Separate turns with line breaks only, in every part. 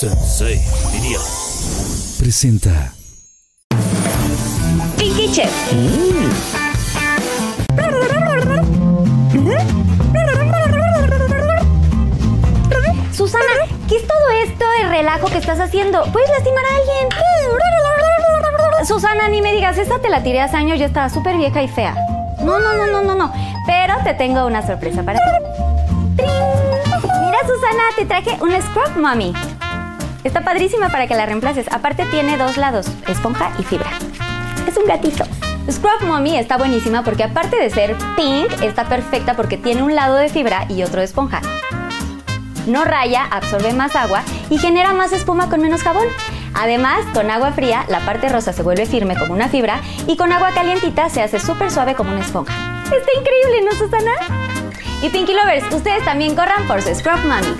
Sensei diría. Presenta.
Pinky Chef. Susana, ¿qué es todo esto de relajo que estás haciendo? Puedes lastimar a alguien. Susana, ni me digas, esta te la tiré hace años, ya estaba súper vieja y fea. No, no, no, no, no, no. Pero te tengo una sorpresa para ti. ¡Trin! Mira, Susana, te traje una Scrub Mommy. Está padrísima para que la reemplaces. Aparte tiene dos lados, esponja y fibra. Es un gatito. Scrub Mommy está buenísima porque aparte de ser pink, está perfecta porque tiene un lado de fibra y otro de esponja. No raya, absorbe más agua y genera más espuma con menos jabón. Además, con agua fría, la parte rosa se vuelve firme como una fibra y con agua calientita se hace súper suave como una esponja. Está increíble, ¿no, Susana? Y Pinky Lovers, ustedes también corran por su Scrub Mommy.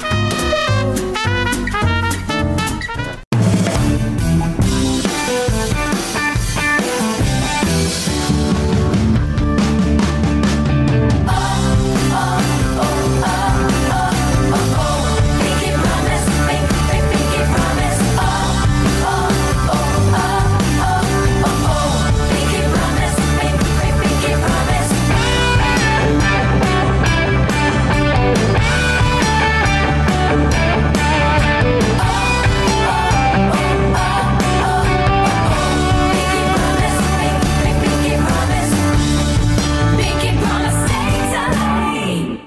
En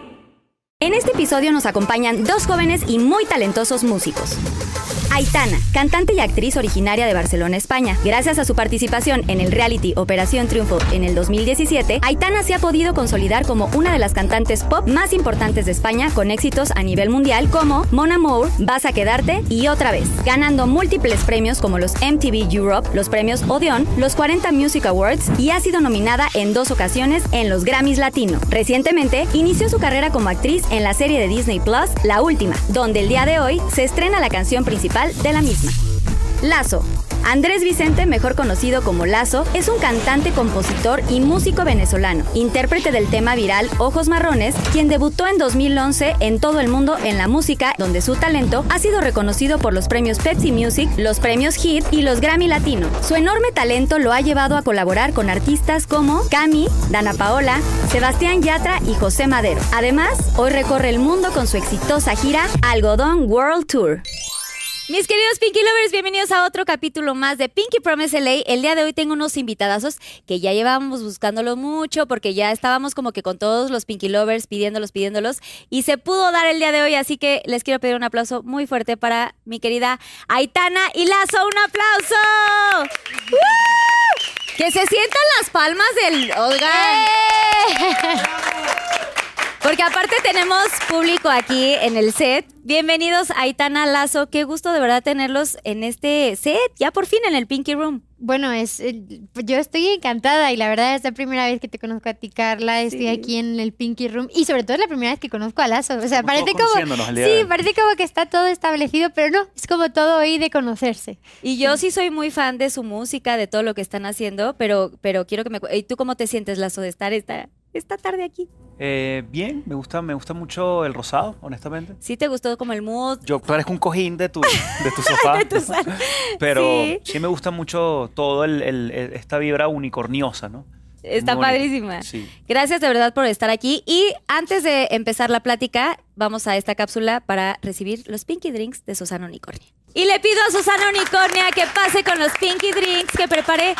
este episodio nos acompañan dos jóvenes y muy talentosos músicos. Aitana, cantante y actriz originaria de Barcelona, España. Gracias a su participación en el reality Operación Triunfo en el 2017, Aitana se ha podido consolidar como una de las cantantes pop más importantes de España con éxitos a nivel mundial como Mon Amour, Vas a quedarte y otra vez, ganando múltiples premios como los MTV Europe, los premios Odeon, los 40 Music Awards y ha sido nominada en dos ocasiones en los Grammys Latino. Recientemente inició su carrera como actriz en la serie de Disney Plus, La Última, donde el día de hoy se estrena la canción principal de la misma. Lazo. Andrés Vicente, mejor conocido como Lazo, es un cantante, compositor y músico venezolano, intérprete del tema viral Ojos Marrones, quien debutó en 2011 en todo el mundo en la música, donde su talento ha sido reconocido por los premios Pepsi Music, los premios Hit y los Grammy Latino. Su enorme talento lo ha llevado a colaborar con artistas como Cami, Dana Paola, Sebastián Yatra y José Madero. Además, hoy recorre el mundo con su exitosa gira Algodón World Tour. Mis queridos Pinky Lovers, bienvenidos a otro capítulo más de Pinky Promise LA. El día de hoy tengo unos invitadazos que ya llevábamos buscándolo mucho porque ya estábamos como que con todos los Pinky Lovers pidiéndolos, pidiéndolos y se pudo dar el día de hoy, así que les quiero pedir un aplauso muy fuerte para mi querida Aitana y Lazo, un aplauso. ¡Woo! Que se sientan las palmas del Olga. Porque aparte tenemos público aquí en el set. Bienvenidos a Aitana Lazo. Qué gusto de verdad tenerlos en este set, ya por fin en el Pinky Room.
Bueno, es eh, yo estoy encantada y la verdad es la primera vez que te conozco a ti, Carla. Estoy aquí en el Pinky Room y sobre todo es la primera vez que conozco a Lazo. O sea,
Estamos
parece como
todos conociéndonos al día de
sí,
hoy.
parece como que está todo establecido, pero no, es como todo hoy de conocerse.
Y yo sí soy muy fan de su música, de todo lo que están haciendo, pero, pero quiero que me... cu- ¿Y tú cómo te sientes, Lazo, de estar esta, esta tarde aquí?
Eh, bien, me gusta, me gusta mucho el rosado, honestamente.
¿Sí te gustó como el mood?
Yo parezco un cojín de tu, de tu sofá. pero
sí.
sí. me gusta mucho todo el, el- el- esta vibra unicorniosa, ¿no?
Está
Muy bonita.
padrísima.
Sí.
Gracias de verdad por estar aquí. Y antes de empezar la plática, vamos a esta cápsula para recibir los Pinky Drinks de Susana Unicornia. Y le pido a Susana Unicornia que pase con los Pinky Drinks que preparé.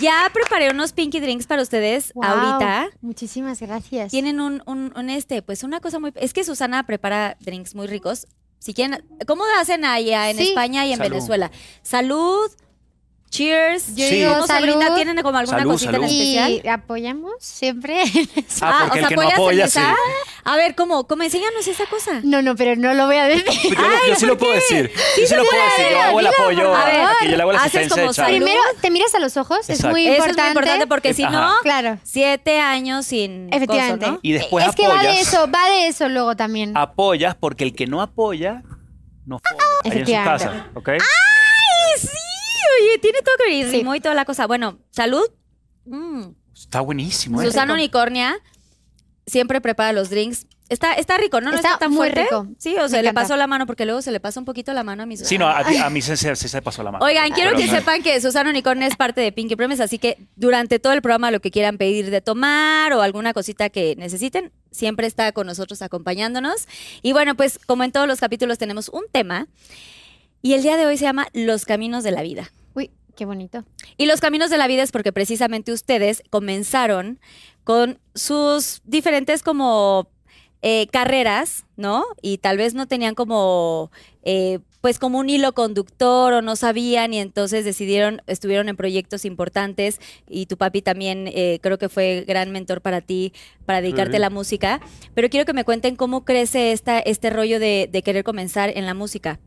Ya preparé unos Pinky Drinks para ustedes
Wow,
ahorita.
Muchísimas gracias.
Tienen un, un- un, este, pues una cosa muy... Es que Susana prepara drinks muy ricos. Si quieren, ¿cómo hacen allá en
Sí.
España y en
Salud.
Venezuela? Salud, cheers.
Yo
Sí.
digo
¿Cómo se
salud
brinda? ¿Tienen como alguna
Salud,
cosita
salud.
en especial?
y apoyamos siempre.
Ah, porque el que no apoya,
¿apoyas en esa? A ver, ¿cómo? ¿Cómo? Enséñanos esa cosa.
no, no, pero no lo voy a decir.
Yo, lo- yo sí lo puedo decir. yo sí lo puedo decir. Yo hago el
dilo,
apoyo.
por
a-
favor.
aquí yo le hago la
Haces
asistencia
como
de Charlie.
salud.
Primero te miras a los ojos, es
Exacto.
muy
Eso
importante.
es muy importante porque si
Ajá.
no,
Claro.
siete años sin coso,
Efectivamente.
¿no?
Y después
es que va de
apoyas. Ah.
eso, va de eso luego también.
Apoyas porque el que no apoya, no apoya. Ahí en su
Efectivamente.
casa, ¿ok?
¡Ay, sí! Oye, tiene todo que ver.
Sí.
ritmo y toda la cosa. Bueno, salud. Mm.
Está buenísimo. ¿eh?
Susana Unicornia siempre prepara los drinks Está, está rico, ¿no? No
Está
está, tan
muy
fuerte.
rico.
Sí, o sea,
Me
le
encanta.
pasó la mano porque luego se le pasa un poquito la mano a mis
Sí, no, a, ti- a mí se, se, se pasó la mano.
Oigan, quiero
Pero
que
no.
sepan que Susana Unicorn es parte de Pinky Promise, así que durante todo el programa lo que quieran pedir de tomar o alguna cosita que necesiten, siempre está con nosotros acompañándonos. Y bueno, pues como en todos los capítulos tenemos un tema y el día de hoy se llama Los Caminos de la Vida.
Uy, qué bonito.
Y los caminos de la vida es porque precisamente ustedes comenzaron con sus diferentes como eh, carreras, ¿no? Y tal vez no tenían como, eh, pues como un hilo conductor o no sabían y entonces decidieron, estuvieron en proyectos importantes y tu papi también eh, creo que fue gran mentor para ti, para dedicarte
Sí.
a la música. Pero quiero que me cuenten cómo crece esta, este rollo de, de querer comenzar en la música.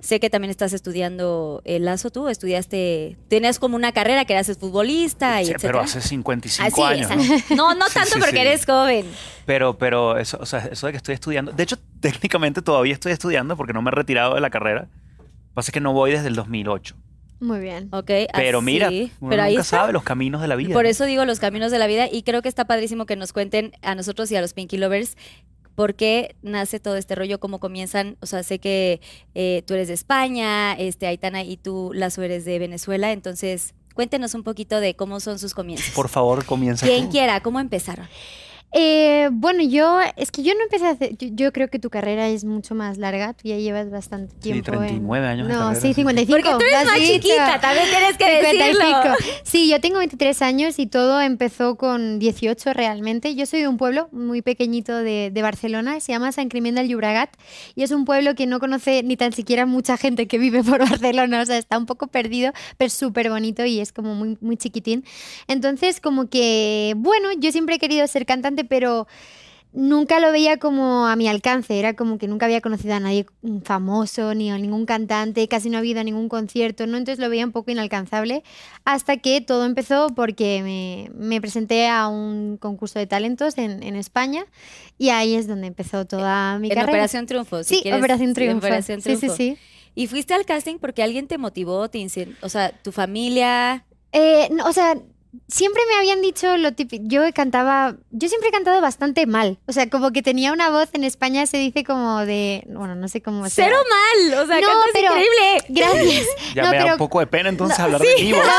Sé que también estás estudiando el lazo tú, estudiaste, tenías como una carrera que eras futbolista y
Sí,
etcétera.
pero hace 55
Así,
años. ¿no?
exacto. No, no
Sí,
tanto
sí,
porque
sí.
eres joven.
Pero, pero eso, o sea, eso de que estoy estudiando. De hecho, técnicamente todavía estoy estudiando porque no me he retirado de la carrera. Lo que pasa es que no voy desde el 2008.
Muy bien.
Ok,
Pero
así.
mira, uno
Ah, Pero ahí
nunca
está.
sabe los caminos de la vida.
Por eso digo los caminos de la vida y creo que está padrísimo que nos cuenten a nosotros y a los Pinky Lovers por qué nace todo este rollo, cómo comienzan. O sea, sé que eh, tú eres de España, este Aitana y tú, Lazo, eres de Venezuela. Entonces, cuéntenos un poquito de cómo son sus comienzos.
Por favor, comienza.
Quien
tú.
quiera, ¿cómo empezaron?
Eh, bueno, yo, es que yo no empecé a hacer, yo, yo creo que tu carrera es mucho más larga, tú ya llevas bastante
Sí,
tiempo. en-
39 años de
No,
carrera,
sí,
sí.
55.
Porque tú eres
lo has
más
dicho.
chiquita, también tienes que
50 y
decirlo.
pico. Sí, yo tengo 23 años y todo empezó con 18 realmente. Yo soy de un pueblo muy pequeñito de, de Barcelona, se llama San Crimén del Llobregat y es un pueblo que no conoce ni tan siquiera mucha gente que vive por Barcelona, o sea, está un poco perdido, pero es súper bonito y es como muy, muy chiquitín. Entonces, como que, bueno, yo siempre he querido ser cantante, pero nunca lo veía como a mi alcance, era como que nunca había conocido a nadie mm, famoso, ni a ningún cantante, casi no había ido a ningún concierto, ¿no? Entonces lo veía un poco inalcanzable, hasta que todo empezó porque me, me presenté a un concurso de talentos en, en España y ahí es donde empezó toda mi
en
carrera.
Operación Triunfo. si
sí,
quieres,
Operación
en
Triunfo.
Operación
Sí, sí,
Triunfo.
sí.
Y fuiste al casting porque alguien te motivó, te incen- o sea, tu familia.
Eh, no, o sea, siempre me habían dicho lo típico. Yo cantaba, yo siempre he cantado bastante mal. O sea, como que tenía una voz en España, se dice como de, bueno, no sé cómo. se-
Cero mal, o sea,
No,
cantas
pero-
increíble.
Gracias.
Ya
No,
me da
pero-
un poco de pena entonces hablar de mí. ¿verdad?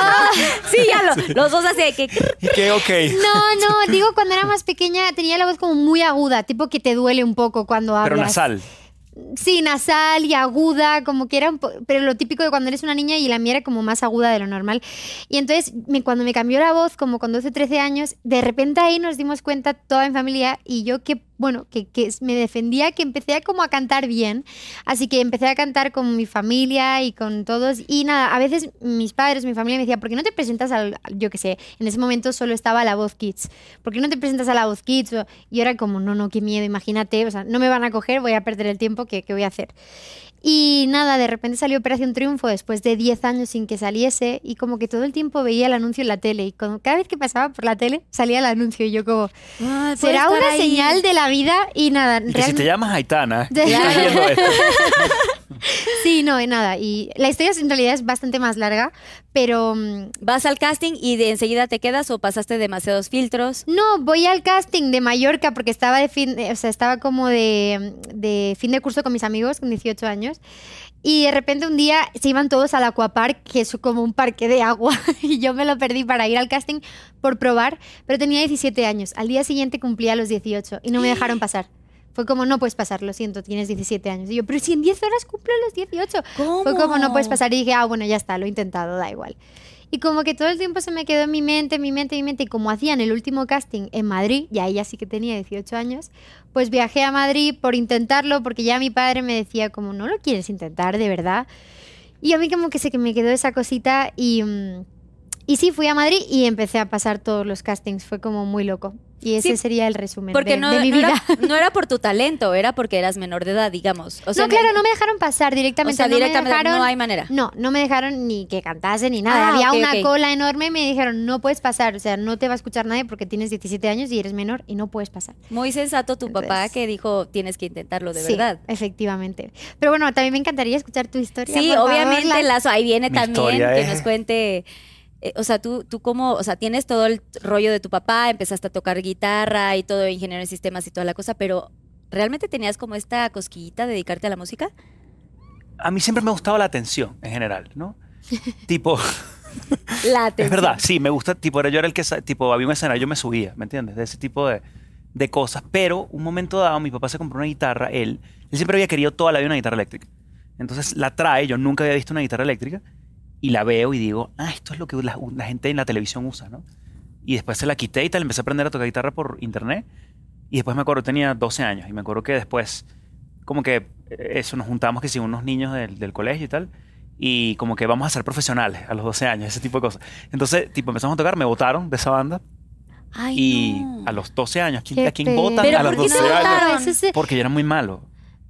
Sí, ya lo- los dos así de que
Y que, ok.
No, no, digo cuando era más pequeña tenía la voz como muy aguda, tipo que te duele un poco cuando hablas.
Pero nasal.
Sí, nasal y aguda, como que era un po- pero lo típico de cuando eres una niña y la mía era como más aguda de lo normal. Y entonces me- cuando me cambió la voz, como con 12, 13 años, de repente ahí nos dimos cuenta toda mi familia y yo que, bueno, que, que es- me defendía, que empecé a como a cantar bien. Así que empecé a cantar con mi familia y con todos. Y nada, a veces mis padres, mi familia me decía, ¿por qué no te presentas al, al- yo qué sé, en ese momento solo estaba la voz Kids. ¿por qué no te presentas a la voz Kids? O- Y era como, no, no, qué miedo, imagínate, o sea, no me van a coger, voy a perder el tiempo, ¿qué, qué voy a hacer? Y nada, de repente salió Operación Triunfo después de 10 años sin que saliese y como que todo el tiempo veía el anuncio en la tele y como cada vez que pasaba por la tele salía el anuncio y yo como,
"Ah,
será una señal de la vida y nada,
Y que si te
realmente-
llamas Aitana,
Ya.
estás viendo esto.
sí, no, y nada, y la historia en realidad es bastante más larga, pero mm,
vas al casting y de enseguida te quedas o pasaste demasiados filtros.
No, voy al casting de Mallorca porque estaba de fin, eh, o sea, estaba como de, de fin de curso con mis amigos con 18 años. Y de repente un día se iban todos al Aquapark, que es como un parque de agua, y yo me lo perdí para ir al casting por probar, pero tenía 17 años. Al día siguiente cumplía los 18 y no me dejaron pasar. Fue como, no puedes pasar, lo siento, tienes 17 años. Y yo, pero si en 10 horas cumplo los 18.
¿Cómo?
Fue como no puedes pasar y dije, ah, bueno, ya está, lo he intentado, da igual. Y como que todo el tiempo se me quedó en mi mente, en mi mente, en mi mente. Y como hacían el último casting en Madrid, y ahí ya sí que tenía 18 años, pues viajé a Madrid por intentarlo, porque ya mi padre me decía como, no lo quieres intentar, de verdad. Y a mí como que se que me quedó esa cosita y... mm, y sí, fui a Madrid y empecé a pasar todos los castings. Fue como muy loco. Y ese
Sí,
sería el resumen
Porque
de,
no,
de mi
no
vida.
era, no era por tu talento, era porque eras menor de edad, digamos. O sea,
no, claro, no me dejaron pasar
o
directamente.
sea,
no me
directamente no,
dejaron-
hay manera.
No, no me dejaron ni que cantase ni nada.
Ah,
Había
ok,
una
ok.
cola enorme y me dijeron, no puedes pasar. O sea, no te va a escuchar nadie porque tienes 17 años y eres menor y no puedes pasar.
Muy sensato tu papá
Entonces-
que dijo, tienes que intentarlo de
Sí,
verdad.
efectivamente. Pero bueno, también me encantaría escuchar tu historia.
Sí,
por favor,
obviamente,
Lan.
Lazo, ahí viene
Mi
también
historia
que
es-
nos cuente. eh, o sea, tú, tú cómo, o sea, tienes todo el rollo de tu papá, empezaste a tocar guitarra y todo, ingeniero en sistemas y toda la cosa, pero ¿realmente tenías como esta cosquillita de dedicarte a la música?
A mí siempre me ha gustado la atención en general, ¿no? tipo,
La
es
atención.
verdad, sí, me gusta, tipo, era- yo era el que, sa- tipo, había un escenario, yo me subía, ¿me entiendes? De ese tipo de, de cosas, pero un momento dado mi papá se compró una guitarra, él, él siempre había querido toda la vida una guitarra eléctrica. Entonces la trae, yo nunca había visto una guitarra eléctrica, y la veo y digo, ah, esto es lo que la, la gente en la televisión usa, ¿no? Y después se la quité y tal, empecé a aprender a tocar guitarra por internet. Y después me acuerdo, tenía 12 años, y me acuerdo que después, como que eh, eso, nos juntamos que si unos niños del, del colegio y tal, y como que vamos a ser profesionales a los 12 años, ese tipo de cosas. Entonces, tipo, empezamos a tocar, me votaron de esa banda,
Ay,
y
no.
a los 12 años, ¿quién,
Qué
¿a quién votan
Pero
a los
¿por qué
12
no
años?
votaron?
Este, Eso es- eh,
Porque yo era muy malo.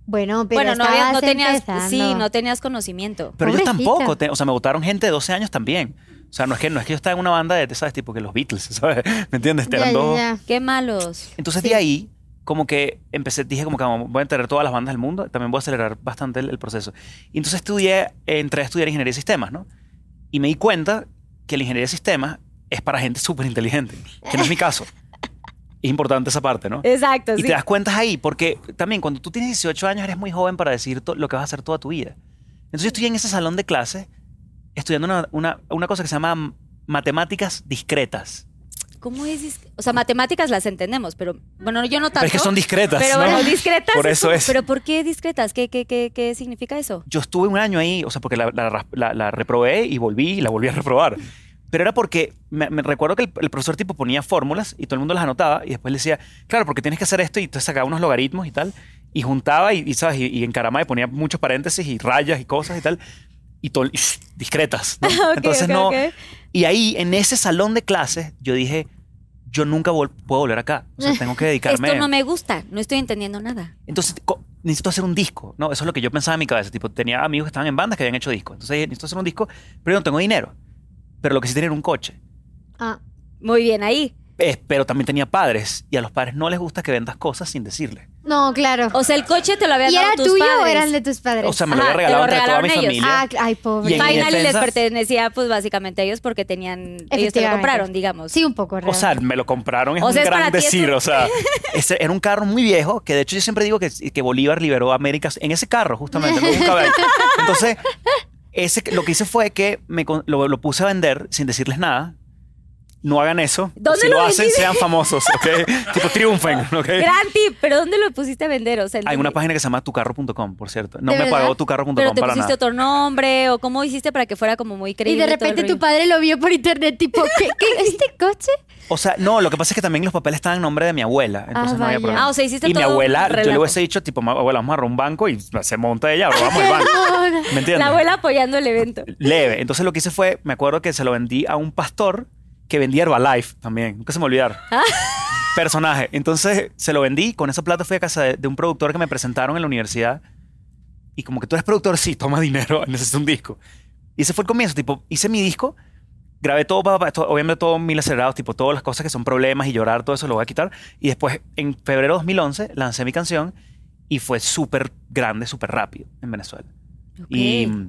Bueno, pero
bueno, no, habías-
estabas
no tenías,
empezando.
sí, no tenías conocimiento.
Pero ellos
Pobrecita.
tampoco, te- o sea, me votaron gente de 12 años también. O sea, no es que, no es que yo estaba en una banda de, ¿sabes? Tipo que los Beatles, ¿sabes? ¿Me entiendes?
Ya,
Eran
ya,
dos-
ya.
Qué malos.
Entonces
Sí.
de ahí, como que empecé, dije como que vamos, voy a entender todas las bandas del mundo, también voy a acelerar bastante el, el proceso. Y entonces estudié, entré a estudiar ingeniería de sistemas, ¿no? Y me di cuenta que la ingeniería de sistemas es para gente súper inteligente, que no es mi caso. Es importante esa parte, ¿no?
Exacto,
Y te das cuentas ahí, porque también cuando tú tienes 18 años eres muy joven para decir to- lo que vas a hacer toda tu vida. Entonces yo estoy en ese salón de clases estudiando una, una- una cosa que se llama m- matemáticas discretas.
¿Cómo es? dis- O sea, matemáticas las entendemos, pero bueno, yo no tanto.
Pero es que son discretas.
Pero
¿no?
bueno, discretas.
Por eso
como-
es.
¿Pero por qué discretas? ¿Qué, qué, qué, qué significa eso?
yo estuve un año ahí, o sea, porque la, la, la- la reprobé y volví y la volví a reprobar. Pero era porque me, me recuerdo que el, el profesor tipo ponía fórmulas y todo el mundo las anotaba y después le decía, claro, porque tienes que hacer esto y entonces sacaba unos logaritmos y tal. Y juntaba y, y, ¿sabes? Y, y encaramaba y ponía muchos paréntesis y rayas y cosas y tal. Y, todo- y discretas. ¿no?
Ok,
entonces
ok,
no.
ok.
Y ahí, en ese salón de clases, yo dije, yo nunca vol- puedo volver acá. O sea, tengo que dedicarme.
Esto no me gusta, no estoy entendiendo nada.
Entonces, co- necesito hacer un disco. No, eso es lo que yo pensaba en mi cabeza. Tipo, tenía amigos que estaban en bandas que habían hecho discos. Entonces, dije, necesito hacer un disco, pero yo no tengo dinero. Pero lo que sí tenía era un coche.
Ah,
Muy bien, ahí.
Eh, pero también tenía padres. Y a los padres no les gusta que vendas cosas sin decirles.
no, claro.
O sea, el coche te lo habían
¿Y
dado
era
tus
tuyo o
padres.
eran de tus padres?
O sea, me lo
Ajá,
había
te
regalado
lo
entre toda mi
regalaron ellos.
familia.
Ah, ay, pobre.
Y en mi
Final y les
defensa-
pertenecía pues básicamente a ellos porque tenían, ellos te lo
Efectivamente.
compraron, digamos.
Sí, un poco raro.
o sea, me lo compraron, es
O sea,
un
es
gran
para ti eso.
decir. O sea, ese era un carro muy viejo, que de hecho yo siempre digo que, que Bolívar liberó a América en ese carro, justamente. me gusta ver. Entonces, ese, lo que hice fue que me, con- lo, lo puse a vender sin decirles nada. No hagan eso.
¿Dónde
si
lo
lo, hacen,
vendiste?
sean famosos, ¿ok? tipo, triunfen, ¿ok?
Gran tip, pero ¿dónde lo pusiste a vender? O sea,
Hay Ah, una
entendí.
página que se llama tucarro.com, por cierto. No
¿De
me
verdad?
pagó tucarro.com
pero te
para
pusiste
nada.
otro nombre o cómo hiciste para que fuera como muy
y
creíble.
de
todo el
repente
rollo?
tu padre lo vio por internet, tipo, ¿qué? qué ¿Este coche?
O sea, no, lo que pasa es que también los papeles estaban en nombre de mi abuela. Entonces no
vaya.
había problema.
Ah, o sea, hiciste
y mi
todo un
abuela, yo le
relajo.
hubiese dicho, tipo, "Ma- abuela, vamos a robar un banco y se monta ella, robamos el banco. ¿Me entiendes?
La abuela apoyando el evento.
Leve. Entonces lo que hice fue, me acuerdo que se lo vendí a un pastor que vendía Herbalife también. Nunca se me olvidaron. Personaje. Entonces se lo vendí. Con esa plata fui a casa de, de un productor que me presentaron en la universidad. Y como que tú eres productor, sí, toma dinero, necesito un disco. Y ese fue el comienzo. Tipo, hice mi disco, grabé todo, pa, pa, todo, obviamente todo mil acelerados, tipo, todas las cosas que son problemas y llorar, todo eso lo voy a quitar. Y después, en febrero de 2011, lancé mi canción y fue súper grande, súper rápido en Venezuela. Y
Ok.
mm,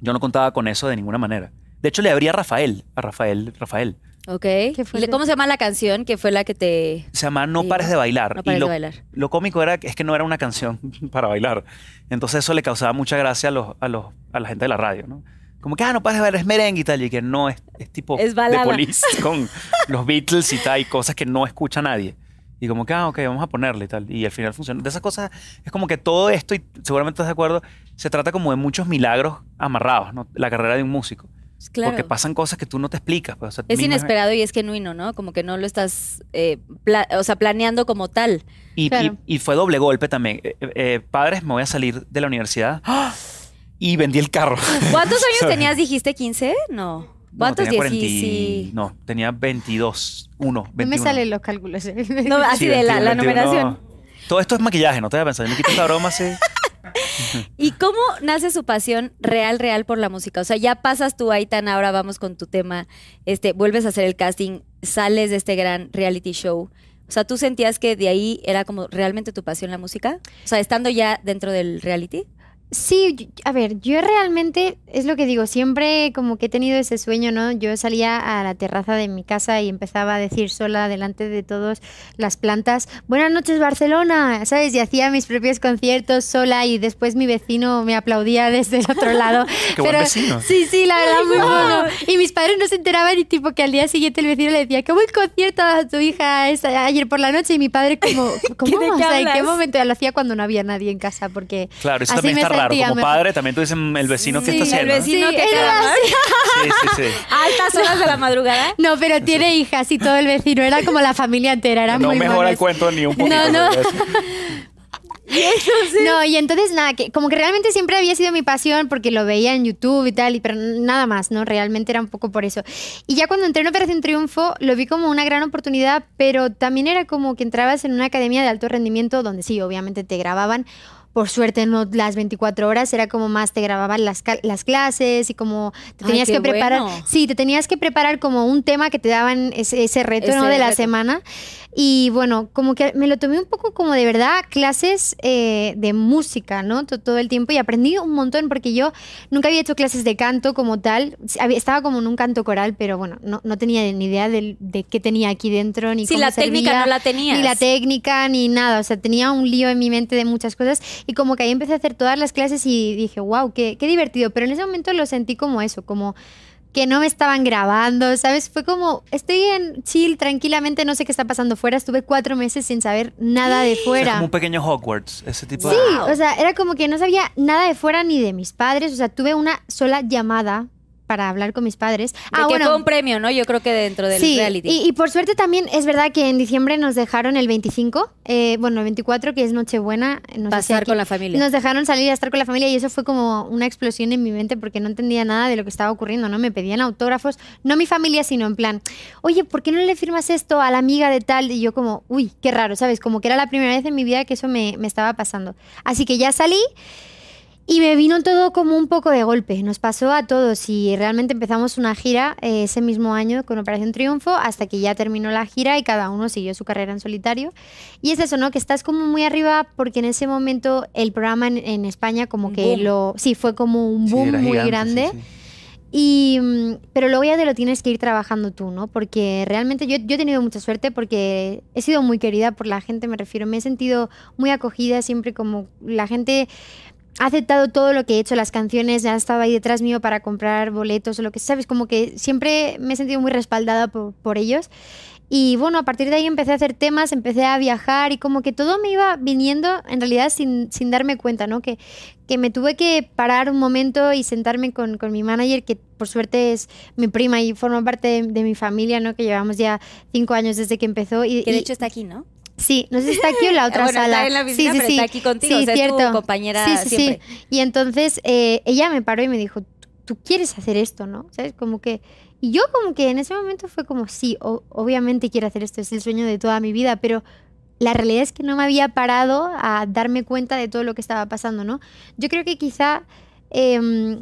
yo no contaba con eso de ninguna manera. De hecho, le abrí a Rafael, a Rafael, Rafael.
Ok.
fuerte.
¿Cómo se llama la canción que fue la que te...
Se llama No
Sí,
pares
¿no?
de bailar.
No
Y
pares
lo,
de bailar.
Lo cómico era que es que no era una canción para bailar. Entonces eso le causaba mucha gracia a, los, a, los, a la gente de la radio, ¿no? Como que, ah, no pares de bailar, es merengue y tal. Y que no, es, es tipo
Es
de
balada.
police con los Beatles y tal, y cosas que no escucha nadie. Y como que, ah, ok, vamos a ponerle y tal. Y al final funciona. De esas cosas, es como que todo esto, y seguramente estás de acuerdo, se trata como de muchos milagros amarrados, ¿no? La carrera de un músico.
Pues Claro.
Porque pasan cosas que tú no te explicas. pues, o sea,
Es
misma-
inesperado y es genuino, ¿no? Como que no lo estás, eh, pla- o sea, planeando como tal.
Y,
Claro.
y- y fue doble golpe también. Eh, eh, eh, padres, me voy a salir de la universidad. ¡Ah! Y vendí el carro.
¿Cuántos años
¿Sabes?
tenías? ¿Dijiste 15? No.
No,
¿Cuántos?
tenía 40 y-
17?
No, tenía 22. 1,
No me salen los cálculos. eh.
No, así de la, la numeración.
Todo esto es maquillaje, no te voy a pensar. Yo me quito esta broma así.
¿Y cómo nace su pasión real, real por la música? O sea, ya pasas tú, Aitana, ahora vamos con tu tema, este, vuelves a hacer el casting, sales de este gran reality show. O sea, ¿tú sentías que de ahí era como realmente tu pasión la música? O sea, estando ya dentro del reality.
Sí, yo- a ver, yo realmente es lo que digo, siempre como que he tenido ese sueño, ¿no? Yo salía a la terraza de mi casa y empezaba a decir sola delante de todos las plantas, buenas noches Barcelona, ¿sabes? Y hacía mis propios conciertos sola y después mi vecino me aplaudía desde el otro lado.
Qué buen vecino.
Sí, sí, la verdad, muy bueno. Y mis padres no se enteraban y tipo que al día siguiente el vecino le decía, qué buen concierto a tu hija esa- ayer por la noche y mi padre como, ¿cómo?
de qué
O sea, ¿en qué
hablas?
momento? Lo hacía cuando no había nadie en casa porque...
Claro, eso
Así
también
me
está raro.
sentía
Como
mejor.
padre, también tú dices mm, el vecino que
Sí,
está haciendo.
El vecino
Sí,
que
es
queda
verdad.
más.
Sí, sí, sí.
Altas horas de la madrugada.
No, pero tiene hijas y todo el vecino. Era como la familia entera. Era
No
muy
mejora
malos.
el cuento ni un poquito.
No, no.
pero es-
No, y entonces nada, que como que realmente siempre había sido mi pasión porque lo veía en YouTube y tal, y, pero nada más, ¿no? Realmente era un poco por eso. Y ya cuando entré en Operación Triunfo lo vi como una gran oportunidad, pero también era como que entrabas en una academia de alto rendimiento donde sí, obviamente te grababan. Por suerte no las 24 horas, era como más te grababan las, cal- las clases y como te
Ay,
tenías
qué
que preparar.
bueno.
Sí, te tenías que preparar como un tema que te daban ese, ese reto
Ese
¿no? de la
reto.
semana. Y bueno, como que me lo tomé un poco como de verdad clases eh, de música, ¿no? To- Todo el tiempo y aprendí un montón porque yo nunca había hecho clases de canto como tal. Había- Estaba como en un canto coral, pero bueno, no, no tenía ni idea del- de, qué tenía aquí dentro ni
Si
cómo
la técnica
servía,
no la tenías.
Ni la técnica, ni nada. O sea, tenía un lío en mi mente de muchas cosas. Y como que ahí empecé a hacer todas las clases y dije, wow, qué, qué divertido. Pero en ese momento lo sentí como eso, como que no me estaban grabando, ¿sabes? Fue como, estoy en chill, tranquilamente, no sé qué está pasando fuera. Estuve cuatro meses sin saber nada de
Es
fuera.
como un pequeño Hogwarts, ese tipo
Sí.
de...
Sí, o sea, era como que no sabía nada de fuera ni de mis padres. O sea, tuve una sola llamada para hablar con mis padres. Ah,
De que fue un premio, ¿no? Yo creo que dentro del
sí,
reality.
Y, y por suerte también es verdad que en diciembre nos dejaron el 25, eh, bueno, el 24, que es Nochebuena. eh, No sé si
Pasar
aquí-
con la familia.
Nos dejaron salir a estar con la familia y eso fue como una explosión en mi mente porque no entendía nada de lo que estaba ocurriendo, ¿no? Me pedían autógrafos, no mi familia, sino en plan, oye, ¿por qué no le firmas esto a la amiga de tal? Y yo como, uy, qué raro, ¿sabes? Como que era la primera vez en mi vida que eso me, me estaba pasando. Así que ya salí y me vino todo como un poco de golpe. Nos pasó a todos y realmente empezamos una gira eh, ese mismo año con Operación Triunfo hasta que ya terminó la gira y cada uno siguió su carrera en solitario. Y es eso, ¿no? Que estás como muy arriba porque en ese momento el programa en, en España como
Un
que
boom.
lo... Sí, fue como un
Sí,
boom
era
muy
gigante, sí,
grande.
sí.
Y, mm, pero luego ya te lo tienes que ir trabajando tú, ¿no? Porque realmente yo, yo he tenido mucha suerte porque he sido muy querida por la gente, me refiero. Me he sentido muy acogida siempre como la gente ha aceptado todo lo que he hecho, las canciones, ya estaba ahí detrás mío para comprar boletos o lo que sabes, como que siempre me he sentido muy respaldada por, por ellos. Y bueno, a partir de ahí empecé a hacer temas, empecé a viajar y como que todo me iba viniendo en realidad sin, sin darme cuenta, ¿no? Que, que me tuve que parar un momento y sentarme con, con mi manager, que por suerte es mi prima y forma parte de, de mi familia, ¿no? Que llevamos ya cinco años desde que empezó. Y,
que de
y-
hecho está aquí, ¿no? Ah,
Sí, no sé si está aquí o en la otra
Bueno,
sala.
Está en la oficina, pero está aquí contigo.
Sí,
o sea, Es
cierto.
tu compañera
Sí, sí, sí.
siempre.
Y entonces eh, ella me paró y me dijo, "Tú- tú quieres hacer esto, ¿no? ¿Sabes? Como que... Y yo como que en ese momento fue como, sí, o- obviamente quiero hacer esto, es el sueño de toda mi vida, pero la realidad es que no me había parado a darme cuenta de todo lo que estaba pasando, ¿no? Yo creo que quizá, em,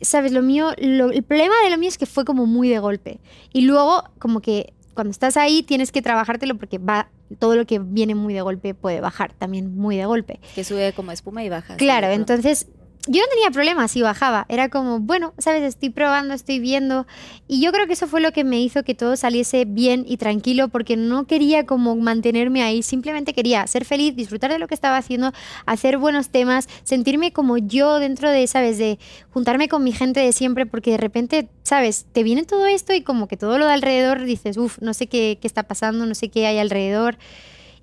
¿sabes? Lo mío, lo- el problema de lo mío es que fue como muy de golpe. Y luego como que cuando estás ahí tienes que trabajártelo porque va... Todo lo que viene muy de golpe puede bajar también muy de golpe.
Que sube como espuma y baja. así
Claro,
de pronto.
entonces yo no tenía problemas si bajaba. Era como, bueno, sabes, estoy probando, estoy viendo. Y yo creo que eso fue lo que me hizo que todo saliese bien y tranquilo, porque no quería como mantenerme ahí. Simplemente quería ser feliz, disfrutar de lo que estaba haciendo, hacer buenos temas, sentirme como yo dentro de, sabes, de juntarme con mi gente de siempre, porque de repente, sabes, te viene todo esto y como que todo lo de alrededor dices, uff, no sé qué, qué está pasando, no sé qué hay alrededor.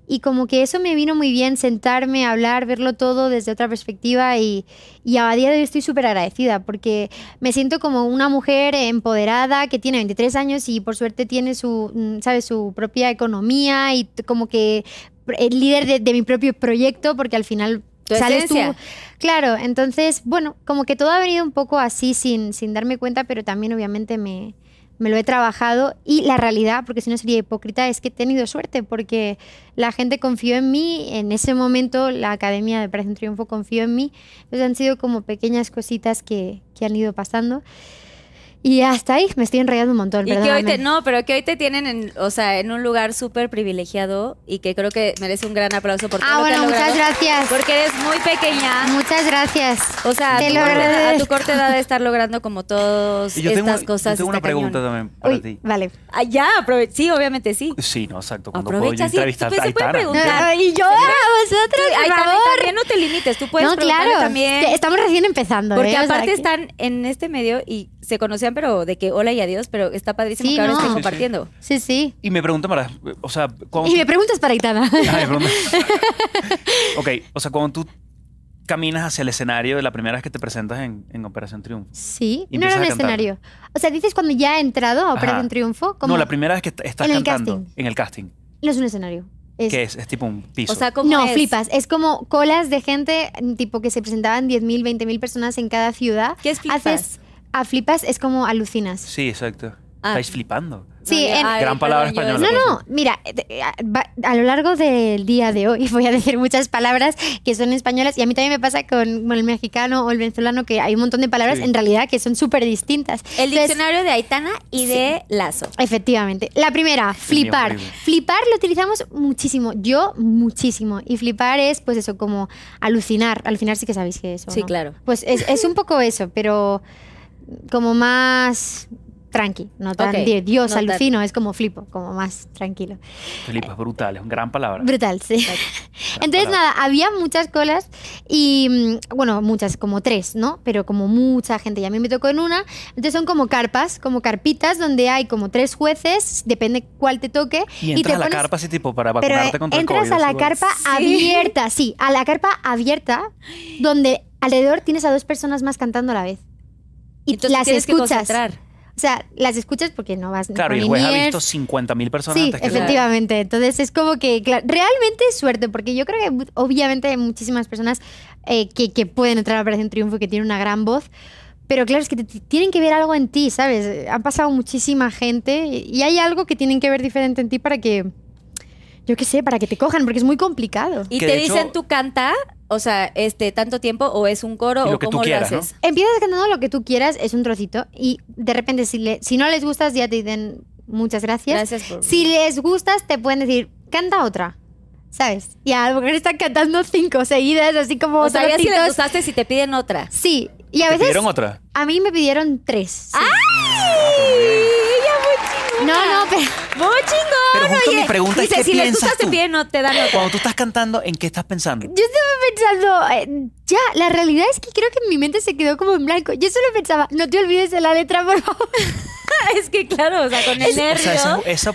Y como que eso me vino muy bien, sentarme, hablar, verlo todo desde otra perspectiva y, y a día de hoy estoy súper agradecida porque me siento como una mujer empoderada que tiene 23 años y por suerte tiene su, mm, ¿sabes? su propia economía y t- como que pr- el líder de, de mi propio proyecto porque al final
Tu
sales tú.
esencia.
Claro, entonces, bueno, como que todo ha venido un poco así sin, sin darme cuenta, pero también obviamente me, me lo he trabajado y la realidad, porque si no sería hipócrita, es que he tenido suerte porque la gente confió en mí, en ese momento la Academia de Operación Triunfo confió en mí, entonces han sido como pequeñas cositas que, que han ido pasando. Y hasta ahí me estoy enrollando un montón,
Y que hoy te,
perdóname.
no, pero que hoy te tienen en, o sea, en un lugar súper privilegiado y que creo que merece un gran aplauso por todo
Ah,
lo que
bueno,
has
muchas
logrado.
gracias.
Porque eres muy pequeña.
Muchas gracias.
O sea, a tu,
Te lo
corta, a tu
agradezco.
corta edad de estar logrando como todas
Y yo tengo,
estas
yo
cosas.
tengo una
está cañón.
pregunta también para
Uy,
ti.
vale.
Ah, ya, aprove- sí, obviamente sí.
Sí, no, exacto. Cuando puedo yo
Aprovecha, sí.
entrevistar
pues,
a
se puede
Aitana.
preguntar.
Ah, y yo a vosotros,
Ay, también,
por favor.
también no te limites, tú puedes
no,
preguntarle
claro.
también.
Es que Estamos recién empezando.
Porque
¿eh? O sea,
aparte
que-
están en este medio y se conocían, pero de que hola y adiós, pero está padrísimo
Sí,
que ahora
no.
estén
Sí, sí.
compartiendo.
Sí, sí.
Y me pregunta, para, o sea, cuando...
Y me preguntas para Itana.
Ay, perdón. ok, o sea, cuando tú caminas hacia el escenario de la primera vez que te presentas en, en Operación Triunfo.
Sí,
Y
no era
empiezas a
un
cantar.
escenario. O sea, dices cuando ya he entrado a Operación
Ajá.
Triunfo. Como...
No, la primera vez que est- estás
En el
cantando
casting.
en el casting.
No es un escenario. Es...
que es? Es tipo un piso.
O sea, ¿cómo
No,
es?
flipas. Es como colas de gente, tipo que se presentaban 10.000, 20.000 personas en cada ciudad.
¿Qué es flipas?
Haces a flipas, es como alucinas.
sí, exacto.
Ah.
Estáis flipando.
Sí,
ya-
en-
ay,
Gran palabra
perdón, yo-
española.
No, no, mira, eh, a- va- a lo largo del día de hoy voy a decir muchas palabras que son españolas y a mí también me pasa con, con el mexicano o el venezolano que hay un montón de palabras
Sí.
en realidad que son súper distintas.
El
Entonces,
diccionario de Aitana y de Lazo.
Efectivamente. La primera, flipar.
horrible.
Flipar lo utilizamos muchísimo, yo muchísimo. Y flipar es, pues eso, como alucinar. Alucinar sí que sabéis que es. ¿o
Sí,
no?
claro.
Pues es, es un poco eso, pero como más tranqui, no tan
Ok,
de Dios
no tan-
alucino, es como flipo, como más tranquilo.
Flipas, brutal. Es una gran palabra.
Brutal, sí.
Gran
Entonces,
palabra.
nada, había muchas colas y, mm, bueno, muchas, como tres, ¿no? Pero como mucha gente. Y a mí me tocó en una. Entonces, son como carpas, como carpitas donde hay como tres jueces, depende cuál te toque.
Y entras
te
a la
pones-
carpa así tipo para
Pero
vacunarte
eh,
contra el COVID.
entras a la
así,
carpa
Sí.
abierta, sí, a la carpa abierta donde alrededor tienes a dos personas más cantando a la vez. Y
Entonces
las
tienes que
escuchas.
concentrar.
o sea, las escuchas porque no vas ni
Claro,
con
y el juez ha
in-ears,
visto 50.000 personas
Sí,
antes que tú.
efectivamente. Entonces es como que, claro, realmente es suerte, porque yo creo que mu- obviamente hay muchísimas personas eh, que, que pueden entrar a Operación Triunfo y que tienen una gran voz, pero claro, es que te- te tienen que ver algo en ti, ¿sabes? Ha pasado muchísima gente y hay algo que tienen que ver diferente en ti para que, yo qué sé, para que te cojan, porque es muy complicado.
Y
Que
te
de hecho-
dicen tú canta, o sea, este tanto tiempo o es un coro
Y
o
lo que tú
cómo lo
quieras, ¿no?
haces.
Empiezas cantando lo que tú quieras, es un trocito, y de repente si, le- si no les gustas ya te dicen muchas
Gracias por
Si les gustas, te pueden decir, canta otra. ¿Sabes? Y a lo mejor están cantando cinco seguidas, así como
o sea, ya si les
trocitos.
gustaste si te piden otra.
Sí, y a
¿Te
veces.
pidieron otra?
A mí me pidieron tres. sí.
Ah,
No, no, pero.
¡Muy chingón!
Pero justo
oye.
mi pregunta es,
Dice,
¿qué
si les
piensas
gustas te
tú?
piden, Ah, no te dan otra.
Cuando tú estás cantando, ¿en qué estás pensando?
Yo estaba pensando. eh, ya, la realidad es que creo que mi mente se quedó como en blanco. Yo solo pensaba, no te olvides de la letra, por favor.
es que claro, o sea, con el
O
nervio.
sea, esa, esa,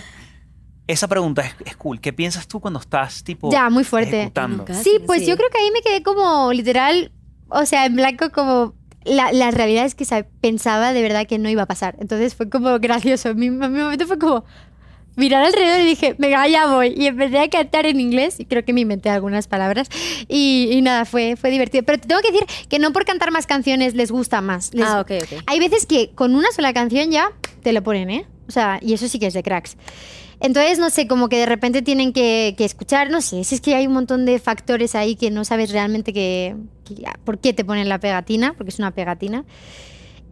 esa pregunta es, es cool. ¿Qué piensas tú cuando estás tipo
Ya, muy fuerte.
ejecutando?
Nunca.
Sí,
Casi,
pues
sí.
yo creo que ahí me quedé como literal, o sea, en blanco como... La, la realidad es que sa- pensaba de verdad que no iba a pasar. Entonces fue como gracioso. Mi, mi momento fue como mirar alrededor y dije, venga, ya voy. Y empecé a cantar en inglés y creo que me inventé algunas palabras. Y, y nada, fue, fue divertido. Pero te tengo que decir que no por cantar más canciones les gusta más. Les-
Ah, ok, ok.
Hay veces que con una sola canción ya te lo ponen, ¿eh? O sea, y eso sí que es de cracks. Entonces, no sé, como que de repente tienen que, que escuchar, no sé, si es que hay un montón de factores ahí que no sabes realmente que, que- por qué te ponen la pegatina, porque es una pegatina.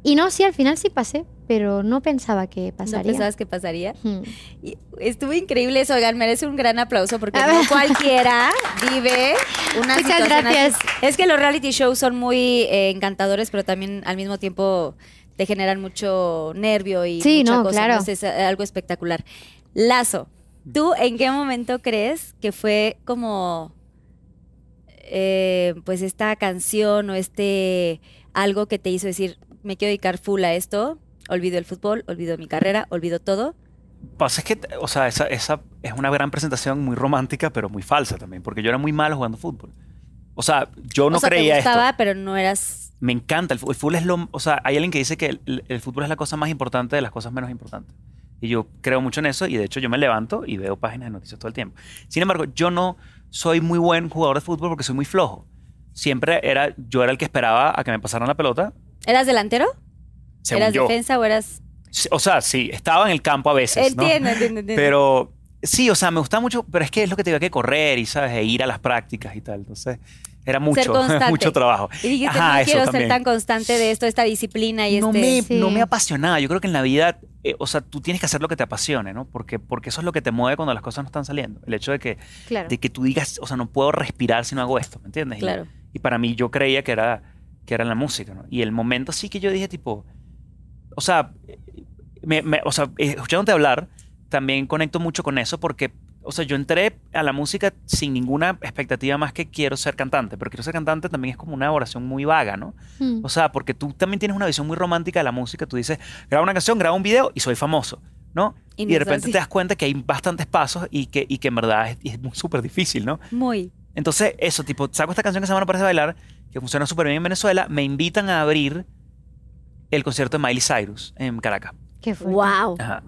Y no, sí, al final sí pasé, pero no pensaba que
¿No
pasaría.
pensabas que pasaría?
Hmm.
Y Estuvo increíble eso, oigan, merece un gran aplauso porque
A
no
ver.
cualquiera vive una
Muchas
situación así.
gracias.
Es que los reality shows son muy eh, encantadores, pero también al mismo tiempo te generan mucho nervio y
Sí,
mucha
no,
cosa,
claro.
Es eh, algo espectacular. Lazo, ¿tú en qué momento crees que fue como eh, pues esta canción o este algo que te hizo decir me quiero dedicar full a esto, olvido el fútbol, olvido mi carrera, olvido todo?
Pasa es que, o sea, esa, esa es una gran presentación muy romántica, pero muy falsa también, porque yo era muy malo jugando fútbol. O sea, yo no
o sea,
creía
te
esto.
gustaba, pero no eras.
Me encanta el fútbol. El fútbol es lo, o sea, hay alguien que dice que el, el fútbol es la cosa más importante de las cosas menos importantes. Y yo creo mucho en eso y de hecho yo me levanto y veo páginas de noticias todo el tiempo. Sin embargo, yo no soy muy buen jugador de fútbol porque soy muy flojo. Siempre era, yo era el que esperaba a que me pasaran la pelota,
¿Eras delantero?
según
¿Eras
yo.
defensa o eras.?
O sea, sí, estaba en el campo a veces, ¿no?
entiendo, entiendo, entiendo.
Pero sí, o sea, me gusta mucho, pero es que es lo que te digo, hay que correr y, ¿sabes? E ir a las prácticas y tal. Entonces, Era mucho,
constante.
mucho trabajo.
Y dijiste,
Ajá,
no
eso
quiero
también.
ser tan constante de esto, esta disciplina y
no,
este...
me,
sí.
no me apasionaba. Yo creo que en la vida, eh, o sea, tú tienes que hacer lo que te apasione, ¿no? Porque, porque eso es lo que te mueve cuando las cosas no están saliendo. El hecho de que,
Claro.
de que tú digas, o sea, no puedo respirar si no hago esto, ¿me entiendes? Y-
Claro.
Y, para mí yo creía que era, que era la música, ¿no? Y el momento sí que yo dije, tipo, o sea, eh, me, me- o sea, eh, escuchándote hablar, también conecto mucho con eso porque, o sea, yo entré a la música sin ninguna expectativa más que quiero ser cantante, pero quiero ser cantante también es como una oración muy vaga, ¿no?
Mm.
O sea, porque tú también tienes una visión muy romántica de la música. Tú dices, graba una canción, graba un video y soy famoso, ¿no?
Y
Y,
no
de
es
repente
así.
te das cuenta que hay bastantes pasos y que, y que en verdad es, es muy súper difícil, ¿no?
Muy.
Entonces, eso, tipo, saco esta canción que se llama No Parece Bailar, que funciona súper bien en Venezuela, me invitan a abrir el concierto de Miley Cyrus en Caracas.
Qué fuerte.
¡Wow!
Ajá.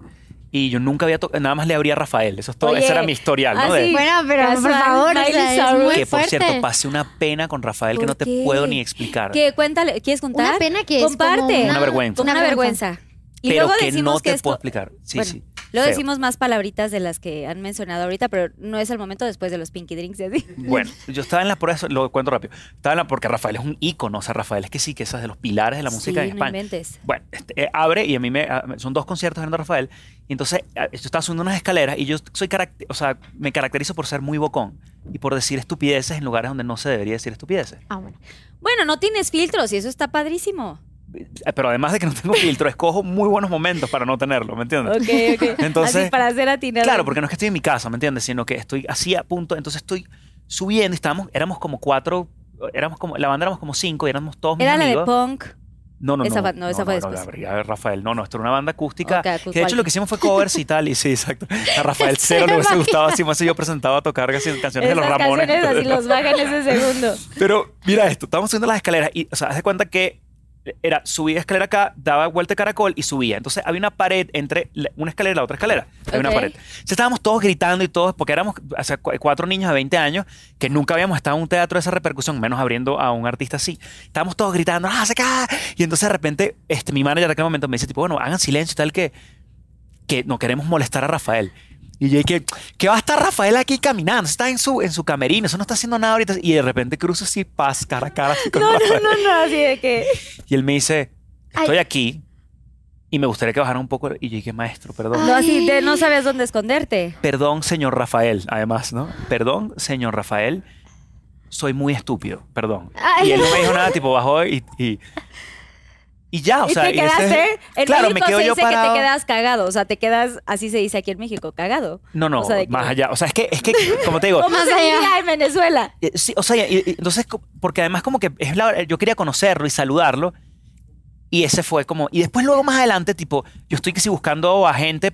Y yo nunca había tocado, nada más le abría a Rafael, eso es todo,
Oye,
ese era mi historial,
ah,
¿no? De-
sí.
Bueno, pero por
Casual,
favor, o sea,
Miley
es
Cyrus.
muy
que por
fuerte.
cierto, pasé una pena con Rafael que
¿Por
no te
qué?
puedo ni explicar.
¿Qué? Cuéntale, ¿quieres contar?
Una pena que es
Comparte.
como una,
Una vergüenza.
Una, vergüenza. Y
pero
luego
que
decimos
no
que
te
es co-
puedo explicar. Sí,
Bueno,
sí.
Luego
feo.
decimos más palabritas de las que han mencionado ahorita, pero no es el momento después de los pinky drinks y así.
Bueno, yo estaba en las pruebas, lo cuento rápido. Estaba en la, porque Rafael es un ícono, o sea, Rafael es que sí, que esas de los pilares de la música
Sí, no
en España.
inventes.
bueno, este, eh, abre y a mí me a- son dos conciertos de Rafael y entonces a- yo estaba subiendo unas escaleras y yo soy caract- o sea, me caracterizo por ser muy bocón y por decir estupideces en lugares donde no se debería decir estupideces.
Ah, bueno.
Bueno, no tienes filtros y eso está padrísimo.
Eh, Pero además de que no tengo filtro, escojo muy buenos momentos para no tenerlo, ¿me entiendes?
Ok, ok.
Entonces-
Así para hacer atinado.
Claro, porque no es que estoy en mi casa, ¿me entiendes? Sino que estoy así a punto. Entonces estoy subiendo y estábamos, éramos como cuatro, éramos como, la banda éramos como cinco y éramos todos mis
Era la
amigos.
de punk.
No, no,
Esa
no.
fa- no, esa fue después.
la- ya, Rafael, no, no, esto era una banda acústica.
Ok,
que de hecho
acústica.
lo que hicimos fue covers y tal. Y sí, exacto. A Rafael cero
me
le hubiese
imagino.
gustado si más yo presentaba a tocar casi canciones de los
Esas
Ramones.
canciones así los bajan ese segundo.
Pero mira esto, estábamos subiendo las escaleras y, o sea, haz de cuenta que era subía escalera acá, daba vuelta de caracol y subía. Entonces había una pared entre la- una escalera y la otra escalera. Había una
Ok.
pared. Entonces estábamos todos gritando y todos, porque éramos o sea, cu- cuatro niños de 20 años que nunca habíamos estado en un teatro de esa repercusión, menos abriendo a un artista así. Estábamos todos gritando, ¡ah, se cae! Y entonces de repente este, mi manager en aquel momento me dice, tipo, bueno, hagan silencio y tal que, que no queremos molestar a Rafael. Y yo dije, ¿qué va a estar Rafael aquí caminando? Está en su, en su camerino, eso no está haciendo nada ahorita. Y de repente cruzo así, paz, cara a cara. así con
No, no,
Rafael.
no, no, así de que.
Y él me dice, estoy
Ay.
aquí y me gustaría que bajara un poco. Y yo dije, maestro, perdón.
No, así de no sabías dónde esconderte.
Perdón, señor Rafael, además, ¿no? Perdón, señor Rafael, soy muy estúpido, perdón.
Ay.
Y él no me dijo nada, tipo, bajó y... y y ya, o sea,
y te
y ese-
quedaste. En
claro, me
México
quedo
se
yo
dice
parado.
que te quedas cagado. O sea, te quedas, así se dice aquí en México, cagado.
No, no,
O sea, de que-
más allá. O sea, es que, es que, como te digo,
¿Cómo
Más
se
allá.
diría en Venezuela?
Eh, Sí, o sea, y- y- entonces, co- porque además como que es la- yo quería conocerlo y saludarlo. Y ese fue como... Y después luego más adelante, tipo, yo estoy que si buscando a gente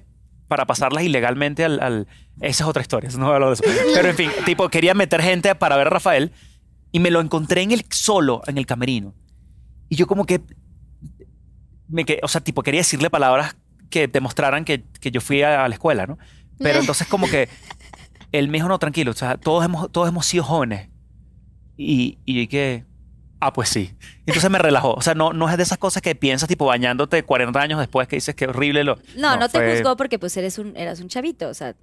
para pasarlas ilegalmente al... al- esa es otra historia, eso no voy a hablar de eso. Pero en fin, tipo, quería meter gente para ver a Rafael y me lo encontré en el solo, en el camerino. Y yo como que... Me que o sea, tipo, quería decirle palabras que demostraran que, que yo fui a, a la escuela, ¿no? Pero entonces como que él me dijo, no, tranquilo, o sea, todos hemos, todos hemos sido jóvenes. Y, y yo dije, ah, pues sí. Entonces me relajó. O sea, no, no es de esas cosas que piensas, tipo, bañándote 40 años después que dices que horrible lo...
No, no, te
fue-
juzgó porque pues eres un, eras un chavito. O sea,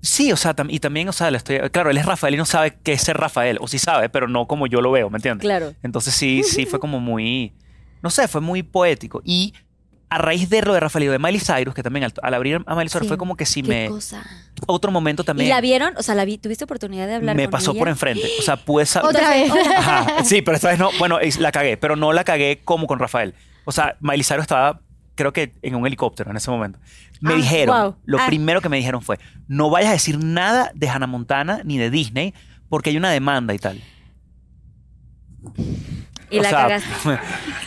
Sí, o sea, tam- y también, o sea, le estoy... Claro, él es Rafael y no sabe qué es ser Rafael. O sí sabe, pero no como yo lo veo, ¿me entiendes?
claro.
Entonces sí, sí fue como muy, no sé, fue muy poético. Y a raíz de lo de Rafael y de Miley Cyrus, que también al, al abrir a Miley Cyrus
Sí,
fue como que sí
Qué
me...
cosa.
Otro momento
¿Y
también
la vieron? O sea, la vi, ¿tuviste oportunidad de hablar
me
con
pasó
ella?
por enfrente. O sea, pude saber...
Otra vez.
Ajá, Sí, pero esta vez no. Bueno, es- la cagué, pero no la cagué como con Rafael. O sea, Miley Cyrus estaba, creo que en un helicóptero en ese momento. Me
Ah,
dijeron,
wow.
lo
Ah.
primero que me dijeron fue, no vayas a decir nada de Hannah Montana ni de Disney porque hay una demanda y tal.
Y
O
la
sea,
cagaste.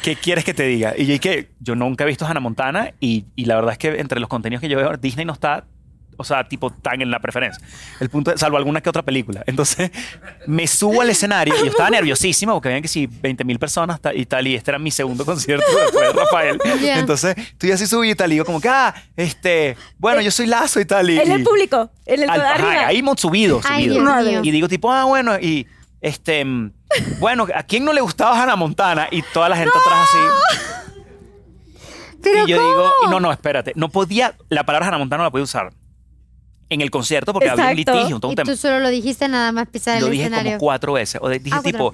¿Qué quieres que te diga? Y yo, que yo nunca he visto Hannah Montana y, y la verdad es que entre los contenidos que yo veo, Disney no está, o sea, tipo tan en la preferencia. El punto es, salvo alguna que otra película. Entonces, me subo al escenario y yo estaba nerviosísima porque habían que sí, 20 mil personas ta- y tal, y este era mi segundo concierto después de Rafael.
Ya.
Entonces, estoy así subí y tal, y yo como que, ah, este, bueno, yo soy Lazo y tal. Y,
En el
y-
público. En el
al- ajá,
arriba.
ahí hemos subido,
Ay,
subido.
Dios mío.
Y digo tipo, ah, bueno, y este, mm, bueno, ¿a quién no le gustaba Hannah Montana? Y toda la gente atrás así.
Pero
y yo
¿cómo?
digo, y no, no, espérate, no podía, la palabra Hannah Montana no la podía usar. en el concierto porque había un
Exacto.
litigio, todo un
Y
tema.
tú solo lo dijiste nada más pisar
Lo
el
dije
escenario.
como cuatro veces. O de- dije
Ah,
tipo,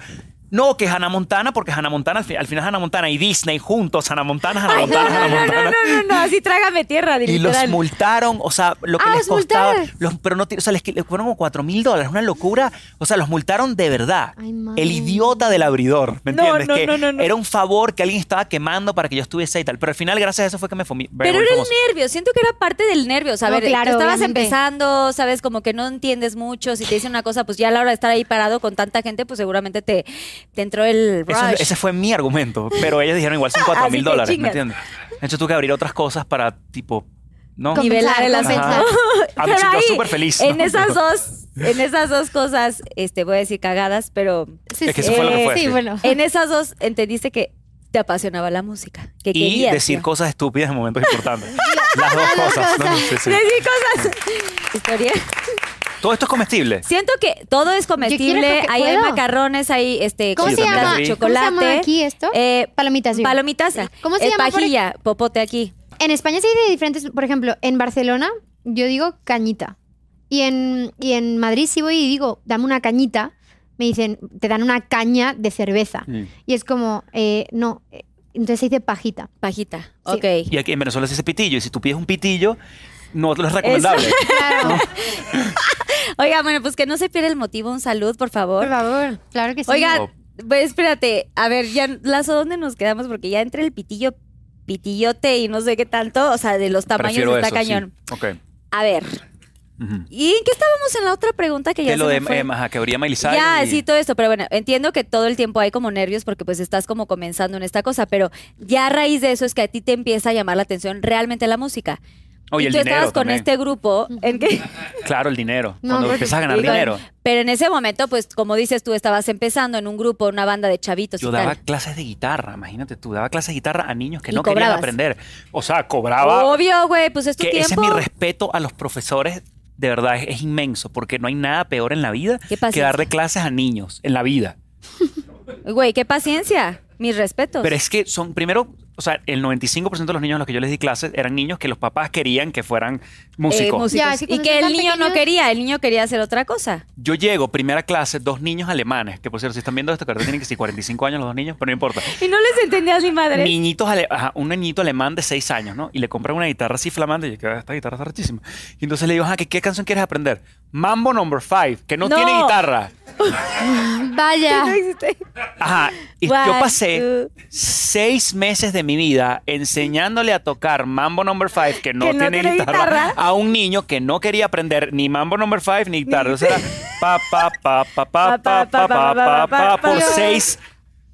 no, que Hannah Montana, porque Hannah Montana, al, fi- al final Hannah Montana y Disney juntos, Hannah Montana, Hannah
Ay, no,
Montana,
no,
Hannah
no, no,
Montana.
no, no, no, así trágame tierra,
Y los
literal.
multaron, o sea, lo que
Ah, los
les costaba.
multaron.
Los, pero no, ti- o sea, les, qui- les fueron como 4 mil dólares, una locura. O sea, los multaron de verdad.
Ay, mami.
el idiota del abridor, ¿me
No,
entiendes?
no,
que
no, no, no.
Era un favor que alguien estaba quemando para que yo estuviese y tal. Pero al final, gracias a eso fue que me fue
Pero era el nervio, siento que era parte del nervio, o sea, a
No,
ver, tú
claro,
estabas
obviamente.
empezando, sabes, como que no entiendes mucho, si te dicen una cosa, pues ya a la hora de estar ahí parado con tanta gente, pues seguramente te, te entró el rush. Ah,
Eso- ese fue mi argumento, pero ellos dijeron igual son 4
Así
mil
te
dólares, ¿me
chingas.
entiendes? De hecho, tuve que abrir otras cosas para, tipo, ¿no?
Con-
nivelar el
Compensar,
asunto.
compensar. A mí sí, yo súper feliz,
En
Ah, ¿no?
esas
Pero-
dos, en esas dos cosas, este, voy a decir cagadas, pero
Sí,
Es que
sí.
eso fue lo que
Eh,
fue,
sí,
sí.
bueno.
en esas dos entendiste que te apasionaba la música, que
y
querías.
decir
¿no?
cosas estúpidas en momentos importantes. Las dos cosas. ¿no? Sí, sí.
Decir cosas. Historia.
Todo esto es comestible.
Siento que todo es comestible.
coque-
Ahí hay
¿puedo?
macarrones, hay este,
¿Cómo
Sí,
se
también
llama?
lo vi.
¿Cómo se
chocolate.
llama aquí esto?
eh,
Palomitas. digo.
palomitas.
¿Cómo se
eh,
llama por-
Pajilla, popote aquí.
En España se dice diferentes, por ejemplo, en Barcelona yo digo cañita. Y en, y en Madrid si voy y digo, dame una cañita, me dicen, te dan una caña de cerveza. Y es como, eh, no, eh, entonces se dice pajita.
Pajita. Ok.
Y aquí en Venezuela se dice pitillo. Y si tú pides un pitillo, no lo es recomendable.
Claro,
Oiga, bueno, pues que no se pierda el motivo. Un salud, por favor.
por favor, claro que sí.
Oh.
Oiga, pues espérate, a ver, ya, ¿lazo dónde nos quedamos? Porque ya entre el pitillo, pitillote y no sé qué tanto, o sea, de los tamaños
Prefiero
está
eso,
cañón.
sí. Ok.
A ver,
Ujú.
¿y en qué estábamos en la otra pregunta que ya
Que
se
lo
me
de
fue?
eh, ajá, que habría Miley Cyrus
Ya,
y-
sí, todo esto, pero bueno, entiendo que todo el tiempo hay como nervios porque pues estás como comenzando en esta cosa, pero ya a raíz de eso es que a ti te empieza a llamar la atención realmente la música.
Oh, y
y
el
tú
dinero
estabas con
también.
este grupo en que...
Claro, el dinero.
No,
Cuando
porque-
empiezas a ganar
Digo,
dinero.
Pero en ese momento, pues como dices tú, estabas empezando en un grupo, una banda de chavitos
Yo
y
daba
tal.
clases de guitarra, imagínate tú, daba clases de guitarra a niños que
Y
no querían
cobrabas.
aprender. O sea, cobraba.
Obvio, güey, pues es tu
Ah, que
tiempo.
ese es mi respeto a los profesores, de verdad, es, es inmenso, porque no hay nada peor en la vida
Qué paciencia.
que darle clases a niños, en la vida.
Güey, qué paciencia. Mis respetos.
Pero es que son, primero, o sea, el 95% de los niños a los que yo les di clases eran niños que los papás querían que fueran
Eh,
músicos.
músicos.
Ya, es que
y
cuando
que el
están
niño no
pequeños-
quería, el niño quería hacer otra cosa.
yo llego, primera clase, dos niños alemanes, que por cierto, si están viendo esto, que ahorita tienen que sí, 45 años los dos niños, pero no importa.
Y no les entendías ni madre.
Niñitos ale- ajá, un niñito alemán de 6 años, ¿no? Y le compran una guitarra así flamante. Y yo, "Ah, esta guitarra está rechísima. Y entonces le digo, ajá, ¿qué, qué canción quieres aprender? Mambo Number 5, que no,
No.
tiene guitarra.
Vaya,
Ajá. Y
One,
yo pasé
two.
seis meses de mi vida enseñándole a tocar Mambo Number 5, que no,
Que no
tiene,
tiene
guitarra,
guitarra.
a un niño que no quería aprender ni Mambo Number 5 ni guitarra. O sea, pa, pa, pa, pa, pa, pa, pa, pa, pa, pa, por
pa.
seis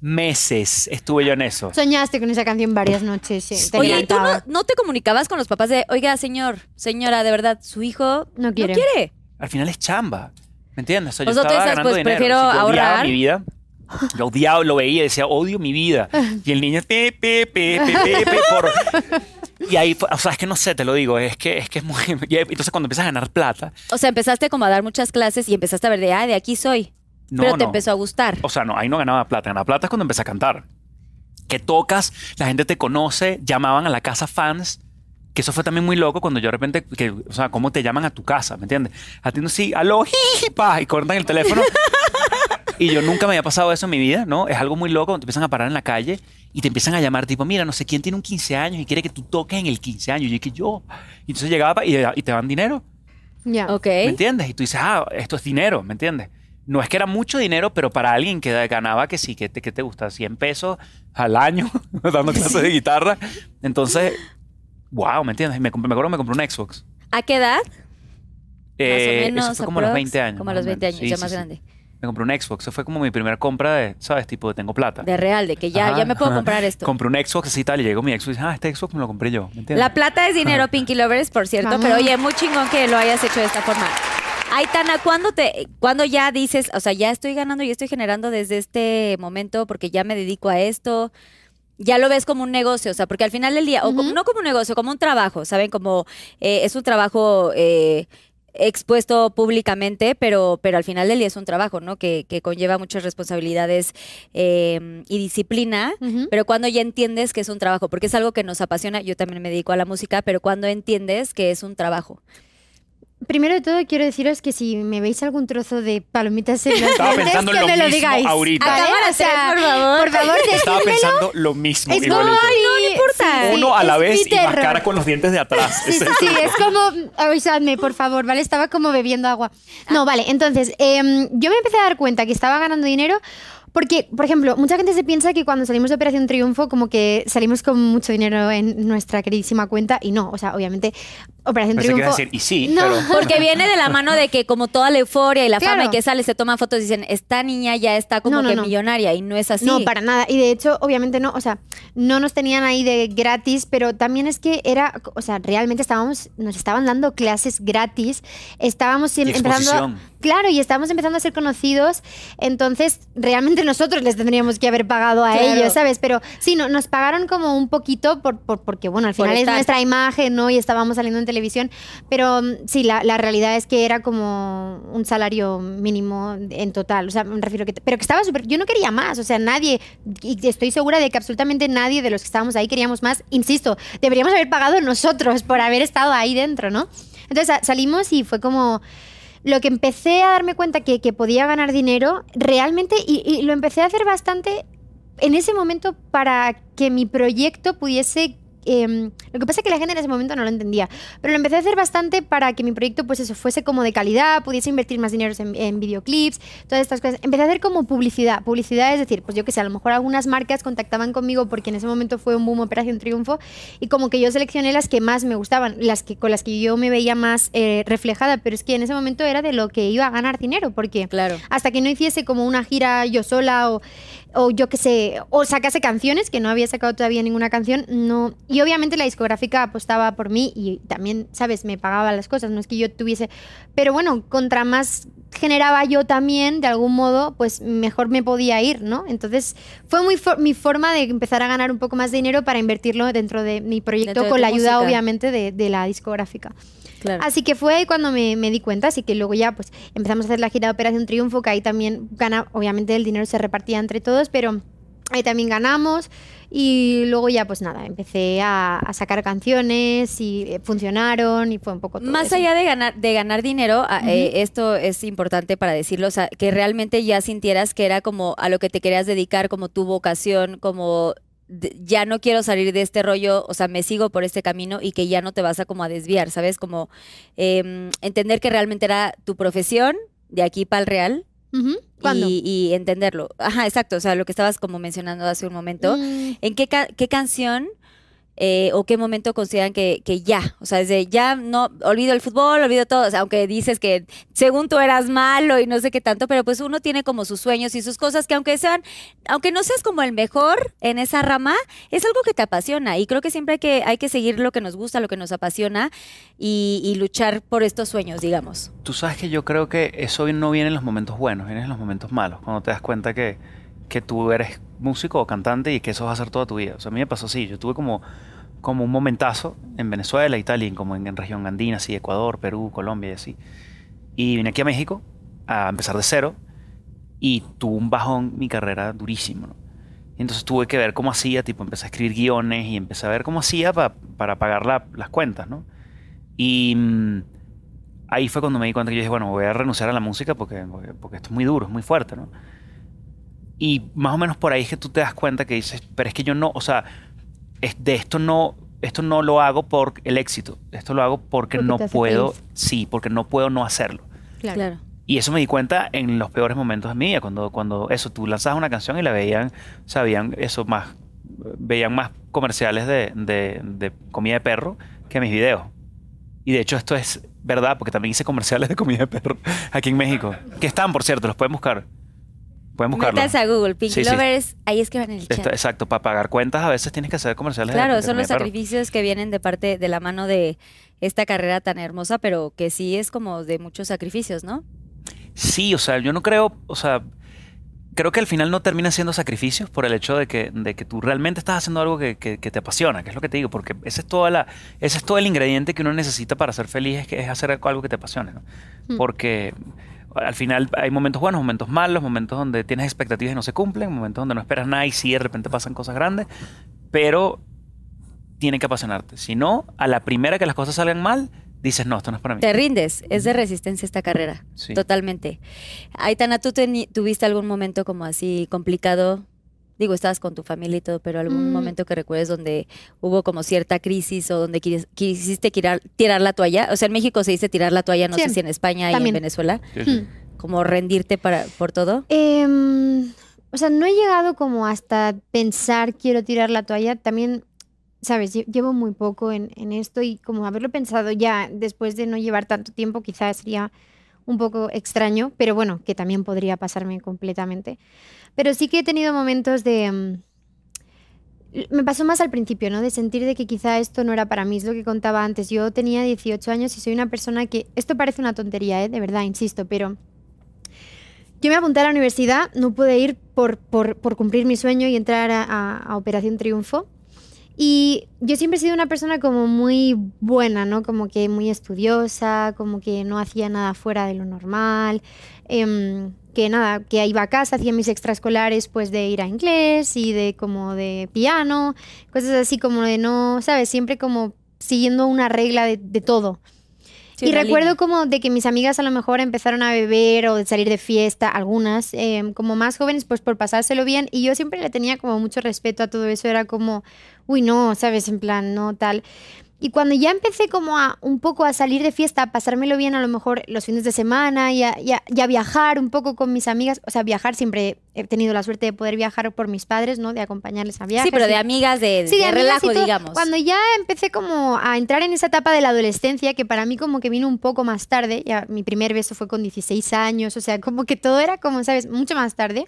meses estuve yo en eso.
soñaste con esa canción varias noches. sí, te
Oye, ¿y tú
encantaba.
no, no te comunicabas con los papás de, oiga, señor, señora, de verdad, su hijo
No quiere.
al final es chamba. ¿Me entiendes? O sea, yo
O sea, tú
estaba
dices,
ganando
pues,
dinero.
prefiero
sí, yo odiaba
ahorrar.
mi vida. Yo odiaba, lo veía y decía, odio mi vida. Y el niño, pi, pi, pi, pi, pi, pi, por- Y ahí, fue- o sea, es que no sé, te lo digo, es que es, que es muy... y entonces cuando empiezas a ganar plata,
O sea, empezaste como a dar muchas clases y empezaste a ver de, ah, de aquí soy.
No,
Pero te
no.
empezó a gustar.
o sea, no, ahí no ganaba plata. Ganaba plata es cuando empecé a cantar. Que tocas, la gente te conoce, llamaban a la casa fans. Que eso fue también muy loco cuando yo de repente, que, o sea, cómo te llaman a tu casa, ¿me entiendes? A ti no, sí, aló, jiji, pa, y cortan el teléfono. Y yo nunca me había pasado eso en mi vida, ¿no? Es algo muy loco cuando te empiezan a parar en la calle y te empiezan a llamar, tipo, mira, no sé quién tiene un 15 años y quiere que tú toques en el 15 años. Y yo, que yo. Y entonces llegaba y, y te dan dinero,
Ya.
ok.
¿me entiendes? Y tú dices, ah, esto es dinero, ¿me entiendes? No es que era mucho dinero, pero para alguien que ganaba que sí, que te, que te gusta 100 pesos al año dando clases de guitarra. Entonces, wow, ¿me entiendes? Y me, compré- me acuerdo que me compré un Xbox.
¿A qué edad?
Eh,
más o menos.
eso fue como a los
aprox,
20 años.
Como a
más
los
o
20 años,
menos. Sí,
ya
sí,
más
sí.
grande.
Me compré un Xbox. Eso fue como mi primera compra de, ¿sabes? Tipo, de tengo plata.
De real, de que ya,
Ajá.
ya me puedo comprar esto.
Compré un Xbox así y tal, y llegó mi Xbox y dice, ah, este Xbox me lo compré yo, ¿me entiendes?
La plata es dinero, Pinky Lovers, por cierto.
Vamos.
Pero oye, muy chingón que lo hayas hecho de esta forma. Aitana, ¿cuándo, te, ¿cuándo ya dices, o sea, ya estoy ganando y estoy generando desde este momento porque ya me dedico a esto? Ya lo ves como un negocio, o sea, porque al final del día, o como- no como un negocio, como un trabajo, ¿saben? Como eh, es un trabajo eh, expuesto públicamente, pero, pero al final del día es un trabajo, ¿no? Que, que conlleva muchas responsabilidades eh, y disciplina,
Ujú.
pero cuando ya entiendes que es un trabajo, porque es algo que nos apasiona, yo también me dedico a la música, pero cuando entiendes que es un trabajo.
Primero de todo, quiero deciros que si me veis algún trozo de palomitas en los
Estaba
dientes,
pensando en
que
lo
me lo
mismo
digáis.
ahorita. ¿eh?
¿vale?
Acaba de
O sea,
hacer, por favor.
Por favor,
Estaba
decídmelo.
pensando lo mismo,
Es como,
igualito.
ay, no, no importa.
Uno a la
es mi
vez y más
terror.
cara con los dientes de atrás.
Sí, sí, sí, es como, avisadme, por favor, ¿vale? Estaba como bebiendo agua. No, vale, entonces, em, yo me empecé a dar cuenta que estaba ganando dinero porque, por ejemplo, mucha gente se piensa que cuando salimos de Operación Triunfo, como que salimos con mucho dinero en nuestra queridísima cuenta y no, o sea, obviamente, Operación
Pensé que ibas a
Triunfo...
decir, y sí,
No.
pero...
Porque viene de la mano de que como toda la euforia y la fama
Claro.
y que sale, se toman fotos y dicen, esta niña ya está como
No, no,
que
no.
millonaria y no es así.
No, para nada. Y de hecho, obviamente no, o sea, no nos tenían ahí de gratis, pero también es que era, o sea, realmente estábamos, nos estaban dando clases gratis, estábamos em-
Y
empezando,
exposición.
claro, y estábamos empezando a ser conocidos, entonces realmente nosotros les tendríamos que haber pagado a
Claro.
ellos, ¿sabes? Pero sí, no, nos pagaron como un poquito por, por- porque, bueno, al
Por
final es
estar.
nuestra imagen, ¿no? Y estábamos saliendo en televisión, pero mm, sí, la, la realidad es que era como un salario mínimo en total. O sea, me refiero que. Pero que estaba súper. Yo no quería más. O sea, nadie. Y estoy segura de que absolutamente nadie de los que estábamos ahí queríamos más. Insisto, deberíamos haber pagado nosotros por haber estado ahí dentro, ¿no? Entonces sa- salimos y fue como. Lo que empecé a darme cuenta que, que podía ganar dinero realmente, y- y lo empecé a hacer bastante en ese momento para que mi proyecto pudiese... em, lo que pasa es que la gente en ese momento no lo entendía, pero lo empecé a hacer bastante para que mi proyecto pues eso fuese como de calidad, pudiese invertir más dinero en, en videoclips, todas estas cosas. Empecé a hacer como publicidad, publicidad es decir, pues yo que sé, a lo mejor algunas marcas contactaban conmigo porque en ese momento fue un boom Operación Triunfo y como que yo seleccioné las que más me gustaban, las que con las que yo me veía más eh, reflejada, pero es que en ese momento era de lo que iba a ganar dinero porque
Claro.
hasta que no hiciese como una gira yo sola o, o yo qué sé, o sacase canciones, que no había sacado todavía ninguna canción, no. Y obviamente la discográfica apostaba por mí y también, ¿sabes? Me pagaba las cosas, no es que yo tuviese... Pero bueno, contra más generaba yo también, de algún modo, pues mejor me podía ir, ¿no? Entonces fue muy for- mi forma de empezar a ganar un poco más de dinero para invertirlo dentro de mi proyecto
Dentro de
con
tu
la ayuda,
música.
obviamente, de- de la discográfica.
Claro.
Así que fue ahí cuando me, me di cuenta, así que luego ya pues empezamos a hacer la gira de Operación Triunfo, que ahí también gana, obviamente el dinero se repartía entre todos, pero ahí también ganamos y luego ya pues nada, empecé a, a sacar canciones y eh, funcionaron y fue un poco todo
Más
eso.
allá de ganar, de ganar dinero, a- eh, esto es importante para decirlo, o sea, que realmente ya sintieras que era como a lo que te querías dedicar, como tu vocación, como de- ya no quiero salir de este rollo, o sea, me sigo por este camino y que ya no te vas a como a desviar, ¿sabes? Como em, entender que realmente era tu profesión de aquí para el real
Ujú. ¿Cuándo?
y, y entenderlo. Ajá, exacto, o sea, lo que estabas como mencionando hace un momento.
Mm,
¿En qué, ca- qué canción eh, o qué momento consideran que, que ya? O sea, desde ya no olvido el fútbol, olvido todo. O sea, aunque dices que según tú eras malo y no sé qué tanto, pero pues uno tiene como sus sueños y sus cosas que aunque sean, aunque no seas como el mejor en esa rama, es algo que te apasiona. Y creo que siempre hay que, hay que seguir lo que nos gusta, lo que nos apasiona y, y luchar por estos sueños, digamos.
Tú sabes que yo creo que eso no viene en los momentos buenos, viene en los momentos malos, cuando te das cuenta que, que tú eres músico o cantante y que eso vas a hacer toda tu vida. O sea, a mí me pasó así, yo tuve como, como un momentazo en Venezuela, Italia, y como en, en región andina, así, Ecuador, Perú, Colombia y así. Y vine aquí a México a empezar de cero y tuvo un bajón mi carrera durísimo, ¿no? Y entonces tuve que ver cómo hacía, tipo, empecé a escribir guiones y empecé a ver cómo hacía pa- para pagar la- las cuentas, ¿no? Y mm, ahí fue cuando me di cuenta que yo dije, bueno, voy a renunciar a la música porque, porque- porque esto es muy duro, es muy fuerte, ¿no? Y más o menos por ahí es que tú te das cuenta que dices, pero es que yo no, o sea, es- de esto no, esto no lo hago por el éxito, esto lo hago porque,
Porque
no
te hace
puedo,
feliz.
sí, porque no puedo no hacerlo.
claro.
Y eso me di cuenta en los peores momentos de mi vida, cuando, cuando eso, tú lanzabas una canción y la veían, sabían eso más, veían más comerciales de, de- de comida de perro que mis videos. Y de hecho esto es verdad, porque también hice comerciales de comida de perro aquí en México, que están, por cierto, los pueden buscar. Pueden buscarlos.
Métanse a Google, Pinky
Sí, sí.
Lovers, ahí escriban en el
Está-
chat.
exacto, para pagar cuentas a veces tienes que hacer comerciales de-
Claro,
de
son
comida
los
de perro.
sacrificios que vienen de parte de la mano de esta carrera tan hermosa, pero que sí es como de muchos sacrificios, ¿no?
Sí, o sea, yo no creo, o sea, creo que al final no termina siendo sacrificios por el hecho de que, de que tú realmente estás haciendo algo que, que- que te apasiona, que es lo que te digo, porque ese es, toda la, ese es todo el ingrediente que uno necesita para ser feliz, es, que, es hacer algo que te apasione, ¿no?
Mm.
Porque al final hay momentos buenos, momentos malos, momentos donde tienes expectativas y no se cumplen, momentos donde no esperas nada y sí, de repente pasan cosas grandes, pero tiene que apasionarte. Si no, a la primera que las cosas salgan mal, dices, no, esto no es para mí.
Te rindes, es de resistencia esta carrera,
Sí.
totalmente. Aitana, ¿tú teni- tuviste algún momento como así complicado? Digo, estabas con tu familia y todo, pero algún
Mm.
momento que recuerdes donde hubo como cierta crisis o donde quis- quisiste tirar, tirar la toalla. O sea, en México se dice tirar la toalla, no
Sí,
sé si en España y en
también.
Venezuela,
Sí, sí.
Hmm.
como rendirte para, por todo.
Em, o sea, no he llegado como hasta pensar quiero tirar la toalla. También, sabes, Lle- llevo muy poco en, en esto y como haberlo pensado ya después de no llevar tanto tiempo quizás sería un poco extraño, pero bueno, que también podría pasarme completamente. Pero sí que he tenido momentos de... em, l- me pasó más al principio, ¿no? De sentir de que quizá esto no era para mí, es lo que contaba antes. Yo tenía 18 años y soy una persona que... Esto parece una tontería, ¿eh? De verdad, insisto, pero... Yo me apunté a la universidad, no pude ir por, por- por cumplir mi sueño y entrar a, a- a Operación Triunfo. Y yo siempre he sido una persona como muy buena, ¿no? Como que muy estudiosa, como que no hacía nada fuera de lo normal. em, que nada, que iba a casa, hacía mis extraescolares pues de ir a inglés y de como de piano, cosas así como de no, ¿sabes? Siempre como siguiendo una regla de- de todo
Sí,
y
una
recuerdo
línea.
como de que mis amigas a lo mejor empezaron a beber o de salir de fiesta, algunas, eh, como más jóvenes, pues por pasárselo bien. Y yo siempre le tenía como mucho respeto a todo eso. Era como, uy, no, ¿sabes? En plan, no, tal. Y cuando ya empecé como a un poco a salir de fiesta, a pasármelo bien a lo mejor los fines de semana y a, y a- y a viajar un poco con mis amigas, o sea, viajar siempre he tenido la suerte de poder viajar por mis padres, ¿no? De acompañarles a viajes.
Sí, pero
y-
de amigas, de,
Sí,
de
de amigas y
relajo,
todo.
digamos.
Cuando ya empecé como a entrar en esa etapa de la adolescencia, que para mí como que vino un poco más tarde, ya mi primer beso fue con 16 años, o sea, como que todo era como, ¿sabes? Mucho más tarde.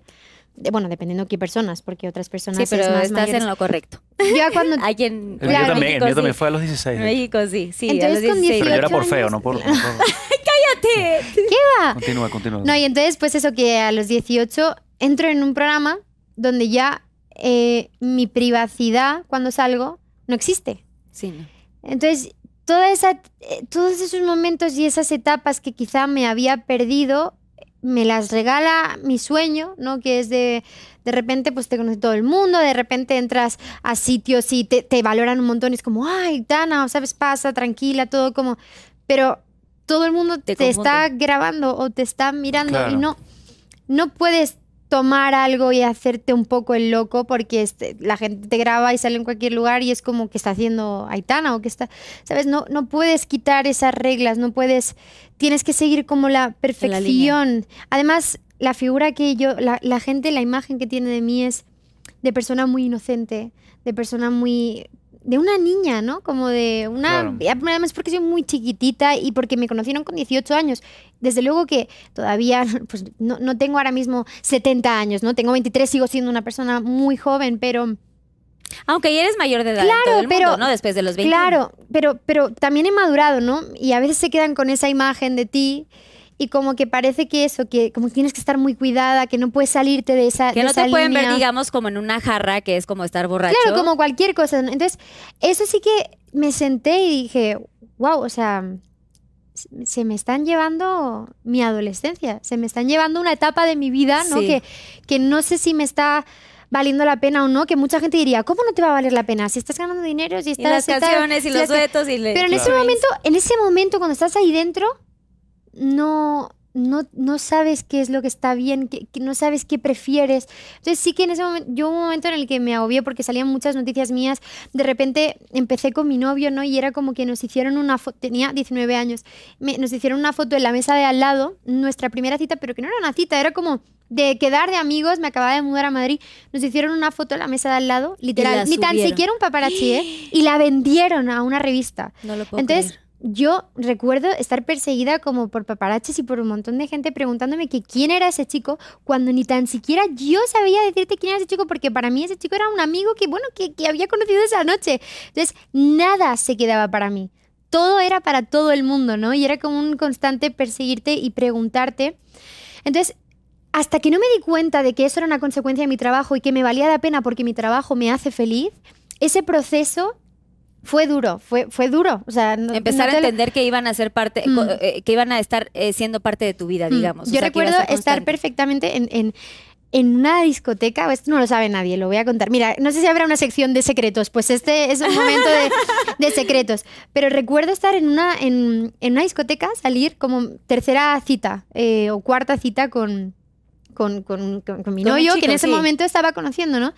De- Bueno, dependiendo de qué personas, porque otras personas
sí, pero
es más
estás en lo correcto.
mayores. Yo ya cuando...
Allí en,
El
Claro,
mío también, el mío
México,
también
sí.
fue a los 16.
En
de hecho.
México, sí, sí.
Entonces,
a los
con
16.
Pero yo era
18
por feo,
años.
no por... no por- Continúa, continúa.
No, y entonces pues eso que a los 18 entro en un programa donde ya eh, mi privacidad cuando salgo no existe.
Sí, no.
Entonces, toda esa, eh, todos esos momentos y esas etapas que quizá me había perdido, me las regala mi sueño, ¿no? Que es de, de repente, pues te conoce todo el mundo, de repente entras a sitios y te, te valoran un montón, y es como, ay, Dana, ¿sabes? Pasa, tranquila, todo como... Pero todo el mundo
Te
te, está grabando o te está mirando y no, no puedes tomar algo y hacerte un poco el loco porque este, la gente te graba y sale en cualquier lugar y es como que está haciendo Aitana o que está, ¿sabes? No, no puedes quitar esas reglas, no puedes, tienes que seguir como la
La línea.
perfección. Además, la figura que yo, la, la gente, la imagen que tiene de mí es de persona muy inocente, de persona muy... De una niña, ¿no? Como de una... Además, porque soy muy chiquitita y porque me conocieron con 18 años. Desde luego que todavía pues, no, no tengo ahora mismo 70 años, ¿no? Tengo 23, sigo siendo una persona muy joven, pero
Aunque ya eres mayor de edad en
Claro,
todo el mundo,
pero-
¿no? Después de los 20.
claro, pero, pero también he madurado, ¿no? Y a veces se quedan con esa imagen de ti y como que parece que eso, que como que tienes que estar muy cuidada, que no puedes salirte de esa
Que
de
no
esa
te pueden ver,
línea.
digamos, como en una jarra, que es como estar borracho.
Claro, como cualquier cosa. ¿no? Entonces, eso sí que me senté y dije, wow, o sea, se- se me están llevando mi adolescencia, se me están llevando una etapa de mi vida, ¿no?
Sí.
Que, que no sé si me está valiendo la pena o no, que mucha gente diría, ¿cómo no te va a valer la pena? Si estás ganando dinero, si
Y
estás...
las
si estás-
canciones y
si
los
las que-".
duetos y le-
Pero en ese
Claro.
momento, en ese momento, cuando estás ahí dentro, no, no, no sabes qué es lo que está bien, que, que no sabes qué prefieres. Entonces sí que en ese momento, yo hubo un momento en el que me agobié porque salían muchas noticias mías. De repente empecé con mi novio, ¿no? Y era como que nos hicieron una foto, tenía 19 años, Me- nos hicieron una foto en la mesa de al lado, nuestra primera cita, pero que no era una cita, era como de quedar de amigos, me acababa de mudar a Madrid, nos hicieron una foto en la mesa de al lado,
la
literal, ni tan
subieron.
siquiera un paparazzi, ¿eh? Y la vendieron a una revista.
No lo puedo
Entonces,
creer.
yo recuerdo estar perseguida como por paparaches y por un montón de gente preguntándome que quién era ese chico, cuando ni tan siquiera yo sabía decirte quién era ese chico, porque para mí ese chico era un amigo que, bueno, que, que había conocido esa noche. Entonces, nada se quedaba para mí. Todo era para todo el mundo, ¿no? Y era como un constante perseguirte y preguntarte. Entonces, hasta que no me di cuenta de que eso era una consecuencia de mi trabajo y que me valía la pena porque mi trabajo me hace feliz, ese proceso fue duro, fue, fue duro. O sea, no-
Empezar
no
a
te lo-
entender que iban a ser parte,
Mm.
co- eh, que iban a estar eh, siendo parte de tu vida,
Mm.
digamos. O
Yo
sea, que iba a
recuerdo
ser
estar
constante.
perfectamente en, en- en una discoteca, esto no lo sabe nadie, lo voy a contar. Mira, no sé si habrá una sección de secretos, pues este es un momento de, de secretos. Pero recuerdo estar en una, en, en una discoteca, salir como tercera cita eh, o cuarta cita con, con, con- con- con mi
Con un
novio, que
chico,
en ese
sí.
momento estaba conociendo, ¿no?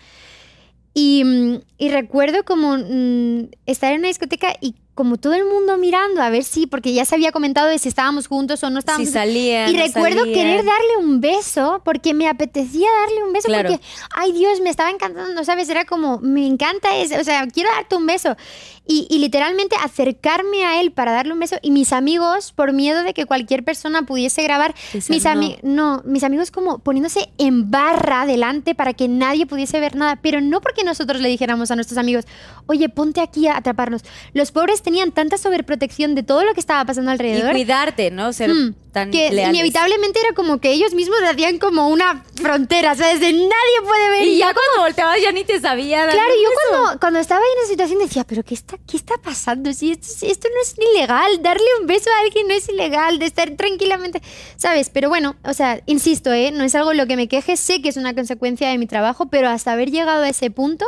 Y, mm, y recuerdo como mm, estar en una discoteca y como todo el mundo mirando a ver si, porque ya se había comentado de si estábamos juntos o no
Si
estábamos
salían.
y
no
recuerdo
salían.
querer darle un beso porque me apetecía darle un beso
Claro.
porque, ay Dios, me estaba encantando, ¿sabes? Era como, me encanta eso, o sea, quiero darte un beso. Y, y literalmente acercarme a él para darle un beso y mis amigos, por miedo de que cualquier persona pudiese grabar,
Dicen,
mis,
no.
ami- no, mis amigos como poniéndose en barra delante para que nadie pudiese ver nada, pero no porque nosotros le dijéramos a nuestros amigos, oye, ponte aquí a atraparnos. Los pobres tenían tanta sobreprotección de todo lo que estaba
Y
pasando alrededor
cuidarte, ¿no? Ser
Mm,
tan
que
leales.
inevitablemente era como que ellos mismos hacían como una frontera, ¿sabes? De nadie puede ver.
Y ya cuando volteabas ya ni te sabía. dar
claro,
un
yo
beso.
cuando, cuando estaba en esa situación decía, pero ¿qué está, qué está pasando? Si esto, es- esto no es ilegal, darle un beso a alguien no es ilegal, de estar tranquilamente, ¿sabes? Pero bueno, o sea, insisto, ¿eh? no es algo en lo que me queje, sé que es una consecuencia de mi trabajo, pero hasta haber llegado a ese punto,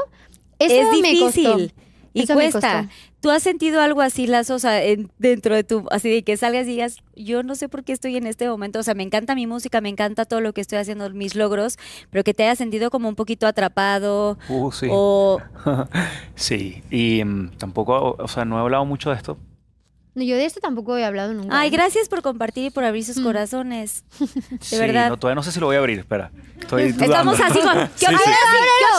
eso
es
me costó.
difícil y
Eso me
cuesta.
costó.
¿Tú has sentido algo así, Lazo, o sea, en- dentro de tu, así de que salgas y digas, yo no sé por qué estoy en este momento, o sea, me encanta mi música, me encanta todo lo que estoy haciendo, mis logros, pero que te hayas sentido como un poquito atrapado
Uh, sí.
o
sí. Y mm, tampoco, o sea, no he hablado mucho de esto.
No, yo de esto tampoco he hablado nunca.
Ay,
¿eh?
gracias por compartir y por abrir
Mm.
sus corazones.
Sí,
verdad.
No, todavía no sé si lo voy a abrir, espera. Estoy dudando.
Estamos así con. ¿Qué
Sí,
opinas?
sí.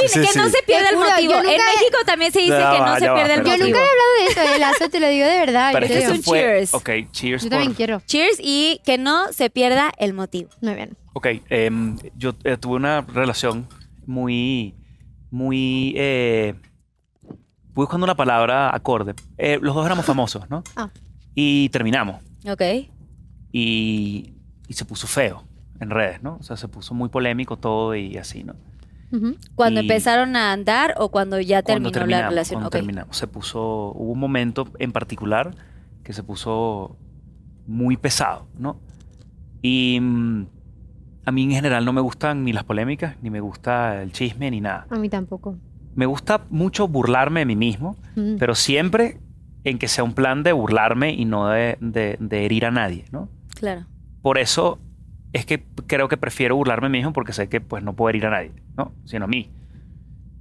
¿Qué
Sí,
opinas? Que
sí.
no se pierda
Te
el
juro,
motivo.
yo
En
nunca-
México también se dice
Ya
que no
va,
se
ya va,
pierde el
pero
Yo
motivo.
nunca he hablado de esto, de Lazo, te lo digo de verdad.
Pero
yo
es que
creo.
esto
un
fue.
cheers.
Ok, cheers.
Yo
por-
también quiero.
Cheers y que no se pierda el motivo.
Muy bien.
Ok, em, yo eh, tuve una relación muy, muy, eh, voy buscando una palabra acorde. Eh, los dos éramos famosos, ¿no?
Ah.
Y terminamos.
Ok.
Y, y se puso feo en redes, ¿no? O sea, se puso muy polémico todo y así, ¿no?
Ujú.
Cuando
Y-
empezaron a andar o cuando ya
Cuando
terminó la
terminamos,
relación.
cuando
Ok.
terminamos, se puso, hubo un momento en particular que se puso muy pesado, ¿no? Y mm, a mí en general no me gustan ni las polémicas, ni me gusta el chisme, ni nada.
A mí tampoco.
Me gusta mucho burlarme de mí mismo,
Mm.
pero siempre en que sea un plan de burlarme y no de, de- de herir a nadie, ¿no?
Claro.
Por eso es que creo que prefiero burlarme a mí mismo porque sé que pues no puedo herir a nadie, ¿no? Sino a mí.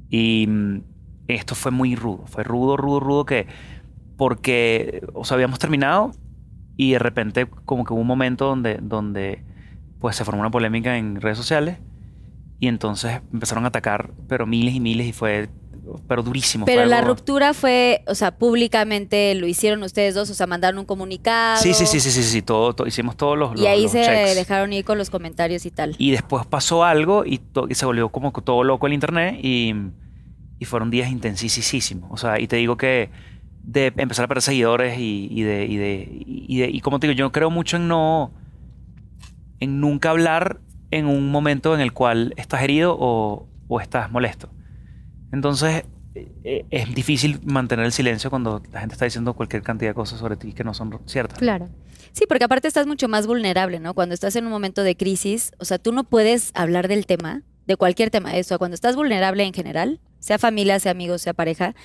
Y mm, esto fue muy rudo, fue rudo, rudo, rudo que porque, o sea, habíamos terminado y de repente como que hubo un momento donde, donde pues se formó una polémica en redes sociales y entonces empezaron a atacar, pero miles y miles y fue, pero durísimo. fue
Pero la
algo-
ruptura fue, o sea, públicamente lo hicieron ustedes dos, o sea, mandaron un comunicado.
Sí, sí, sí, sí, sí, sí, todo, todo- hicimos todos los...
Y
los-
ahí
los
se
checks.
dejaron ir con los comentarios y tal.
Y después pasó algo y, to- y se volvió como que todo loco el internet y, y fueron días intensísimos. O sea, y te digo que de empezar a perder seguidores y, y de, y, de, y, de- y como te digo, yo no creo mucho en no, en nunca hablar en un momento en el cual estás herido o, o estás molesto. Entonces eh, eh, es difícil mantener el silencio cuando la gente está diciendo cualquier cantidad de cosas sobre ti que no son ciertas.
Claro.
Sí, porque aparte estás mucho más vulnerable, ¿no? Cuando estás en un momento de crisis, o sea, tú no puedes hablar del tema, de cualquier tema, eso. Cuando estás vulnerable en general, sea familia, sea amigos, sea pareja,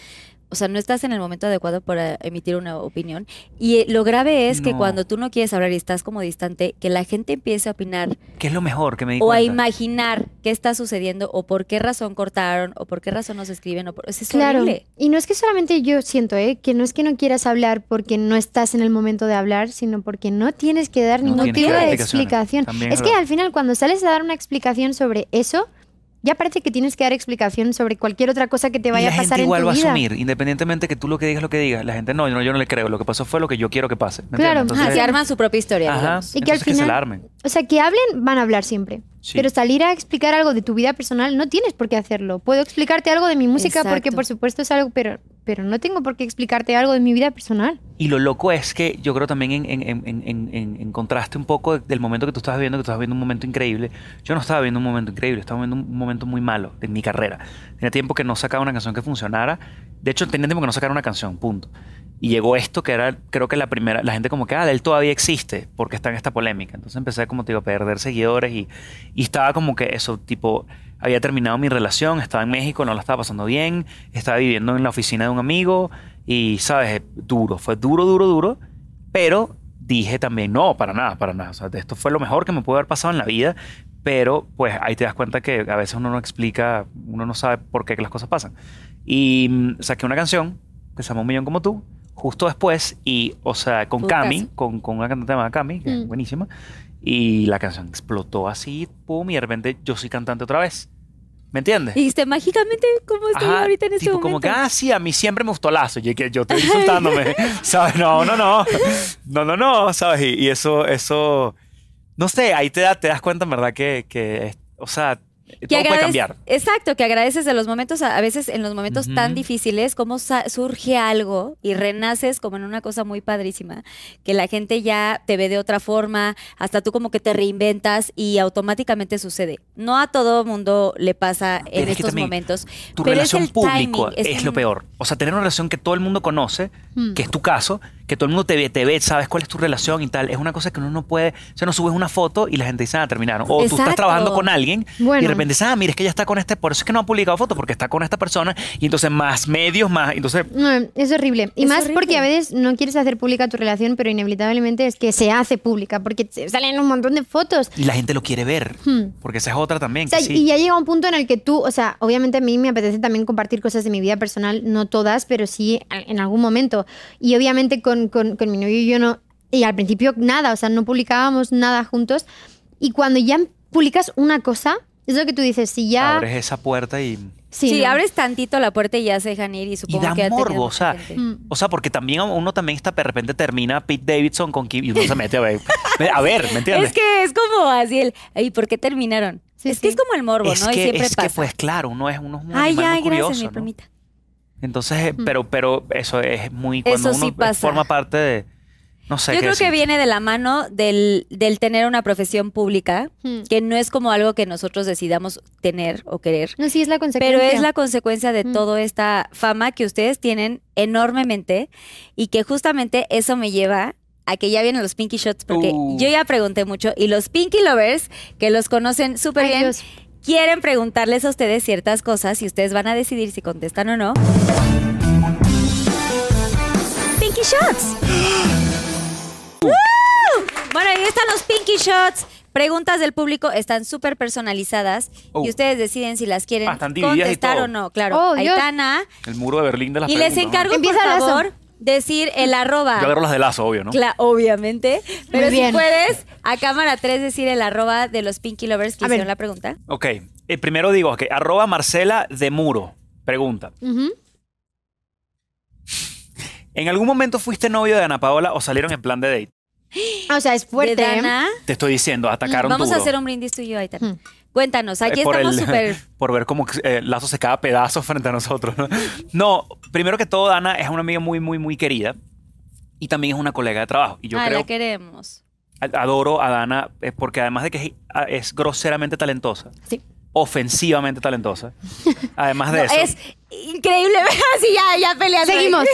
o sea, no estás en el momento adecuado para emitir una opinión. Y eh, lo grave es que
No.
cuando tú no quieres hablar y estás como distante, que la gente empiece a opinar
¿Qué es lo mejor que me di
o a
cuenta?
imaginar qué está sucediendo o por qué razón cortaron o por qué razón no se escriben o por... Es, es
Claro.
horrible.
Y no es que solamente yo siento, ¿eh? Que no es que no quieras hablar porque no estás en el momento de hablar, sino porque no tienes que dar
No
ningún
tienes que
tipo
dar
de explicación.
explicaciones. También es
es que
verdad.
al final, cuando sales a dar una explicación sobre eso, ya parece que tienes que dar explicación sobre cualquier otra cosa que te
y
vaya
la
a pasar
gente igual
en tu
va a
vida.
asumir, independientemente que tú lo que digas lo que digas, la gente no, yo no, yo no le creo, lo que pasó fue lo que yo quiero que pase. ¿me
Claro,
entiendes?
Ajá, se arman su propia historia.
ajá,
digamos.
Y que al
entonces se
final-
la armen.
O sea, que hablen, van a hablar siempre.
Sí.
Pero salir a explicar algo de tu vida personal no tienes por qué hacerlo. Puedo explicarte algo de mi música porque,
Exacto.
por supuesto, es algo, pero, pero no tengo por qué explicarte algo de mi vida personal.
Y lo loco es que yo creo también en, en- en- en- en- en- en contraste un poco del momento que tú estás viviendo, que tú estás viviendo un momento increíble. Yo no estaba viviendo un momento increíble, estaba viviendo un momento muy malo de mi carrera. Tenía tiempo que no sacaba una canción que funcionara. De hecho, tenía tiempo que no sacara una canción, punto. Y llegó esto que era, creo que la primera, la gente como que, ah, él todavía existe porque está en esta polémica. Entonces empecé como, te digo, a perder seguidores y, y estaba como que eso, tipo, había terminado mi relación, estaba en México, no la estaba pasando bien, estaba viviendo en la oficina de un amigo y, sabes, Eh, duro, fue duro, duro, duro, pero dije también, no, para nada, para nada. O sea, esto fue lo mejor que me pudo haber pasado en la vida, pero pues ahí te das cuenta que a veces uno no explica, uno no sabe por qué que las cosas pasan. Y mm, saqué una canción que se llama Un Millón Como Tú, justo después, y, o sea, con
Putas.
Cami, con, con una cantante llamada Cami, que es
Mm.
buenísima, y la canción explotó así, pum, y de repente yo soy cantante otra vez. ¿Me entiendes?
Dijiste mágicamente como estoy
Ajá,
ahorita en este
tipo, como
momento.
que, ah, sí, a mí siempre me gustó Lazo. Y que yo estoy insultándome, ¿sabes? No, no, no. No, no, no, ¿sabes? Y, y eso, eso, no sé, ahí te, da- te das cuenta, en verdad, que, que es- o sea, todo puede
agradec-
cambiar.
Exacto, que agradeces de los momentos, a a veces en los momentos tan
Ujú.
difíciles, cómo sa- surge algo y renaces como en una cosa muy padrísima, que la gente ya te ve de otra forma, hasta tú como que te reinventas y automáticamente sucede. No a todo mundo le pasa
Ah, Pero
en
es que
estos
también
momentos.
Tu
pero es
relación
el
pública
timing,
es, lo
un-
peor. O sea, tener una relación que todo el mundo conoce,
Mm.
Hmm.
que es tu caso, que todo el mundo te ve, te ve, sabes cuál es tu relación y tal, es una cosa que uno no puede, o sea, no subes una foto y la gente dice, ah, terminaron. O tú estás
Exacto.
trabajando con alguien
Bueno.
y de repente dices, ah, mira, es que ella está con este, por eso es que no ha publicado foto, porque está con esta persona y entonces más medios, más, entonces
No, es horrible. Y
Es
más
horrible.
porque a veces no quieres hacer pública tu relación, pero inevitablemente es que se hace pública, porque te salen un montón de fotos.
y la gente lo quiere ver,
Hmm.
porque esa es otra también.
O sea,
que sí.
y ya llega un punto en el que tú, o sea, obviamente a mí me apetece también compartir cosas de mi vida personal, no todas, pero sí a- en algún momento. Y obviamente con, con- con mi novio y yo no, y al principio nada, o sea, no publicábamos nada juntos. Y cuando ya publicas una cosa, es lo que tú dices, si ya...
Abres esa puerta y...
Sí,
¿no?
abres tantito la puerta y ya se dejan ir y supongo
da
que ha tenido
morbo, o
mucha
sea,
gente.
Mm.
O sea, porque también uno también está, de repente termina Pete Davidson con Kim y uno se mete a ver, a ver ¿me entiendes?
Es que es como así el, ¿y por qué terminaron?
Sí,
es que
sí.
es como el morbo,
es
¿no? y
que,
siempre
es
pasa.
que pues claro, uno es, uno es un
ay,
animal
ay,
muy curioso,
gracias, mi
¿no?
plumita.
Entonces, eh, pero, pero eso es muy cuando
Mm. Eso sí
uno
pasa.
forma parte de, no sé.
Yo creo que
decirte.
viene de la mano del, del tener una profesión pública,
Hmm.
que no es como algo que nosotros decidamos tener o querer,
No, sí, es la consecuencia.
pero es la consecuencia de
Mm.
toda esta fama que ustedes tienen enormemente y que justamente eso me lleva a que ya vienen los Pinky Shots, porque
Uh.
yo ya pregunté mucho y los Pinky Lovers, que los conocen súper
Ay,
bien,
Dios.
quieren preguntarles a ustedes ciertas cosas y ustedes van a decidir si contestan o no. Pinky Shots. ¡Woo! Bueno, ahí están los Pinky Shots. Preguntas del público están súper personalizadas
Oh.
y ustedes deciden si las quieren
Ah, están divididas y
contestar
todo.
o no. Claro,
Oh, Dios.
Aitana.
El muro de Berlín de las
Y les
preguntas, ¿no?
encargo, por
Empieza Lazo.
favor, decir el arroba.
Yo agarro las de lazo, obvio, ¿no?
Cla- obviamente. Pero si
bien.
puedes, a cámara 3 decir el arroba de los Pinky Lovers que
A ver.
hicieron la pregunta.
Ok, eh, primero digo, ok, arroba Marcela de Muro, pregunta.
Ujú.
¿En algún momento fuiste novio de Ana Paola o salieron en plan de date?
Ah, O sea, es fuerte.
De
¿eh?
Dana.
Te estoy diciendo, atacaron
Vamos a
duro.
hacer un brindis tú y yo, Aitana.
Mm.
Cuéntanos, aquí
Eh, por
estamos
el-
súper...
por ver cómo eh, Lazo se cae a pedazos frente a nosotros. ¿no? No, primero que todo, Dana es una amiga muy, muy, muy querida y también es una colega de trabajo. Y yo
Ay,
creo
la queremos.
a- adoro a Dana eh, porque además de que es, a- es groseramente talentosa,
Sí.
ofensivamente talentosa, además de
No,
eso.
es increíble, así ya, ya peleando.
Seguimos.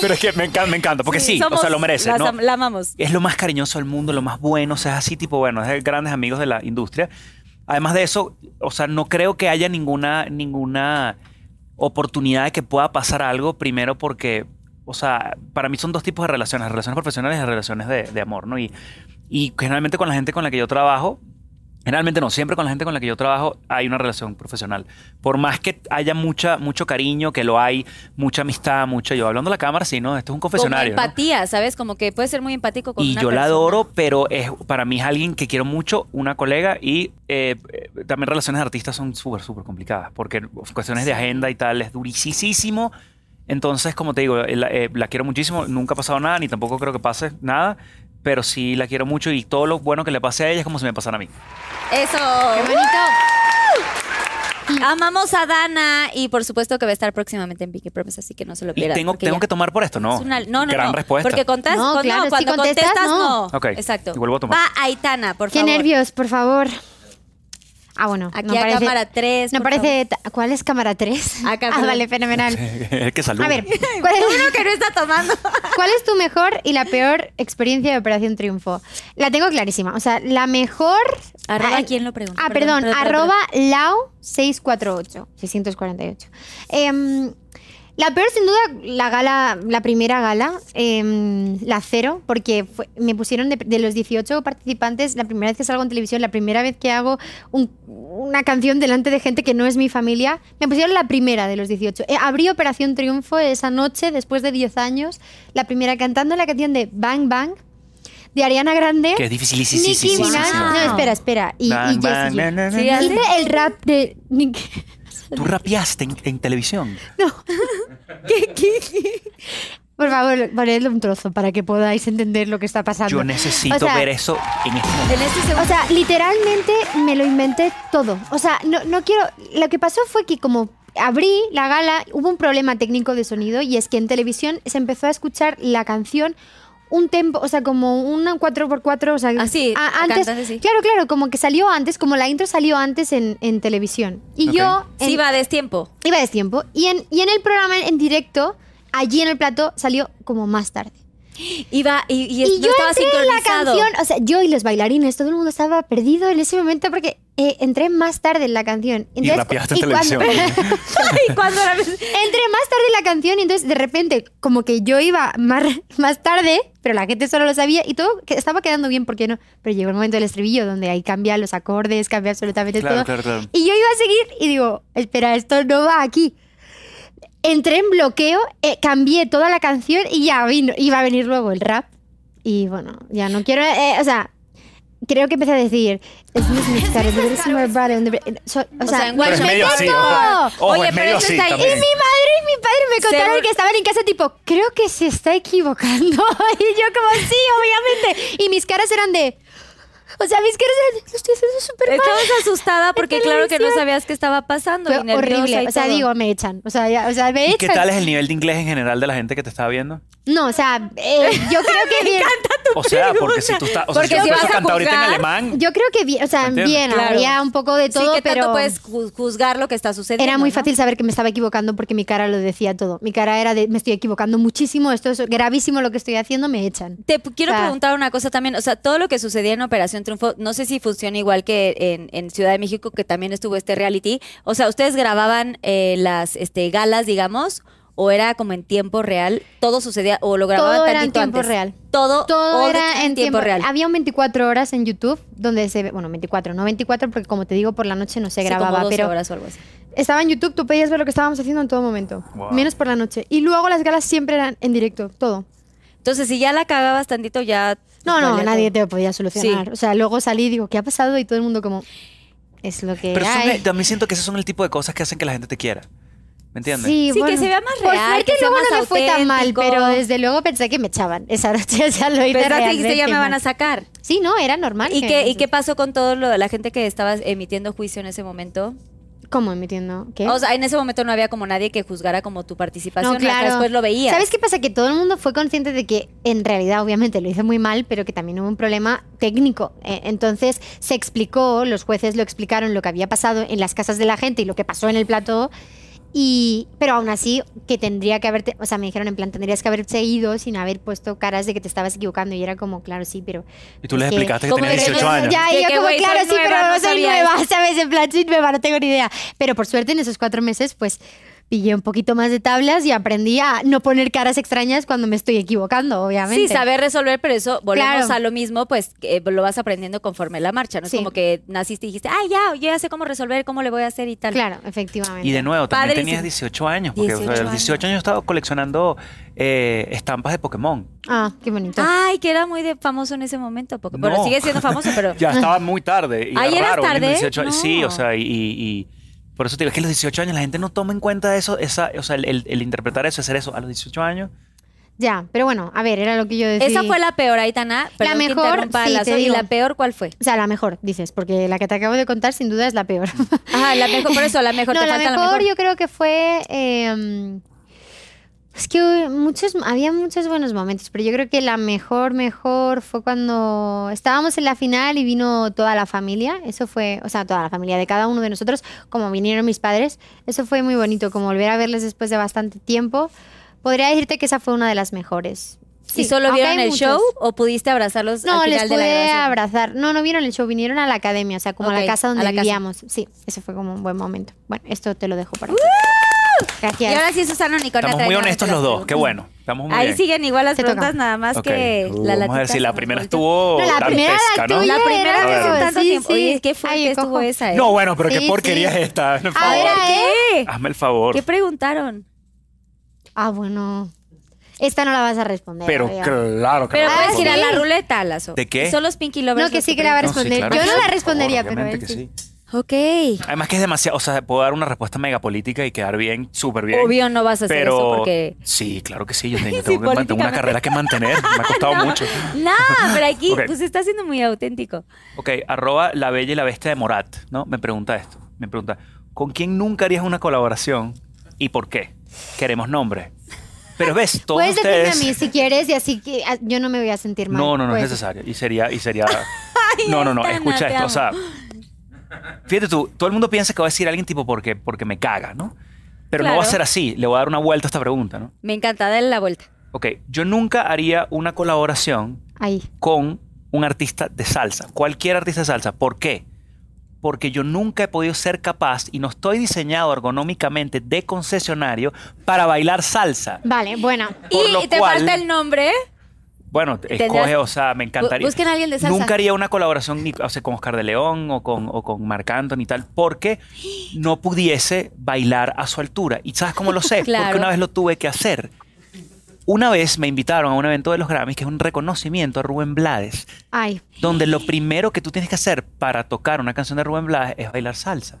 Pero es que me encanta, me encanta porque sí, o
Somos-
sea, lo merece.
las
¿no?
am- La amamos.
es lo más cariñoso del mundo, lo más bueno, o sea, es así tipo, bueno, es de grandes amigos de la industria. Además de eso, o sea, no creo que haya ninguna, ninguna oportunidad de que pueda pasar algo, primero porque, o sea, para mí son dos tipos de relaciones, relaciones profesionales y relaciones de, de amor, ¿no? Y, y generalmente con la gente con la que yo trabajo, generalmente no, siempre con la gente con la que yo trabajo hay una relación profesional. Por más que haya mucha, mucho cariño, que lo hay, mucha amistad, mucha, yo hablando a la cámara, sí, ¿no? Esto es un
Como
confesionario. ¿no?
empatía, ¿sabes? Como que puede ser muy empático con
y
una
yo la
persona.
adoro, pero es para mí es alguien que quiero mucho, una colega y eh, eh, también relaciones de artistas son súper, súper complicadas porque cuestiones de agenda y tal es durisísimo. Entonces, como te digo, eh, la, eh, la quiero muchísimo, nunca ha pasado nada, ni tampoco creo que pase nada, pero sí la quiero mucho y todo lo bueno que le pase a ella es como si me pasara a mí.
Eso.
Qué bonito.
Amamos a Dana y por supuesto que va a estar próximamente en Pinky Promise, así que no se lo
Y
pierdan.
tengo,
porque
tengo
ya-
que tomar por esto, ¿no?
es una- no, no,
Gran
no,
respuesta.
Porque contás,
No,
con-
claro, si
cuando
contestas,
contestas, no.
no. Ok,
Exacto.
y vuelvo a tomar.
Va Aitana, por
Qué
favor.
nervios, por favor. Ah, bueno.
Aquí
no
a
parece-
cámara 3.
No parece. ta- ¿Cuál es cámara 3?
Acá,
ah,
perdón.
vale, fenomenal.
El que saluda.
A ver, ¿cuál es,
que no está tomando.
cuál es tu mejor y la peor experiencia de Operación Triunfo? La tengo clarísima. O sea, la mejor.
Arroba,
Ay,
¿quién lo pregunta?
Ah, perdón, arroba lao648. 648. Em, la peor, sin duda, la gala, la primera gala, em, la cero, porque fue- me pusieron de, de los 18 participantes, la primera vez que salgo en televisión, la primera vez que hago un- una canción delante de gente que no es mi familia, me pusieron la primera de los 18. Eh, abrí Operación Triunfo esa noche, después de 10 años, la primera cantando la canción de Bang Bang, de Ariana Grande.
Que es dificilísimo.
Nicki Minaj. No, espera, espera. Y, y
Bang,
Jessie
bang,
J.
na, na, na,
Sí, na.
Hice el rap de Nicki.
Tú rapeaste en, en televisión.
Por favor, ponedle un trozo para que podáis entender lo que está pasando.
Yo necesito
O sea,
ver eso en este momento.
En este segundo.
O sea, literalmente me lo inventé todo. O sea, no, no quiero. Lo que pasó fue que como abrí la gala, hubo un problema técnico de sonido y es que en televisión se empezó a escuchar la canción un tempo, o sea, como una 4x4, o sea,
Ah, sí,
a- antes.
cantante, sí.
Claro, claro, como que salió antes, como la intro salió antes en, en televisión. Y
Ok.
yo. en-
sí, va a destiempo.
Iba de tiempo. Y en, y en el programa en directo, allí en el plato, salió como más tarde.
Iba y, y,
Y
es- no
yo
estaba
entré en la
sincronizado.
canción, o sea, yo y los bailarines, todo el mundo estaba perdido en ese momento porque eh, entré más tarde en la canción.
Y rapeaste en televisión.
cuando-
y cuando la
entré más tarde en la canción y entonces de repente como que yo iba más, más tarde, pero la gente solo lo sabía y todo que estaba quedando bien porque no, pero llegó el momento del estribillo donde ahí cambia los acordes, cambia absolutamente
Claro,
todo.
claro, claro.
Y yo iba a seguir y digo, espera, esto no va aquí. Entré en bloqueo, eh, cambié toda la canción y ya vino, iba a venir luego el rap. Y bueno, ya no quiero, eh, o sea, creo que empecé a decir, es mi significado, pero es my brother, and the- so- o
O
sea,
sea, en Pero
es
me
medio así,
meto.
ojo.
Ojo,
Oye,
es
pero
medio
eso
así
está ahí.
Y mi
también.
madre y mi padre me contaron
Seguro-
que estaban en casa tipo, creo que se está equivocando. Y yo como, sí, obviamente. Y mis caras eran de, o sea, mis caras eran de, lo estoy haciendo súper mal.
Estabas asustada porque claro que no
televisión.
sabías qué estaba pasando.
Fue
y nerviosa
horrible.
y
O sea,
todo.
digo, me echan. O sea, ya- o sea, me
¿Y
echan.
qué tal es el nivel de inglés en general de la gente que te está viendo?
No, o sea, eh, yo creo que bien.
O sea, porque si tú estás. O sea,
Porque
yo
si
empiezo
vas a
cantar ahorita en
juzgar-
alemán.
Yo creo que bien, o sea,
Entiendo.
bien,
Claro.
había un poco de todo,
sí, ¿qué
pero
tanto puedes ju- juzgar lo que está sucediendo?
era muy
no?
fácil saber que me estaba equivocando porque mi cara lo decía todo. Mi cara era de, me estoy equivocando muchísimo, esto es gravísimo lo que estoy haciendo, me echan.
Te pu- quiero
O sea-
preguntar una cosa también. O sea, todo lo que sucedía en Operación Triunfo, no sé si funciona igual que en, en Ciudad de México, que también estuvo este reality. O sea, ¿ustedes grababan eh, las este, galas, digamos? ¿O era como en tiempo real? ¿Todo sucedía o lo grababan
Todo era en
tantito
tiempo
antes?
real.
Todo,
Todo
all the
era
time
en tiempo real.
Sí,
Había un 24 horas en YouTube donde se ve, bueno, 24, no 24 porque como te digo, por la noche no se
como
grababa,
12
pero
horas o algo así.
Estaba en YouTube, tú podías ver lo que estábamos haciendo en todo momento.
Wow.
Menos por la noche. Y luego las galas siempre eran en directo, todo.
Entonces, si ya la cagabas tantito, ya.
No, no,
valía
nadie
todo.
te podía solucionar.
Sí.
O sea, luego salí y digo, ¿qué ha pasado? Y todo el mundo como, es lo que
Pero son-
eh.
hay.
también siento que esos son el tipo de cosas que hacen que la gente te quiera. ¿Me entiendes?
Sí,
Sí,
bueno.
que se vea más
Por
real,
suerte
que sea
luego
más
no me fue tan mal,
auténtico.
pero desde luego pensé que me echaban esa noche. O sea, lo hice
Pensaste que dijiste, ya
realmente
me van
mal.
a sacar.
Sí, no, era normal.
¿Y
que-
qué, ¿Y qué pasó con todo lo de la gente que estaba emitiendo juicio en ese momento?
¿Cómo emitiendo? ¿Qué?
O sea, en ese momento no había como nadie que juzgara como tu participación. hasta Después lo veías.
¿Sabes qué pasa? Que todo el mundo fue consciente de que en realidad obviamente lo hice muy mal, pero que también hubo un problema técnico. Eh, Entonces se explicó, los jueces lo explicaron lo que había pasado en las casas de la gente y lo que pasó en el plató. Y, pero aún así, que tendría que haberte, o sea, me dijeron en plan, tendrías que haberte ido sin haber puesto caras de que te estabas equivocando. Y era como, claro, sí, pero.
Y tú les
es que-
explicaste que
¿Cómo
tenías
que-
18 años.
Ya, y
De
yo
que,
como,
güey,
claro,
soy
sí,
nueva,
pero no
no
soy
sabía
nueva, ¿sabes? En plan, soy nueva, no tengo ni idea. Pero por suerte en esos cuatro meses, pues, pillé un poquito más de tablas y aprendí a no poner caras extrañas cuando me estoy equivocando, obviamente.
Sí, saber resolver, pero eso volvemos
Claro.
a lo mismo, pues que, eh, lo vas aprendiendo conforme la marcha, ¿no?
Sí.
Es como que naciste y dijiste, ah, ya, yo ya sé cómo resolver, cómo le voy a hacer y tal.
Claro, efectivamente.
Y de nuevo, también
Padrísimo.
tenías 18 años, porque o sea,
18
a los 18 años estaba coleccionando eh, estampas de Pokémon.
Ah, qué bonito.
Ay, que era muy de famoso en ese momento, porque bueno,
No.
sigue siendo famoso, pero
Ya estaba muy tarde. Y era
Ahí eras
raro,
tarde,
niño de 18 años.
no.
Sí, o sea, y, y- y por eso te digo, es que a los 18 años la gente no toma en cuenta eso, esa, o sea, el, el- el interpretar eso, hacer eso a los 18 años.
Ya, pero bueno, a ver, era lo que yo decía.
esa fue la peor, Aitana. Pero
mejor, sí, te
y
digo.
la peor, ¿cuál fue?
O sea, la mejor, dices, porque la que te acabo de contar sin duda es la peor.
Ajá, la mejor, por eso, la mejor,
no,
te
la
falta
mejor,
la mejor.
yo creo que fue... eh, em, Es que hubo muchos, había muchos buenos momentos, pero yo creo que la mejor, mejor fue cuando estábamos en la final y vino toda la familia. Eso fue, o sea, toda la familia de cada uno de nosotros, como vinieron mis padres. Eso fue muy bonito, como volver a verles después de bastante tiempo. Podría decirte que esa fue una de las mejores.
¿Y solo
aunque
vieron
hay
el
muchos.
show o pudiste abrazarlos
No,
al final
les
de la
pude
grabación?
abrazar. No, no vieron el show, vinieron a la academia, o sea, como a
Ok,
la casa
a
donde
la casa.
vivíamos. Sí, eso fue como un buen momento. Bueno, esto te lo dejo para ti.
Y
Gracias.
ahora sí, Susana Nicolás.
Estamos muy honestos los dos, qué bueno. Estamos muy
Ahí
bien.
siguen igual las
Te toca.
preguntas, nada más
Ok,
que
uh,
la
Vamos a ver
latita
si la
se
primera
volteó.
estuvo
No, la primera era
dantesca, ¿no?
tuya.
La primera
Era
vez en
eso,
tanto
sí,
tiempo.
sí.
Oye, qué fuerte
Ay,
estuvo
cojo.
esa. ¿eh?
No, bueno, pero
Sí,
qué porquería
sí.
es esta. Por
A ver,
favor.
a ver.
¿Qué?
Hazme el favor.
¿Qué preguntaron?
Ah, bueno. Esta no la vas a responder.
Pero
obvio.
claro que
Pero
no.
Ah,
puedes ir a
sí.
la ruleta, Lazo.
¿De qué?
Son los Pinky Lovers.
No, que
los
sí que la va a
No, sí,
responder.
claro
Yo no
que sí,
la
por favor,
respondería, pero
obviamente
él
que
sí.
sí.
Ok.
Además que es demasiado, o sea, puedo dar una respuesta mega política y quedar bien, súper bien.
Obvio no vas a hacer
Pero
eso porque...
sí, claro que sí, yo tengo,
Sí,
tengo que mantener una
políticamente.
carrera que mantener, me ha costado
No,
mucho.
No, pero aquí
Ok.
pues está siendo muy auténtico.
Ok, arroba la bella y la bestia de Morat, ¿no? Me pregunta esto, me pregunta, ¿con quién nunca harías una colaboración y por qué? Queremos nombre. Pero ves, todos
Puedes
ustedes...
decirme a mí si quieres y así que ah, yo no me voy a sentir mal.
No, no, no es
Pues,
necesario. Y sería, y sería. no, no, no.
Ana,
Escucha
te
esto.
amo.
O sea, fíjate tú, todo el mundo piensa que va a decir a alguien tipo porque, porque me caga, ¿no? Pero no va a
Claro.
ser así. Le voy a dar una vuelta a esta pregunta, ¿no?
Me encanta, dale la vuelta.
Ok, yo nunca haría una colaboración
Ahí.
con un artista de salsa, cualquier artista de salsa. ¿Por qué? Porque yo nunca he podido ser capaz y no estoy diseñado ergonómicamente de concesionario para bailar salsa.
Vale, bueno.
Por
y
lo
te
cual-
falta el nombre.
Bueno, escoge, o sea, me encantaría.
Bu- busquen a alguien de salsa.
Nunca haría una colaboración ni, o sea, con Oscar de León o con, o con Marc Anthony y tal, porque no pudiese bailar a su altura. ¿Y sabes cómo lo sé?
Claro.
Porque una vez lo tuve que hacer. Una vez me invitaron a un evento de los Grammys, que es un reconocimiento a Rubén Blades,
Ay.
donde lo primero que tú tienes que hacer para tocar una canción de Rubén Blades es bailar salsa.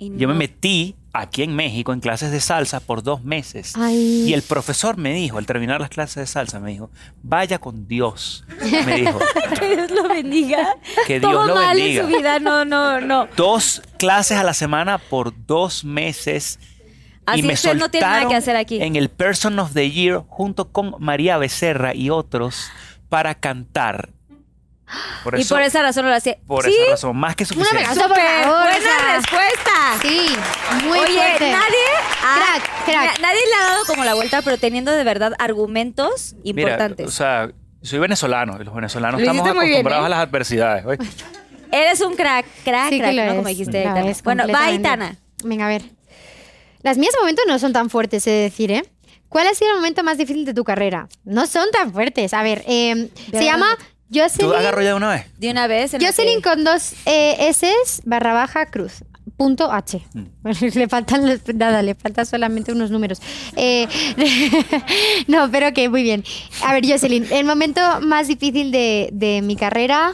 Y
Yo me
no.
metí aquí en México en clases de salsa por dos meses.
Ay.
Y el profesor me dijo, al terminar las clases de salsa, me dijo, vaya con Dios. Me dijo,
Que Dios lo bendiga.
Que
Todo
Dios lo
mal
bendiga.
en su vida, no, no, no.
dos clases a la semana por dos meses.
Así
y me
usted no tiene nada
soltaron
que hacer aquí.
En el Person of the Year junto con María Becerra y otros para cantar. Por
y
eso,
por esa razón lo hace.
por
sí,
esa razón, más que suficiente.
vez-
Ah, súper
Por favor,
buena
o sea.
respuesta.
Sí, muy
Oye,
fuerte.
nadie, ha-
Crack, crack.
na- nadie le ha dado como la vuelta, pero teniendo de verdad argumentos
Mira,
importantes.
o sea, soy venezolano y los venezolanos
Lo
estamos
hiciste muy bien,
acostumbrados
¿eh?
a las adversidades. ¿oye?
Eres un crack, crack,
Sí que
crack,
lo
¿no?
es.
Como dijiste,
Lo
Aitana.
es
Bueno, va
completamente.
Itana.
Venga, a ver. Las mías de momento no son tan fuertes, he de decir, ¿eh? ¿Cuál ha sido el momento más difícil de tu carrera? No son tan fuertes. A ver, eh,
Vean.
se llama
¿Tú agarro
Jocelyn,
ya de una vez?
De una vez. en lo
Jocelyn
que-
con dos eh, S barra baja cruz. Punto H. Bueno, le faltan los- nada, le faltan solamente unos números. Eh, no, pero que muy bien. A ver, Jocelyn, el momento más difícil de, de mi carrera,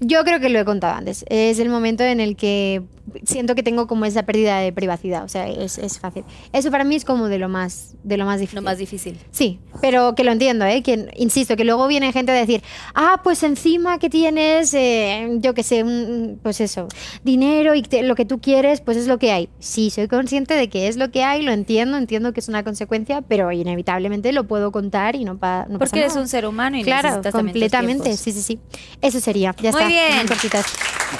yo creo que lo he contado antes. Es el momento en el que siento que tengo como esa pérdida de privacidad. O sea, es, es fácil. Eso para mí es como de lo más, de lo más difícil.
Lo más difícil.
Sí, pero que lo entiendo, ¿eh? Que, insisto, que luego viene gente a decir, ah, pues encima que tienes, eh, yo qué sé, un- pues eso, dinero y te- lo que tú quieres, pues es lo que hay. Sí, soy consciente de que es lo que hay, lo entiendo, entiendo que es una consecuencia, pero inevitablemente lo puedo contar y no, pa- no pasa
Porque eres
nada.
un ser humano y
Claro,
necesitas también tus
completamente,
tiempos.
sí, sí, sí. Eso sería, ya
Muy
está.
bien.
muy cortitas.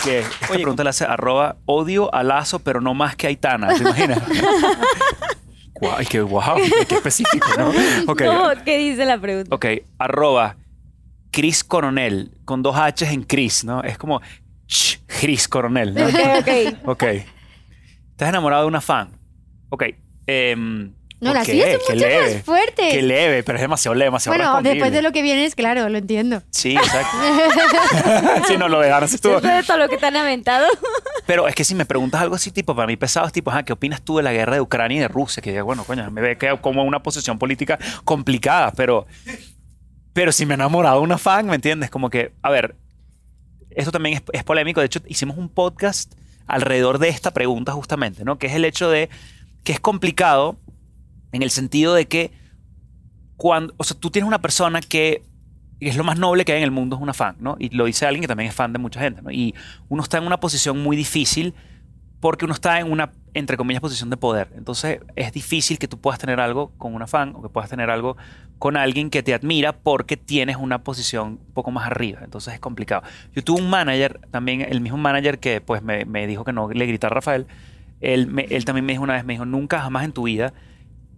Que esta pregunta la hace arroba odio a Lazo, pero no más que a Aitana, ¿te imaginas? Guau, Ay, qué guau, qué específico, ¿no? Ok,
No, ¿qué dice la pregunta?
ok, arroba Chris Coronel, con dos H's en Chris, ¿no? Es como ch, Chris Coronel, ¿no?
ok.
Ok. ¿Estás enamorado de una fan? Ok. em,
No,
¿por
las
qué?
tuyas son
Qué
mucho más
leve,
fuertes.
Qué leve, pero es demasiado leve, demasiado
Bueno, después
respondible.
de lo que vienes, claro, lo entiendo.
Sí, exacto. sí, no lo dejaron, sí estuvo-
Después de todo lo que te han aventado.
Pero es que si me preguntas algo así, tipo, para mí pesado es tipo, ajá, ¿qué opinas tú de la guerra de Ucrania y de Rusia? Que bueno, coño, me ve que como una posición política complicada, pero, pero si me he enamorado de una fan, ¿me entiendes? Como que, a ver, esto también es, es polémico. De hecho, hicimos un podcast alrededor de esta pregunta justamente, ¿no? Que es el hecho de que es complicado en el sentido de que cuando, o sea, tú tienes una persona que es lo más noble que hay en el mundo, es una fan, ¿no? Y lo dice alguien que también es fan de mucha gente, ¿no? Y uno está en una posición muy difícil porque uno está en una, entre comillas, posición de poder. Entonces es difícil que tú puedas tener algo con una fan o que puedas tener algo con alguien que te admira porque tienes una posición un poco más arriba. Entonces es complicado. Yo tuve un manager, también el mismo manager que pues me, me dijo que no le grita a Rafael, él, me- él también me dijo una vez, me dijo, nunca jamás en tu vida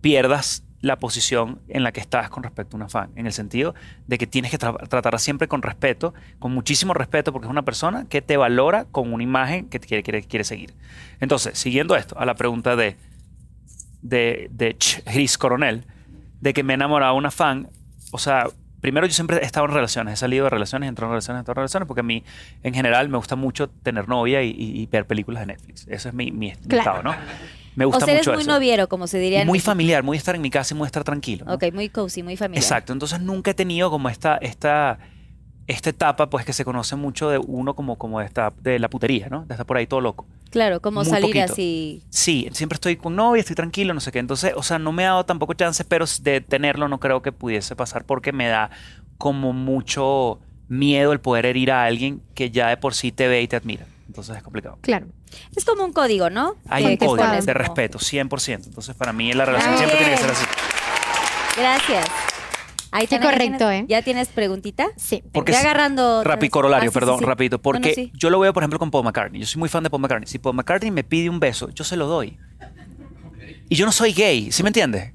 pierdas la posición en la que estás con respecto a una fan, en el sentido de que tienes que tra- tratarla siempre con respeto, con muchísimo respeto, porque es una persona que te valora con una imagen que te quiere, quiere, quiere seguir. Entonces, siguiendo esto, a la pregunta de, de, de Ch- Chris Coronel, de que me enamoraba una fan, o sea, primero yo siempre he estado en relaciones, he salido de relaciones, he entrado en relaciones, he entrado en relaciones, porque a mí en general me gusta mucho tener novia y, y- y ver películas de Netflix. Eso es mi, mi est- mi
Claro.
estado, ¿no? Me
O
gusta
sea, eres
mucho
muy
eso.
noviero, como se diría. en
Muy
México.
familiar, muy estar en mi casa y muy estar tranquilo. ¿no?
Ok, muy cozy, muy familiar.
Exacto, entonces nunca he tenido como esta, esta, esta etapa, pues que se conoce mucho de uno como, como de, esta, de la putería, ¿no? De estar por ahí todo loco.
Claro, como
Muy
salir
poquito.
así.
Sí, siempre estoy con novia, estoy tranquilo, no sé qué. Entonces, o sea, no me ha dado tampoco chance, pero de tenerlo no creo que pudiese pasar porque me da como mucho miedo el poder herir a alguien que ya de por sí te ve y te admira. Entonces es complicado.
Claro.
Es como un código, ¿no?
Hay
Que-
un
que
código
pones
de
como-
respeto, 100%. Entonces, para mí la relación
Muy
siempre tiene que
Ah, bien.
ser así.
Gracias. Ahí
Qué
Tana, ¿ya
correcto,
tienes-
¿eh?
¿Ya tienes preguntita?
Sí.
Porque
Ve
sí.
agarrando.
Rápido,
trans-
corolario,
Ah, sí, sí,
perdón,
sí.
rapidito. Porque
No, no, sí.
yo lo veo, por ejemplo, con Paul McCartney. Yo soy muy fan de Paul McCartney. Si Paul McCartney me pide un beso, yo se lo doy. Y yo no soy gay, ¿sí me entiendes?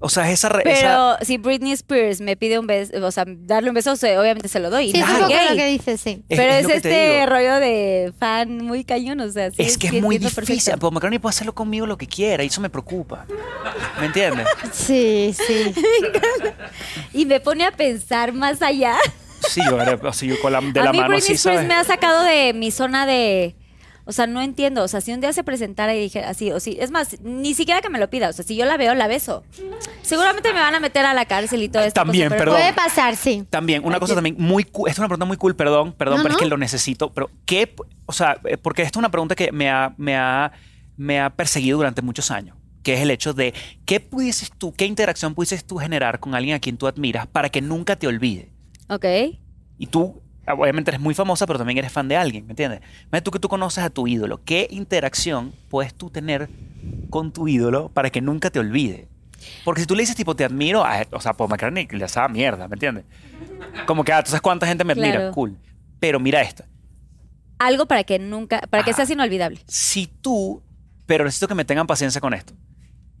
O sea, es esa... re- esa-
Pero si Britney Spears me pide un beso, o sea, darle un beso, se- obviamente se lo doy. y
Sí,
no
es un
soy
poco
gay.
lo que dices, sí.
Pero es,
lo que te
este
digo.
rollo de fan muy cañón, o sea, sí,
es que
sí
es muy
entiendo
difícil.
perfecto.
Paul McCartney puede hacerlo conmigo lo que quiera y eso me preocupa. ¿Me entiendes?
Sí, sí.
Y me pone a pensar más allá.
Sí, yo era así yo con la, de
a
la
mí
mano
Britney
así,
Spears
¿sabes?
me ha sacado de mi zona de... O sea, no entiendo. O sea, si un día se presentara y dijera así, o si... Es más, ni siquiera que me lo pida. O sea, si yo la veo, la beso. Seguramente me van a meter a la cárcel y todo esto.
También, perdón.
Puede pasar, sí.
También, una cosa también muy cool. Esta es una pregunta muy cool, perdón, perdón,
No,
pero es
no.
que lo necesito. Pero, ¿qué? O sea, eh, porque esta es una pregunta que me ha, me ha, me ha perseguido durante muchos años, que es el hecho de qué pudieses tú, qué interacción pudieses tú generar con alguien a quien tú admiras para que nunca te olvide.
Ok.
Y tú, obviamente, eres muy famosa, pero también eres fan de alguien, ¿me entiendes? Imagínate tú que tú conoces a tu ídolo. ¿Qué interacción puedes tú tener con tu ídolo para que nunca te olvide? Porque si tú le dices, tipo, te admiro, ah, o sea, Paul McCartney le sabe mierda, ¿me entiendes? Como que, ah, tú sabes cuánta gente me admira,
Claro.
cool. Pero mira esta.
Algo para que nunca... Para que
Ajá.
seas inolvidable.
Si tú, pero necesito que me tengan paciencia con esto,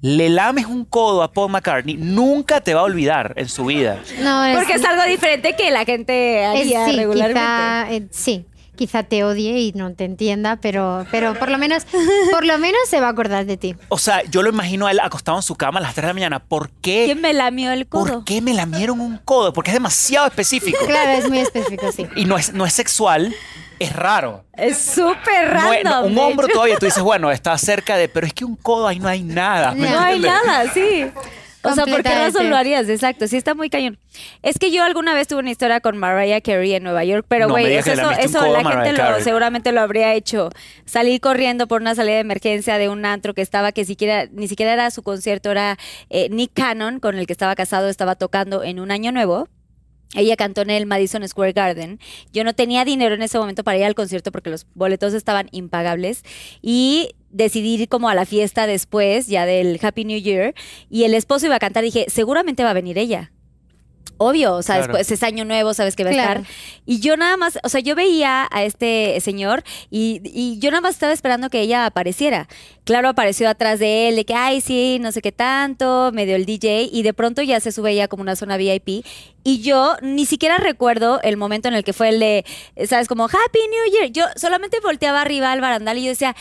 le lames un codo a Paul McCartney, nunca te va a olvidar en su vida.
No, es-
Porque es algo diferente que la gente
Pues es-
haría
sí,
regularmente.
quizá, eh, sí, quizá te odie y no te entienda, pero, pero por lo menos, por lo menos se va a acordar de ti.
O sea, yo lo imagino a él acostado en su cama a las 3 de la mañana. ¿Por qué?
¿Quién me lamió el codo?
¿Por qué me lamieron un codo? Porque es demasiado específico.
Claro, es muy específico, sí.
Y no es, no es sexual, es raro.
Es súper
No
random.
es- no, un
de
hombro
hecho.
todavía tú dices, bueno, está cerca de, pero es que un codo ahí no hay nada. ¿me
No hay
entiendes?
nada, sí. O sea, ¿por qué
Completamente.
razón lo harías? Exacto, sí está muy cañón. Es que yo alguna vez tuve una historia con Mariah Carey en Nueva York, pero
No
güey,
me digas
eso,
que le
eso,
lamiste un
eso
codo a
la gente
Mariah
lo-
Carey.
seguramente lo habría hecho. Salir corriendo por una salida de emergencia de un antro que estaba, que siquiera, ni siquiera era su concierto, era eh, Nick Cannon, con el que estaba casado, estaba tocando en un año nuevo. Ella cantó en el Madison Square Garden. Yo no tenía dinero en ese momento para ir al concierto porque los boletos estaban impagables. Y decidí ir como a la fiesta después, ya del Happy New Year. Y el esposo iba a cantar. Dije, seguramente va a venir ella. Obvio, o sea,
Claro.
después es año nuevo, sabes que va a
Claro.
estar. Y yo nada más, o sea, yo veía a este señor y, y yo nada más estaba esperando que ella apareciera. Claro, apareció atrás de él, de que, ay, sí, no sé qué tanto, medio el DJ, y de pronto ya se sube ya como una zona VIP. Y yo ni siquiera recuerdo el momento en el que fue el de, ¿sabes? Como Happy New Year. Yo solamente volteaba arriba al barandal y yo decía,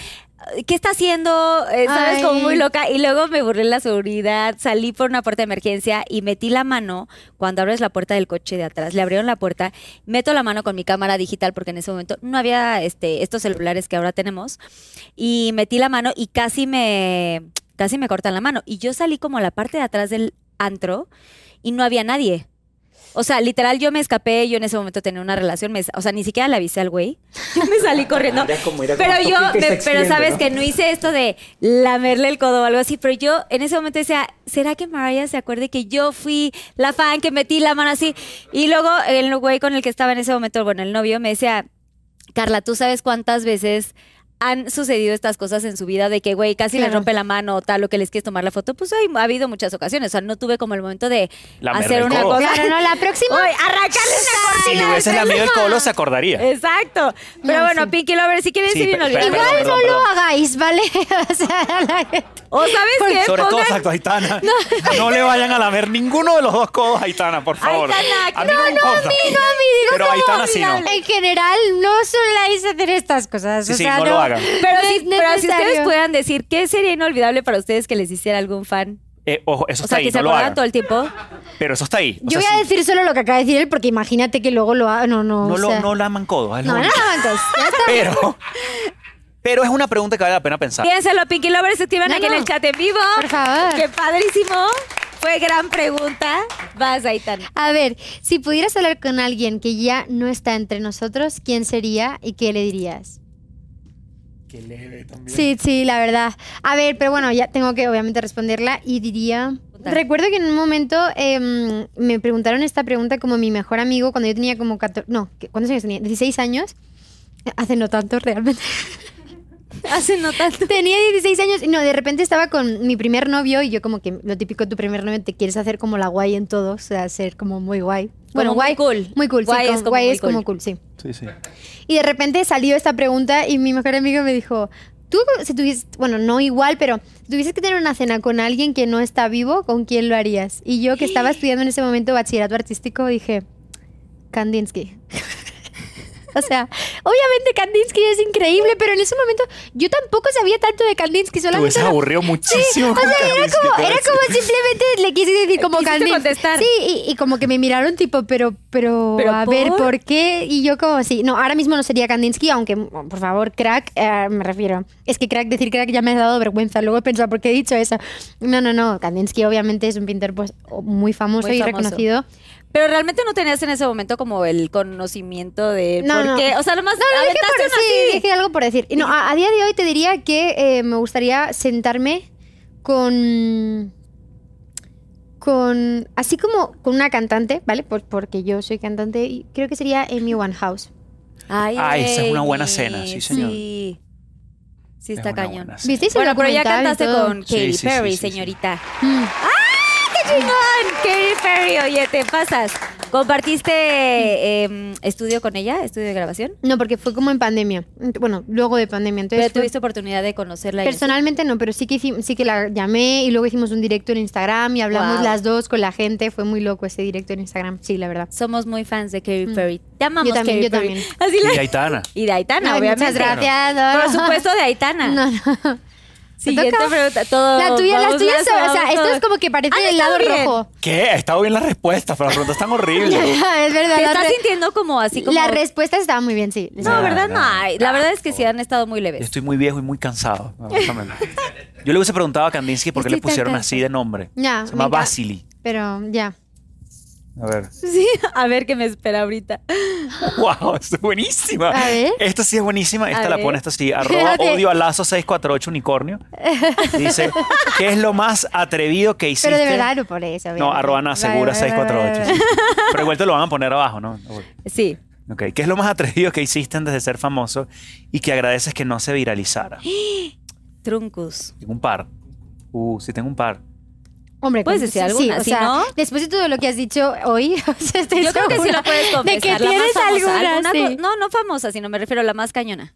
¿qué está haciendo? Eh, ¿Sabes?
Ay.
Como muy loca. Y luego me burlé en la seguridad, salí por una puerta de emergencia y metí la mano cuando abres la puerta del coche de atrás. Le abrieron la puerta, meto la mano con mi cámara digital porque en ese momento no había este, estos celulares que ahora tenemos. Y metí la mano y casi me, casi me cortan la mano. Y yo salí como a la parte de atrás del antro y no había nadie. O sea, literal, yo me escapé, yo en ese momento tenía una relación, me- o sea, ni siquiera le avisé al güey. Yo me salí corriendo. pero yo, me- pero sabes que no hice esto de lamerle el codo o algo así, pero yo en ese momento decía, ¿será que Mariah se acuerde que yo fui la fan que metí la mano así? Y luego el güey con el que estaba en ese momento, bueno, el novio, me decía, Carla, ¿tú sabes cuántas veces han sucedido estas cosas en su vida de que, güey, casi les
Claro.
rompe la mano o tal, o que les quieres tomar la foto, pues ay, ha habido muchas ocasiones. O sea, no tuve como el momento de
Lamer
hacer
el
una
codo.
cosa.
Claro, no, la próxima.
Oye, arrancarles la
Si le
cortina.
hubieses lamido el colo, se acordaría.
Eh, Exacto. Pero
No,
bueno,
sí.
Pinky Lover, si quieren
Sí,
decir
pe-
inolvidable.
pe-
Igual
Perdón,
no
perdón,
lo
perdón.
hagáis, ¿vale? O sea, la-
O sabes qué,
Pues, Sobre todo,
Pongan-
exacto, Aitana.
No. le vayan a lamer ninguno de los dos codos a Aitana, por favor.
Aitana,
a mí no, me importa.
digo
Pero a
como
Aitana sí no.
En general, no soláis hacer estas cosas.
Sí,
o
sí,
sea,
no lo hagan.
Pero,
No
si,
es
pero si ustedes
necesario.
puedan decir, ¿qué sería inolvidable para ustedes que les hiciera algún fan?
Eh, ojo, eso
O
está
sea, que
ahí,
se
no lo
acordaran todo
hagan.
el tiempo.
Pero eso está ahí. O
Yo
sea,
voy a
sí,
decir solo lo que acaba de decir él, porque imagínate que luego lo ha... No, no.
No,
o
lo,
sea-
no laman codos. es lo
No, no,
único.
Mancos, ya está.
Pero, pero es una pregunta que vale la pena pensar.
Piénsalo, Pinky Lovers, escriban
No,
aquí en
no.
el chat en vivo.
Por favor.
Qué padrísimo. Fue gran pregunta. Vas, Aitana.
A ver, si pudieras hablar con alguien que ya no está entre nosotros, ¿quién sería y qué le dirías?
Qué leve también.
Sí, sí, la verdad. A ver, pero bueno, ya tengo que obviamente responderla y diría...
Dale.
Recuerdo que en un momento em, me preguntaron esta pregunta como mi mejor amigo cuando yo tenía como 14... No, ¿qué- ¿cuántos años tenía? 16 años. Hace no tanto realmente.
Hace no tanto.
Tenía 16 años y no, de repente estaba con mi primer novio y yo como que lo típico tu primer novio te quieres hacer como la guay en todo, o sea, ser como muy guay. Bueno,
muy
guay.
cool.
Muy cool, sí,
Guay
como-
es como
guay
muy
es como
cool.
cool, sí.
Sí, sí.
Y de repente salió esta pregunta y mi mejor amigo me dijo, tú si tuvieses, bueno, no igual, pero si tuvieses que tener una cena con alguien que no está vivo, ¿con quién lo harías? Y yo que estaba estudiando en ese momento bachillerato artístico dije, Kandinsky. O sea, obviamente Kandinsky es increíble, pero en ese momento yo tampoco sabía tanto de Kandinsky,
Te
solamente...
hubieses aburrido muchísimo.
O sea, era como, era como simplemente le quise decir como
Quisiste
Candinsky.
contestar.
Sí, y, y como que me miraron tipo, pero, pero,
¿Pero
a
por?
ver, ¿por qué? Y yo como sí, no, ahora mismo no sería Kandinsky, aunque, por favor, crack, eh, me refiero. Es que crack, decir crack ya me ha dado vergüenza. Luego he pensado, ¿por qué he dicho eso? No, no, no, Kandinsky obviamente es un pintor pues, muy famoso
Muy
y
famoso.
reconocido.
Pero realmente no tenías en ese momento como el conocimiento de
No,
por
no.
qué. O sea, nomás
No, no, dije,
aventaste
por-
una
sí,
así.
dije algo por decir. Y No, a, a día de hoy te diría que eh, me gustaría sentarme con. con. así como con una cantante, ¿vale? Por- porque yo soy cantante y creo que sería Amy Winehouse.
Ay,
Ay, Ah, esa es una buena
baby,
cena, sí, señor.
Sí, Sí,
Es
está
una
cañón.
buena serie.
¿Visteis el
Bueno, pero ya
documental y
cantaste
todo?
con
Sí,
Katy
sí, sí,
Perry,
sí, sí.
señorita.
Mm.
chingón! Katy Perry, oye, te pasas. ¿Compartiste eh, estudio con ella? ¿Estudio de grabación?
No, porque fue como en pandemia. Bueno, luego de pandemia. Entonces
Pero
fue-
tuviste oportunidad de conocerla. y eso?
Personalmente no, pero sí que hici- sí que la llamé y luego hicimos un directo en Instagram y hablamos
Guau.
las dos con la gente. Fue muy loco ese directo en Instagram, sí, la verdad.
Somos muy fans de Katy Perry. Te amamos,
Mm. Yo también,
Katy
yo
Perry.
también.
Así
Y
la-
Aitana.
Y de Aitana,
Ay,
obviamente.
muchas gracias.
Por supuesto, de Aitana.
No, no.
Siguiente
toca.
pregunta. Todo,
La tuya, las
Oh, vamos,
tuyas,
vas,
o sea,
vamos,
esto
vamos.
es como que parece
Han
el
estado
lado
Ah, bien.
rojo.
¿Qué? Ha estado bien las respuestas, pero las preguntas están horribles.
es verdad.
Te
la
estás
re-
sintiendo como así como...
Las respuestas estaban muy bien, sí.
No, ¿verdad?
No,
No,
no,
ay, la verdad es que sí han estado muy leves.
Estoy muy viejo y muy cansado. honestamente. Yo le hubiese preguntado a Kandinsky por qué
Estoy
le pusieron
tan
así de nombre.
Ya,
Se
me
llama
encanta.
Vasily.
Pero ya.
A ver.
Sí, a ver qué me espera ahorita.
¡Wow! Es buenísima.
A ver.
Esta sí es buenísima. Esta
A
la
ver.
pone esta sí. Arroba
A ver.
odio a lazo 648 unicornio. Dice, ¿qué es lo más atrevido que hiciste?
Pero de verdad no por eso.
No,
obviamente.
arroba
Vale,
nada segura
vale, vale,
648.
vale.
sí. Pero igual te lo van a poner abajo, ¿no?
Sí.
Ok. ¿Qué es lo más atrevido que hiciste antes de ser famoso y que agradeces que no se viralizara?
Truncus.
Tengo un par. Uh, sí tengo un par.
Hombre,
Puedes
con-
decir
sí,
alguna,
o
si
sea,
no-
Después de todo lo que has dicho hoy, o sea, estoy
Yo creo que sí
segura
lo puedes confesar.
De que
la más
tienes
famosa.
alguna,
co-
sí.
No, no famosa, sino me refiero a la más cañona.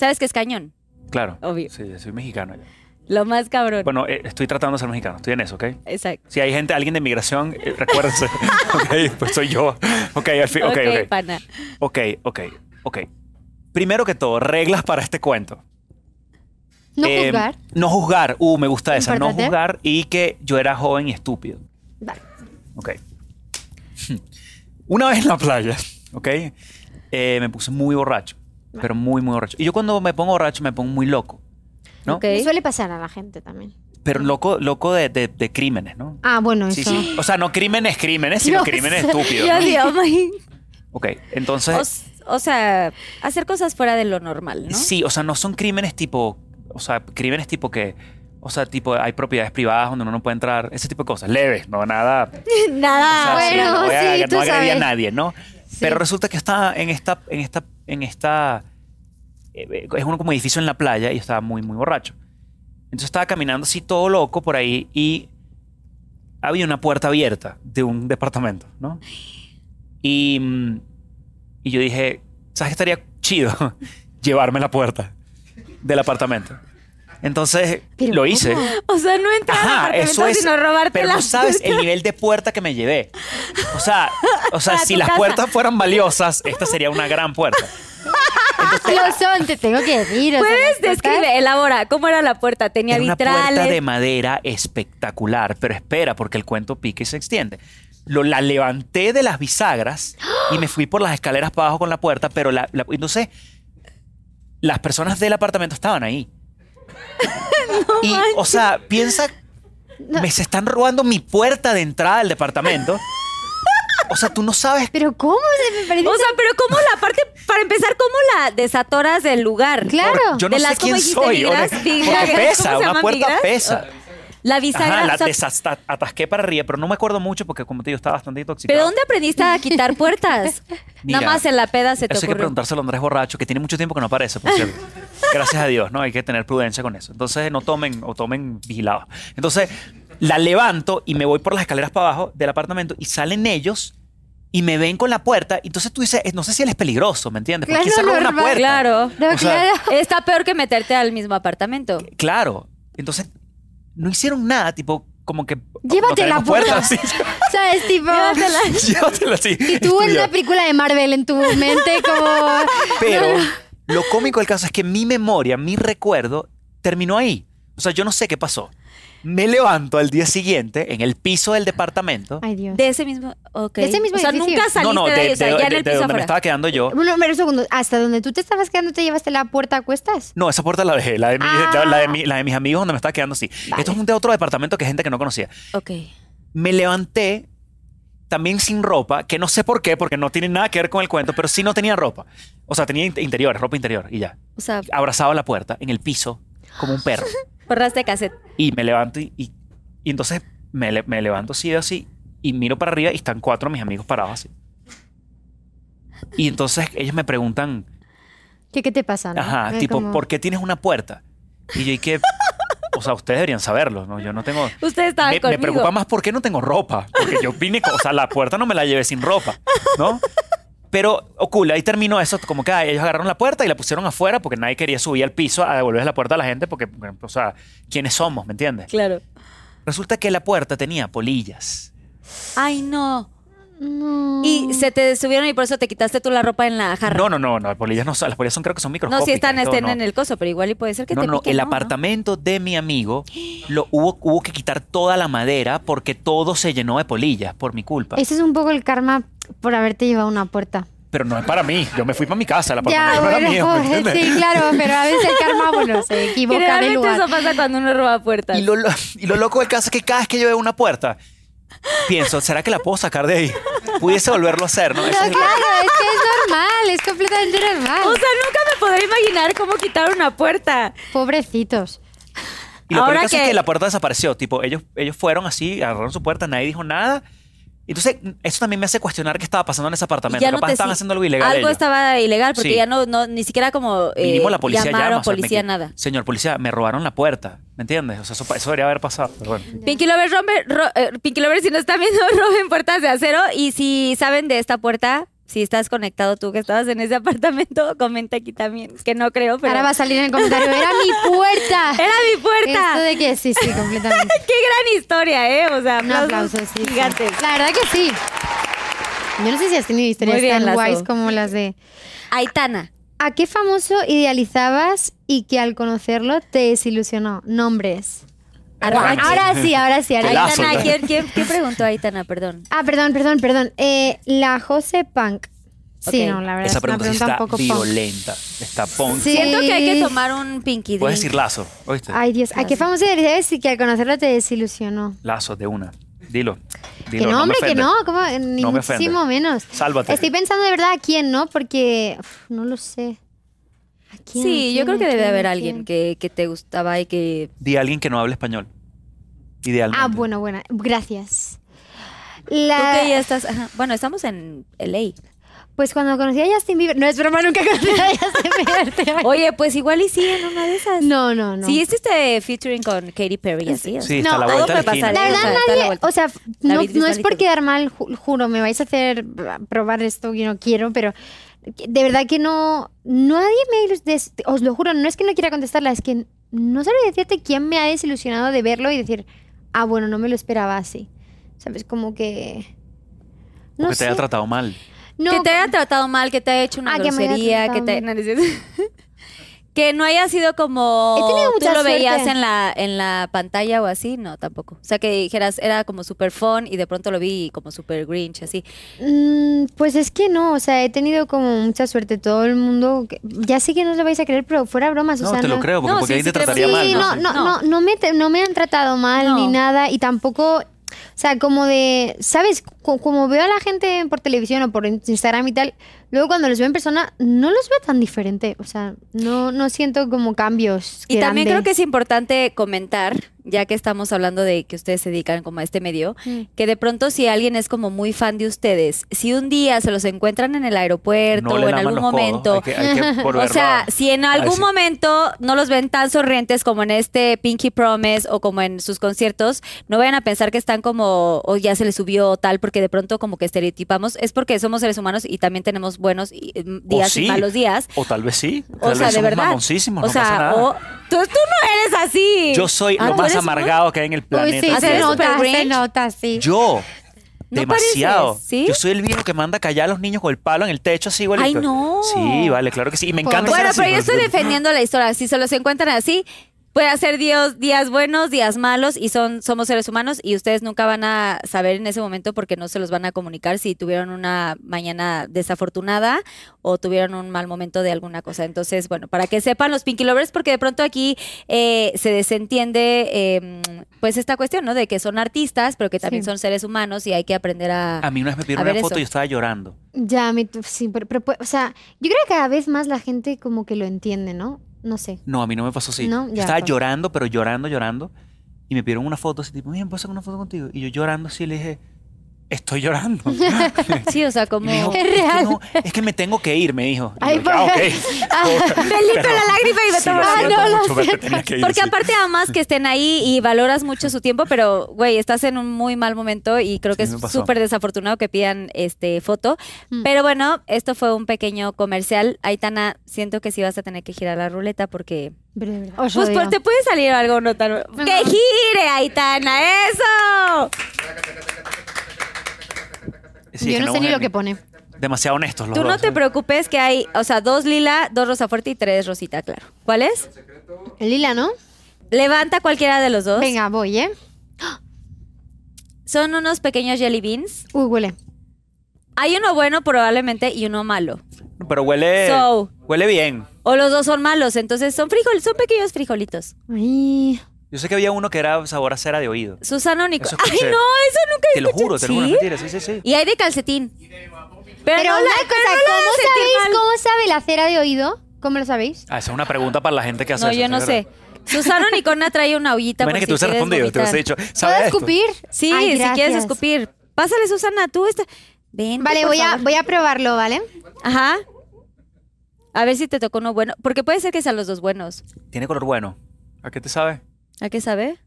¿Sabes qué es cañón?
Claro.
Obvio.
Sí, yo soy mexicano. ya.
Lo más cabrón.
Bueno, eh, estoy tratando de ser mexicano. Estoy en eso, ¿ok?
Exacto.
Si hay gente, alguien de migración, eh, recuérdense. ok, pues soy yo. Ok, al fin. Ok,
ok,
ok.
pana.
Ok, ok, ok. Primero que todo, reglas para este cuento.
No
Eh,
juzgar.
No juzgar. Uh, me gusta esa.
Importante.
No juzgar y que yo era joven y estúpido.
Vale.
Ok. Una vez en la playa, ok, eh, me puse muy borracho. Pero muy, muy borracho. Y yo cuando me pongo borracho me pongo muy loco. ¿No?
Ok.
Suele pasar a la gente también.
Pero loco, loco de, de- de crímenes, ¿no?
Ah, bueno,
Sí,
eso.
sí. O sea, no crímenes, crímenes, sino
Dios.
crímenes estúpidos.
Yo
¿no?
digo, oh my-
Ok,
O,
entonces.
s- o sea, hacer cosas fuera de lo normal, ¿no?
Sí, o sea, no son crímenes tipo. O sea, crímenes tipo que. O sea, tipo, hay propiedades privadas donde uno no puede entrar, ese tipo de cosas. Leves, no nada.
Nada.
O sea, sí,
Ah, bueno,
no voy a-
sí,
no
tú
agredí a
sabes.
nadie, ¿no? Pero resulta que está en esta, en esta, en esta eh, es un como edificio en la playa y estaba muy, muy borracho. Entonces estaba caminando así todo loco por ahí y había una puerta abierta de un departamento, ¿no? Y, mm, y yo dije, ¿sabes qué estaría chido? Llevarme la puerta del apartamento. Entonces
Pero
lo hice.
¿cómo?
O sea, no entrar al
Ajá,
apartamento,
eso es.
sino robarte
pero
la
no sabes eh, el nivel de puerta que me llevé. O sea, o sea,
Para
si
tu
las
casa.
puertas fueran valiosas, esta sería una gran puerta.
Lo son, te tengo que decir. o sea,
Puedes
las puertas-
describe, elabora, ¿cómo era la puerta? Tenía
Era una puerta
vitrales.
de madera espectacular, pero espera, porque el cuento pica y se extiende. Lo, la levanté de las bisagras y me fui por las escaleras para abajo con la puerta, pero la, la- entonces las personas del apartamento estaban ahí. y, o sea, piensa, me se están robando mi puerta de entrada del departamento. O sea, tú no sabes
Pero ¿cómo? Se me parece
O sea, pero ¿cómo la parte, para empezar, cómo la desatoras del lugar?
Claro.
Por- yo no
De
sé
las- ¿cómo
quién
dijiste?
soy.
¿Vigras?
porque
¿Vigras?
pesa,
¿Cómo se
una
llaman?
puerta
¿Vigras?
pesa.
La bisagra.
Ajá, la
o sea,
desasta- atasqué para arriba, pero no me acuerdo mucho porque, como te digo, estaba bastante intoxicado.
¿Pero dónde aprendiste a quitar puertas?
Mira,
Nada más en la peda se te
Eso hay que
ocurrió.
preguntárselo a Andrés Borracho, que tiene mucho tiempo que no aparece, por cierto. Gracias a Dios, ¿no? Hay que tener prudencia con eso. Entonces, no tomen o tomen vigilados. Entonces, la levanto y me voy por las escaleras para abajo del apartamento y salen ellos y me ven con la puerta. Entonces tú dices, eh, no sé si él es peligroso, ¿me entiendes? Porque
Claro,
se roba una
normal.
puerta.
Claro.
No,
o sea,
claro.
Está peor que meterte al mismo apartamento.
Claro. Entonces, no hicieron nada, tipo, como que. no
Llévate la
tenemos
puerta.
puerta, sí.
¿Sabes? Tipo.
pues. Llévatela.
Llévatela así.
Y tú en
Estudia.
una película de Marvel en tu mente, como.
Pero lo cómico del caso es que mi memoria, mi recuerdo, terminó ahí. O sea, yo no sé qué pasó. Me levanto al día siguiente en el piso del departamento.
Ay, Dios.
De ese mismo. ok.
De ese mismo
O sea,
edificio.
nunca saliste
no, no,
de,
de,
ahí, o sea,
de-
ya en
de-
el
de
piso
donde me
afuera.
estaba quedando yo.
Bueno, pero un segundo. ¿Hasta donde tú te estabas quedando te llevaste la puerta a cuestas?
No, esa puerta la dejé, la de, mi-
Ah.
la de mi- la de mis amigos donde me estaba quedando, sí. Esto es un de otro departamento que gente que no conocía.
Ok.
me levanté también sin ropa, que no sé por qué, porque no tiene nada que ver con el cuento, pero sí no tenía ropa. O sea, tenía in- interiores, ropa interior y ya.
O sea,
Abrazado a la puerta, en el piso, como un perro.
porras de cassette.
Y me levanto y, y- y entonces me, le- me levanto así, así, y miro para arriba y están cuatro de mis amigos parados así. Y entonces ellos me preguntan,
¿Qué, qué te pasa? Ah, no?
ajá,
Es
tipo,
como-
¿por qué tienes una puerta? Y yo, ¿y qué? O sea, ustedes deberían saberlo, ¿no? Yo no tengo...
Ustedes estaban
Me, me
conmigo.
preocupa más por qué no tengo ropa. Porque yo vine, con- o sea, la puerta no me la llevé sin ropa, ¿no? Pero, oh, cool, ahí terminó eso, como que ah, ellos agarraron la puerta y la pusieron afuera porque nadie quería subir al piso a devolverles la puerta a la gente porque, bueno, o sea, ¿quiénes somos? ¿Me entiendes?
Claro.
Resulta que la puerta tenía polillas.
Ay, no.
No.
Y se te subieron y por eso te quitaste tú la ropa en la jarra.
No, no, no, no, las polillas no son, las polillas son creo que son
No,
microscópicas.
si están,
y todo,
estén
no.
en el coso, pero igual y puede ser que
no,
te
no,
pique,
el
¿no?
apartamento de mi amigo lo hubo, hubo que quitar toda la madera porque todo se llenó de polillas por mi culpa.
Ese es un poco el karma por haberte llevado una puerta.
Pero no es para mí. Yo me fui para mi casa, la
Ya,
no era
bueno,
mío, ¿me
pobre,
entiendes?
sí, claro, pero a veces el karma, bueno, se equivoca de
Generalmente
lugar.
eso pasa cuando uno roba puertas.
Y lo, lo- y lo loco del caso es que cada vez que yo veo una puerta, pienso, ¿será que la puedo sacar de ahí? Pudiese volverlo a hacer, ¿no?
No,
Ese es
claro,
el-
es que es normal, es completamente normal.
O sea, nunca me podré imaginar cómo quitar una puerta.
Pobrecitos.
y lo peor
ahora
del caso es
que-
que la puerta desapareció. Tipo, ellos, ellos fueron así, agarraron su puerta, nadie dijo nada. Entonces, eso también me hace cuestionar qué estaba pasando en ese
Y
apartamento. Capaz
te
estaban
si-
haciendo algo ilegal.
Algo
ellos.
estaba ilegal porque
Sí.
ya no, no, ni siquiera como eh,
Mínimo la policía llama.
llamaron
o sea, me
policía
qui-
nada.
Señor policía, me robaron la puerta. ¿Me entiendes? O sea, eso, pa- eso debería haber pasado. Pero bueno.
Pinky Lovers, rompe- ro- eh, Pinky Lovers, si no están viendo, roben puertas de acero. Y si saben de esta puerta, si estás conectado tú que estabas en ese apartamento, comenta aquí también. Que no creo, pero.
Ahora va a salir en el comentario, era mi puerta.
Era mi puerta.
Esto de que sí, sí, completamente.
Qué gran historia, ¿eh? O sea,
Un
aplausos
aplauso, sí, sí.
gigantes.
La verdad que sí. Yo no sé si has tenido historias
Muy bien,
tan
Lazo.
guays como las de...
Aitana.
¿A qué famoso idealizabas y que al conocerlo te desilusionó? Nombres.
Arranque.
Ahora sí, ahora sí. Ahora sí.
Lazo,
Aitana,
¿no?
¿quién, quién, ¿qué preguntó Aitana? Perdón.
Ah, perdón, perdón, perdón. Eh, la Jose Punk. Sí,
Ok.
no, la verdad es
Esa
una
pregunta, sí
pregunta un
está
poco punk.
violenta. Está punk.
Sí.
Siento que hay
Eh,
que tomar un Pinky
Puedes
drink.
decir lazo, ¿oíste?
Ay, Dios. ¿A qué famoso idealizabas y que al conocerlo te desilusionó?
Lazos de una. Dilo.
que
dilo
no,
me
hombre, que
ofendes.
no. ¿cómo? Ni
No me ofende.
muchísimo menos.
Sálvate.
Estoy pensando de verdad a quién, ¿no? Porque uf, no lo sé. ¿A quién,
Sí,
a
yo
quién,
creo que
a
debe
quién,
haber
a
alguien
quién?
que, que te gustaba y que...
Di a alguien que no hable español. Idealmente.
Ah, bueno, buena. Gracias.
Tú
La... Ah.
que ya estás... ajá. Bueno, estamos en LA.
Pues cuando conocí a Justin Bieber. No es broma, nunca conocí a Justin Bieber. te voy-
Oye, pues igual y sí, en una de esas.
No, no, no.
Sí, este este featuring con Katy Perry y así. o
Sí,
sea,
está a la
todo
vuelta de
puede
la esquina.
pasar.
La
¿eh?
verdad,
O sea, está a la
nadie.
vuelta.
O sea,
La
no,
Virgen
no es por
Maldición.
quedar mal, ju- juro, me vais a hacer br- probar esto y no quiero, pero que- de verdad que no. Nadie me. ilus- des- Os lo juro, no es que no quiera contestarla, es que no sabría decirte quién me ha desilusionado de verlo y decir, ah, bueno, no me lo esperaba así. ¿Sabes? Como que. No
Porque
sé.
te haya tratado mal.
No, pues,
que te haya tratado mal, que te haya hecho una
Ah, que me
grosería,
haya
que,
tratado
te no, no es cierto. que no haya sido como
He tenido
tú
mucha
lo veías
suerte.
en la en la pantalla o así, no tampoco. O sea que dijeras era como super fun y de pronto lo vi como super grinch así.
Mm, Pues es que no, o sea, he tenido como mucha suerte. Todo el mundo, que- ya sé que no os lo vais a creer, pero fuera bromas, o
No,
sea,
te lo
no-
creo, porque
No,
porque
sí,
ahí
sí
te
creo que
trataría
sí.
mal.
Sí, no,
Sí.
no,
No.
no, no me, te- no me han tratado mal ni
No.
nada y tampoco, o sea, como de, ¿sabes? Co- como veo a la gente por televisión o por Instagram y tal, luego cuando los veo en persona no los veo tan diferente, o sea, no, no siento como cambios.
Y también creo que
grandes.
es importante comentar, ya que estamos hablando de que ustedes se dedican como a este medio,
Mm.
que de pronto si alguien es como muy fan de ustedes, si un día se los encuentran en el aeropuerto
No
o
le
en
laman
algún
los codos,
momento,
hay que- hay que
O
volverlo
sea,
a-
si en
a
algún
decir.
momento no los ven tan sonrientes como en este Pinky Promise o como en sus conciertos, no vayan a pensar que están como, o ya se les subió o tal, porque de pronto como que estereotipamos. Es porque somos seres humanos y también tenemos buenos y- eh, días
sí.
y malos días.
O tal vez sí.
O
Tal
sea,
vez
de
somos
verdad.
mamoncísimos,
o
no
sea,
pasa nada.
o- tú, tú no eres así.
Yo soy
Ah,
lo
¿tú
más
eres muy-
amargado que hay en el
Uy,
planeta.
sí, se
Hacer
nota,
super
se
grinch.
nota, sí.
Yo.
No
demasiado.
pareces, ¿sí?
Yo soy el viejo que manda a callar a los niños con el palo en el techo así igualito.
Ay, no.
Sí, vale, claro que sí. Y me encanta
Bueno,
ser
pero yo
así.
estoy defendiendo la historia. Si se los encuentran así, puede hacer días, días buenos, días malos, y son, somos seres humanos, y ustedes nunca van a saber en ese momento porque no se los van a comunicar si tuvieron una mañana desafortunada o tuvieron un mal momento de alguna cosa. Entonces, bueno, para que sepan los Pinky Lovers, porque de pronto aquí eh, se desentiende eh, pues esta cuestión, ¿no? De que son artistas, pero que también
Sí.
son seres humanos y hay que aprender a...
A mí una vez me
A
pidieron
ver
una foto
eso.
y yo estaba llorando.
Ya, me- sí, pero, pero- o sea, yo creo que cada vez más la gente como que lo entiende, ¿no? No sé.
No, a mí no me pasó así.
No,
yo
ya,
estaba
pues.
llorando, pero llorando, llorando. Y me pidieron una foto así, tipo, miren, ¿puedo sacar una foto contigo? Y yo llorando así le dije, estoy llorando.
Sí, o sea,
Y
como...
me dijo,
Es
"Es que
real".
no, es que me tengo que ir, me dijo. Y
Ay,
yo, "Ah,
por-
ok".
Me limpio la lágrima y me
Sí,
tomo
lo
la
siento
foto.
mucho, pero te tenías que ir,
Porque
sí.
aparte amas que estén ahí y valoras mucho su tiempo, pero güey, estás en un muy mal momento y creo que
Sí, me
es
pasó.
súper desafortunado que pidan este foto.
Mm.
Pero bueno, esto fue un pequeño comercial. Aitana, siento que sí vas a tener que girar la ruleta porque
Pero de verdad, os
pues,
odio.
pues, te puede salir algo no tan que gire Aitana, eso.
Sí, es
yo
que
no sé ni lo
es
que pone.
Demasiado honestos los
Tú no
dos.
te preocupes que hay, o sea, dos lila, dos rosa fuerte y tres rosita, claro. ¿Cuál es?
El lila, ¿no?
Levanta cualquiera de los dos.
Venga, voy, ¿eh?
Son unos pequeños jelly beans.
Uy, huele.
Hay uno bueno probablemente y uno malo.
Pero huele,
So.
huele bien.
O los dos son malos, entonces son frijoles, son pequeños frijolitos.
Ay.
Yo sé que había uno que era sabor a cera de oído.
Susana Nico.
Eso
Ay,
escuché.
no, eso nunca
Te lo
escuché.
juro, te lo juro,
¿Sí?
no es mentira, sí, sí, sí.
Y hay de calcetín. Pero,
Pero
no
una
la,
cosa,
pero no la
¿cómo
hagas sentir
sabéis
mal.
cómo sabe la cera de oído? ¿Cómo lo sabéis?
Ah, esa es una pregunta para la gente que hace
No,
eso,
yo
sí,
no
es
sé.
verdad.
Susana Nicona trae una ollita
Bueno,
por
es que
si
tú hubieses
quieres
respondido, te hubiese
vomitar.
dicho,
¿Puedo
¿sabes esto?
escupir?
Sí,
Ay,
si quieres
gracias.
escupir. Pásale, Susana, tú esta. Ven.
Vale, voy a, voy a probarlo, ¿vale?
Ajá. A ver si te tocó uno bueno. Porque puede ser que sean los dos buenos.
Tiene color bueno. ¿A qué te sabe?
¿A qué sabe?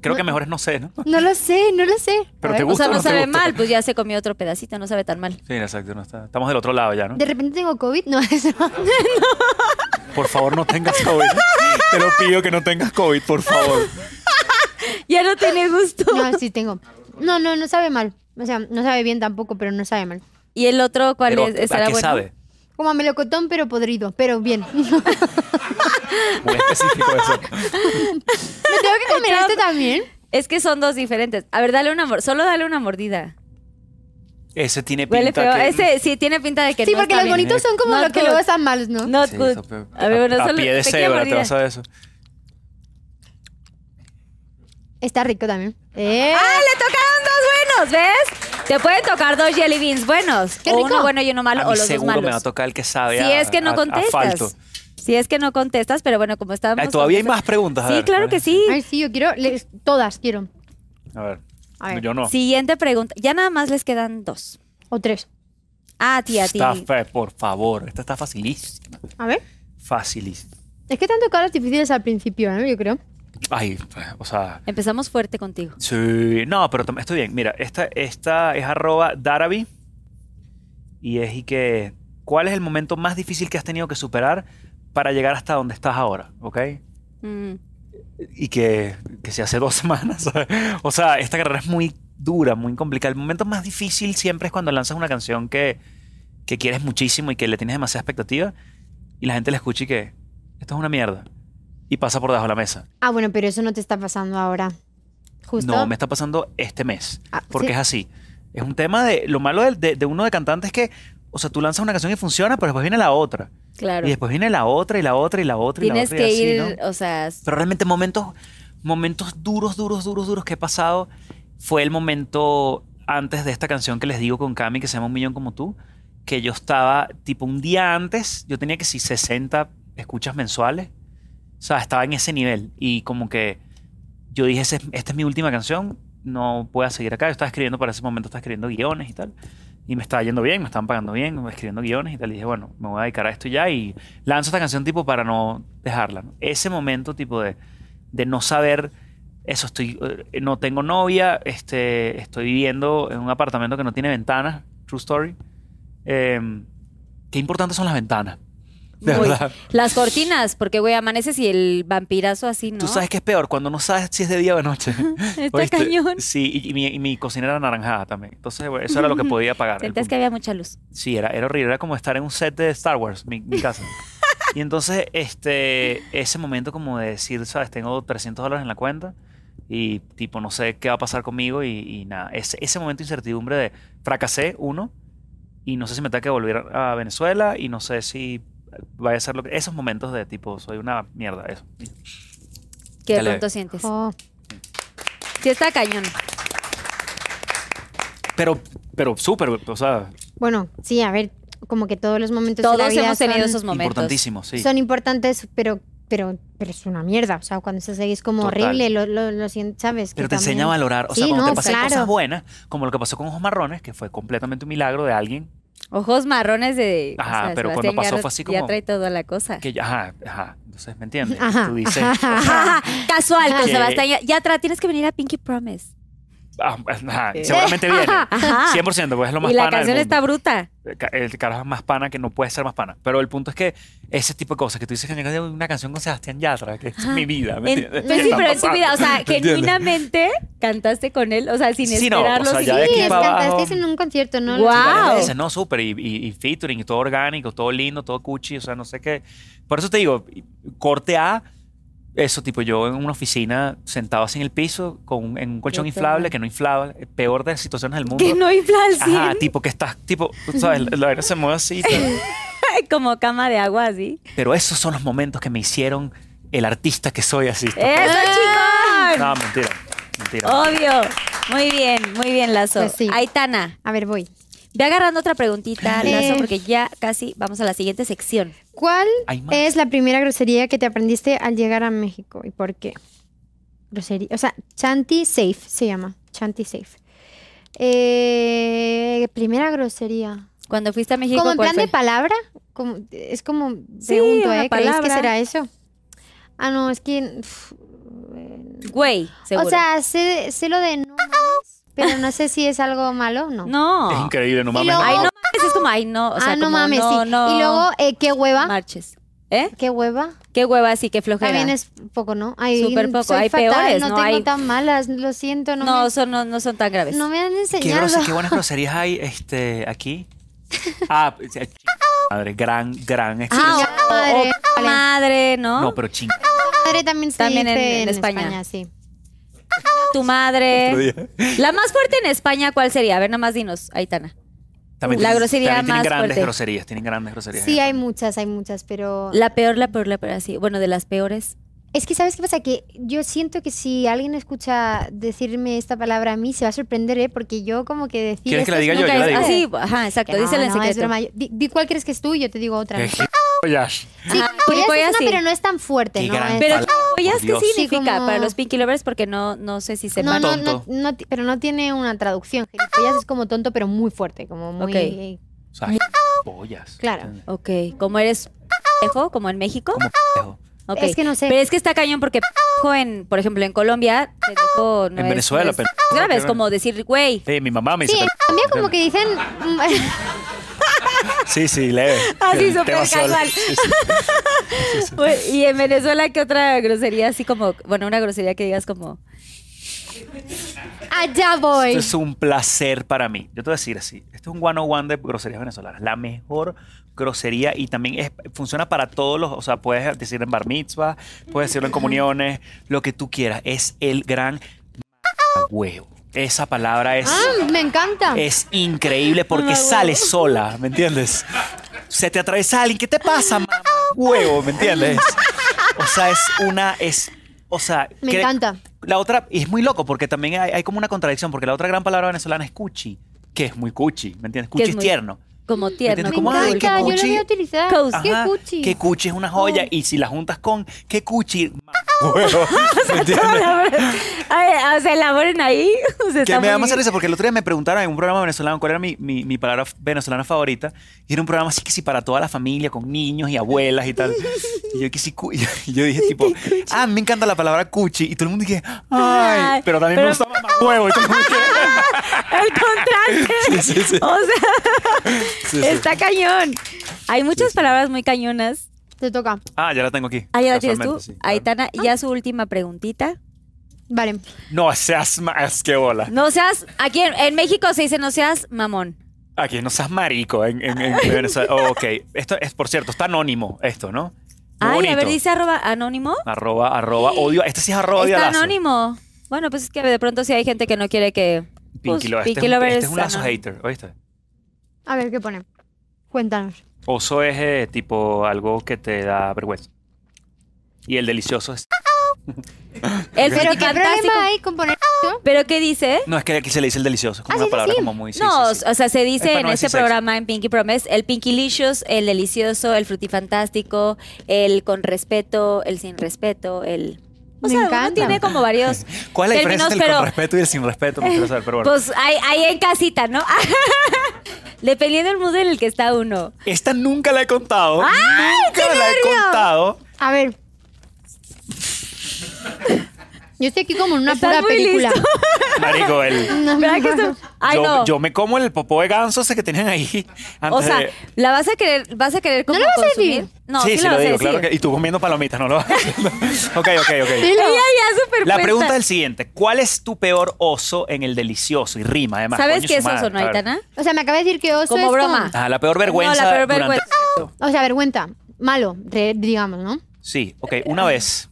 Creo que mejor es no sé, ¿no?
No lo sé, no lo sé.
Pero
A ver.
te
O
gusta
sea,
o
no
no te
sabe
gusta?
mal, pues ya se comió otro pedacito, no sabe tan mal.
Sí, exacto. No está. Estamos del otro lado ya, ¿no?
De repente tengo COVID, no, eso.
Por favor, no tengas COVID. te lo pido que no tengas COVID, por favor.
Ya no tiene gusto.
No, sí tengo. No, no, no sabe mal. O sea, no sabe bien tampoco, pero no sabe mal.
¿Y el otro cuál
Pero,
es?
¿A
¿Estará
qué
bueno?
sabe?
Como a melocotón, pero podrido, pero bien. Me tengo
Muy específico eso.
que comer esto también.
Es que son dos diferentes. A ver, dale una mor- solo dale una mordida.
Ese tiene pinta
Huele feo.
que...
Ese sí tiene pinta de que
Sí,
no
porque
está
los
bien.
bonitos son como
No,
los que
tú-
luego están malos, ¿no?
Not
Sí,
good.
está feo.
A ver, bueno,
a
solo
pie de
pequeña
cebra te
mordida.
vas a ver eso.
Está rico también. ¡Eh!
¡Ah, le tocaron dos buenos! ¿Ves? Te pueden tocar dos jelly beans buenos.
¡Qué
o
rico!
uno bueno y uno malo,
a
o
mí
los dos
seguro
malos.
me va a tocar el que sabe
si
a-
es que no
a- a asfalto.
contestas. Si es que no contestas, pero bueno, como estábamos...
Ay, todavía hay más
contestando-
preguntas. a
Sí,
ver,
claro
vale.
que sí.
Ay, sí, yo quiero. les- todas quiero.
A ver.
A ver.
Yo no.
Siguiente pregunta. Ya nada más les quedan dos.
O tres.
Ah, tía,
Está
tía.
fe- por favor. Esta está facilísima.
A ver.
Facilísima.
Es que tanto caras difíciles al principio, ¿no? Yo creo.
Ay, o sea.
Empezamos fuerte contigo.
Sí, no, pero tam- estoy bien. Mira, esta, esta es arroba Darabi y es y que, ¿cuál es el momento más difícil que has tenido que superar para llegar hasta donde estás ahora? ¿Ok?
Mm.
Y que, que se hace dos semanas. ¿sabes? o sea, esta carrera es muy dura, muy complicada. El momento más difícil siempre es cuando lanzas una canción que, que quieres muchísimo y que le tienes demasiada expectativa y la gente la escucha y que, esto es una mierda. Y pasa por debajo de la mesa.
Ah, bueno, pero eso no te está pasando ahora. Justo.
No, me está pasando este mes.
Ah,
Porque
sí.
es así. Es un tema de. Lo malo del- de, de uno de cantante es que. O sea, tú lanzas una canción y funciona, pero después viene la otra.
Claro.
Y después viene la otra y la otra y la otra y
Tienes
la otra.
que
y así,
ir,
¿no?
o sea, s-
Pero realmente momentos, momentos duros, duros, duros, duros que he pasado. Fue el momento antes de esta canción que les digo con Cami, que se llama Un Millón Como Tú, que yo estaba tipo un día antes, yo tenía que si 60 escuchas mensuales. O sea, estaba en ese nivel. Y como que yo dije, "Ese es- esta es mi última canción, no voy a seguir acá. Yo estaba escribiendo, para ese momento estaba escribiendo guiones y tal. Y me estaba yendo bien, me estaban pagando bien, escribiendo guiones y tal. Y dije, bueno, me voy a dedicar a esto ya y lanzo esta canción tipo para no dejarla. ¿no? Ese momento tipo de, de no saber, eso estoy, eh, no tengo novia, este, estoy viviendo en un apartamento que no tiene ventanas, true story. Eh, qué importantes son las ventanas. De
muy-
verdad.
las cortinas, porque güey, amaneces y el vampirazo así, ¿no?
Tú sabes que es peor cuando no sabes si es de día o de noche.
Está
¿Oíste?
cañón.
Sí, y, y mi, y mi cocina era naranjada también. Entonces, bueno, eso era lo que podía pagar. El
Sentías que
punto.
había mucha luz.
Sí, era, era horrible. Era como estar en un set de Star Wars, mi, mi casa. y entonces, este, ese momento como de decir, ¿sabes? Tengo 300 dólares en la cuenta y, tipo, no sé qué va a pasar conmigo y, y nada. Ese, ese momento de incertidumbre de fracasé, uno, y no sé si me tengo que volver a Venezuela y no sé si vaya a ser lo que... Esos momentos de, tipo, soy una mierda, eso.
Que de
Dale.
pronto sientes.
Oh.
Sí, está cañón.
Pero, pero súper, o sea,
Bueno, sí, a ver, como que todos los momentos de la
Todos
vida
hemos tenido
son,
esos momentos.
importantísimo, sí.
son importantes, pero, pero, pero es una mierda. O sea, cuando estás ahí es como
Total.
horrible, lo, lo, lo siento, ¿sabes?
Pero
Que
te enseña a
también-
valorar, o sea,
Sí,
cuando
no,
te pasan
claro.
cosas buenas, como lo que pasó con Ojos Marrones, que fue completamente un milagro de alguien
Ojos marrones de.
Ajá, pero cuando
Sebastián Garrett
pasó fue así
Ya
como-
trae toda la cosa.
que, ya- ajá, ajá, entonces, ¿me entiendes?
Ajá,
Tú dices,
ajá,
Ajá, casual con
Que-
Sebastián. Ya, ya tra- tienes que venir a Pinky Promise.
ah, ajá, seguramente viene,
Ajá.
100%, pues es lo más
y la
pana del
canción
mundo.
está bruta.
ca- el carajo es más pana que no puede ser más pana. Pero el punto es que ese tipo de cosas que tú dices que yo una canción con Sebastián Yatra, que es mi vida. ¿me
En-
entiendes?
pues
¿Qué
sí,
está
pero en tu
pasando?
vida, o sea,
¿Me entiendes?
genuinamente cantaste con él, o sea, sin
Sí, no, o
esperarlo.
sea,
sin-
ya de
Sí,
aquí
es
para abajo.
cantasteis en un concierto, ¿no?
Guau.
varias
Wow.
veces, no, súper. Y, y- y featuring, y todo orgánico, todo lindo, todo cuchi, o sea, no sé qué. Por eso te digo, corte A, eso, tipo yo en una oficina sentado así en el piso, con, un- en un colchón
Qué
inflable
pena.
que no inflaba, eh, peor de las situaciones del mundo.
Que no infla al
Ajá,
100,
tipo que estás, tipo, tú sabes, la- la vaina se mueve así. tal.
como cama de agua así.
Pero esos son los momentos que me hicieron el artista que soy así.
¡Eso, chicos!
No, mentira, mentira.
Obvio. Muy bien, muy bien, Lazo.
Pues sí.
Aitana,
A ver, voy.
ve agarrando otra preguntita,
Eh.
Lazo, porque ya casi vamos a la siguiente sección.
¿Cuál
Hay más.
es la primera grosería que te aprendiste al llegar a México y por qué? Grosería. O sea, Chanti Safe se llama. Chanti Safe. Eh, primera grosería.
Cuando fuiste a México,
Como en
¿cuál
plan de
fue?
palabra. Como, es como.
Sí,
Pregunto,
una
¿eh? ¿Creéis que
palabra.
será eso? Ah, no, es que. pf,
Güey, seguro.
O sea, sé, sé lo de no mames, pero no sé si es algo malo o no.
no.
Es increíble, no mames.
luego-
Ay, no mames, es como, ay, no. O sea,
ah, no
como,
mames,
no,
sí.
no
Y luego, eh, ¿qué hueva?
Marches. ¿Eh?
¿Qué hueva?
Qué hueva, sí, qué flojera.
También es poco, ¿no? Ay,
Súper poco.
soy
Hay
fatal,
peores,
no,
¿no?
tengo
Hay-
tan malas, lo siento, no,
no,
me,
son, no, no son tan graves.
no me han
Qué,
enseñado.
grose- qué buenas groserías hay este, aquí. Ah, eh, ch- madre, gran, gran expresión.
ah, o- o-
madre,
o-
vale.
madre, ¿no? Ah,
No, pero ching.
Madre también se
También
dice
en- en
en,
España.
España. sí.
Tu madre. La más fuerte en España, ¿cuál sería? A ver, nomás dinos, Aitana.
También
La
tienen-
grosería
también tienen
más
grandes
fuerte.
groserías, tienen grandes groserías.
Sí, hay muchas, hay muchas, pero
La peor, la peor, la peor, así. Bueno, de las peores.
es que sabes qué pasa que yo siento que si alguien escucha decirme esta palabra a mí se va a sorprender, ¿eh? porque yo como que decir
¿Quieres que
estas
la diga yo?
nunca
Yo la
es-
digo.
Ah, sí,
Así, ajá, exacto.
que no,
Díselo en
no, es
secreto.
broma. Yo- Di, di cuál crees que es tú y yo te digo otra.
Qué
Ah,
Sí,
joyas.
Ajá,
gilipollas es
gilipollas
una,
sí.
pero no es tan fuerte,
Qué
¿no?
gran
Es-
Pero
palabra.
¿Pollas qué
Dios. Sí,
significa
como-
para los Pinky Lovers? Porque no, no sé si
No,
sepan.
no, no,
Tonto.
no ti- pero no tiene una traducción. Gilipollas es como tonto, pero muy fuerte, como muy...
Ok.
eh,
O sea,
Ah,
pollas.
Claro.
¿entiendes?
Ok, como eres pendejo, como en México.
Como pendejo.
Ok.
Es que no sé. Oh,
Pero es que está cañón porque pendejo en, por ejemplo, en Colombia, pendejo no
En
es-
Venezuela,
no es
pendejo.
grave, es como decir, güey.
Sí, mi mamá me
Sí,
dice.
en
pendejo,
Colombia como que
¿entiendes?
dicen... mm,
Sí, sí, leve.
Así,
Tema
súper
sol.
casual.
Sí, sí.
Güey, Y en Venezuela, ¿qué otra grosería así como, bueno, una grosería que digas como,
Allá voy.
Esto es un placer para mí. Yo te voy a decir así. Esto es un one-on-one de groserías venezolanas. La mejor grosería y también es- funciona para todos los... O sea, puedes decirlo en bar mitzvah, puedes decirlo en comuniones, lo que tú quieras. Es el gran huevo. Esa palabra es...
Ah, me encanta.
Es increíble porque sale sola, ¿me entiendes? Se te atraviesa alguien, ¿qué te pasa, mamá? Huevo, ¿me entiendes? O sea, es una, es, o sea,
Me
cre-
encanta.
La otra, y es muy loco porque también hay, hay como una contradicción, porque la otra gran palabra venezolana es cuchi, que es muy cuchi, ¿me entiendes?
Que
Cuchi
es
es,
muy-
tierno.
como tierno,
entiendes?
como
Como,
Me
ay,
adulto?
qué
encanta, yo lo
cuchi.
voy a utilizar.
Cozy.
Qué
Ajá,
cuchi.
Que cuchi es una joya y si la juntas con que cuchi, ma- huevo, ¿me entiendes?
A ver, o sea, ah, elaboren ahí. O sea,
Que
está
me da
muy-
más risa porque el otro día me preguntaron en un programa venezolano cuál era mi, mi- mi palabra f- venezolana favorita. Y era un programa así que sí para toda la familia, con niños y abuelas y tal. Y yo, que sí, cu- y yo dije tipo, ah, me encanta la palabra cuchi. Y todo el mundo dije,
Ay,
ay, pero también
pero-
me gusta mamá huevo. Y todo el mundo dije,
El contraste.
Sí, sí, sí.
O sea,
Sí, sí.
está cañón. Hay muchas palabras muy cañonas.
Te toca.
ah, ya la tengo aquí.
Ah, ya la tienes tú.
Casualmente, sí, claro.
Aitana, y ya su última preguntita.
Vale.
No seas más que bola.
No seas, aquí en, en México se dice no seas mamón.
Aquí no seas marico en, en- en Venezuela. Oh, ok, esto es, por cierto, está anónimo esto, ¿no? Muy
Ay, a
bonito.
ver, dice arroba anónimo.
Arroba, arroba, odio. Este sí es arroba, odio
Está
lazo.
anónimo. Bueno, pues es que de pronto sí hay gente que no quiere que. pues,
Pinky Lover. Este,
Pinky
es, un-
Lover
este
es
es un lazo
anónimo.
hater, ¿oíste?
A ver, ¿qué pone? Cuéntanos.
Oso es eh, tipo algo que te da vergüenza. Y el delicioso es.
El
Pero qué
fantástico.
problema hay con poner...
Pero ¿qué dice?
No, es que aquí se le dice el delicioso, es como
Ah,
una
sí, sí,
palabra
sí.
como muy. sí,
no,
sí, sí.
o sea, se
Es
dice
para
en
no
este
decir sexo.
programa, en Pinky Promise, el Pinkylicious, el delicioso, el frutifantástico, el con respeto, el sin respeto, el... O
Me
sea, uno
encanta.
tiene como varios
¿Cuál es la
términos,
diferencia entre el
pero
con respeto y el sin respeto? Me quiero saber, pero bueno.
pues ahí, ahí en casita, ¿no? Dependiendo del mood en el que está uno.
Esta nunca la he contado.
qué
Nunca la he
nervio!
contado.
A ver. Yo estoy aquí como en una
Estás
pura
muy
película.
listo.
Marico, el.
¿Verdad que esto- Ay,
yo,
no.
yo me como el popó de ganso ese que tenían ahí. Antes
o sea,
de-
la vas a querer, vas a querer como
lo vas a
consumir.
decir?
No,
sí,
sí,
se
la
lo
vas
digo,
a decir.
claro que. Y tú comiendo palomitas, no lo vas a Ok, ok, ok.
Dilo.
Ella ya super
La
puesta.
pregunta es el siguiente: ¿Cuál es tu peor oso en el delicioso? Y rima, además.
¿Sabes
coño,
qué
su
es oso,
madre.
no,
A ver.
Aitana?
O sea, me acaba de decir que oso
Como
es
broma.
Ah, la peor vergüenza.
No, la peor
durante-
vergüenza.
O sea, vergüenza. Malo, re- digamos, ¿no?
Sí, ok, una vez.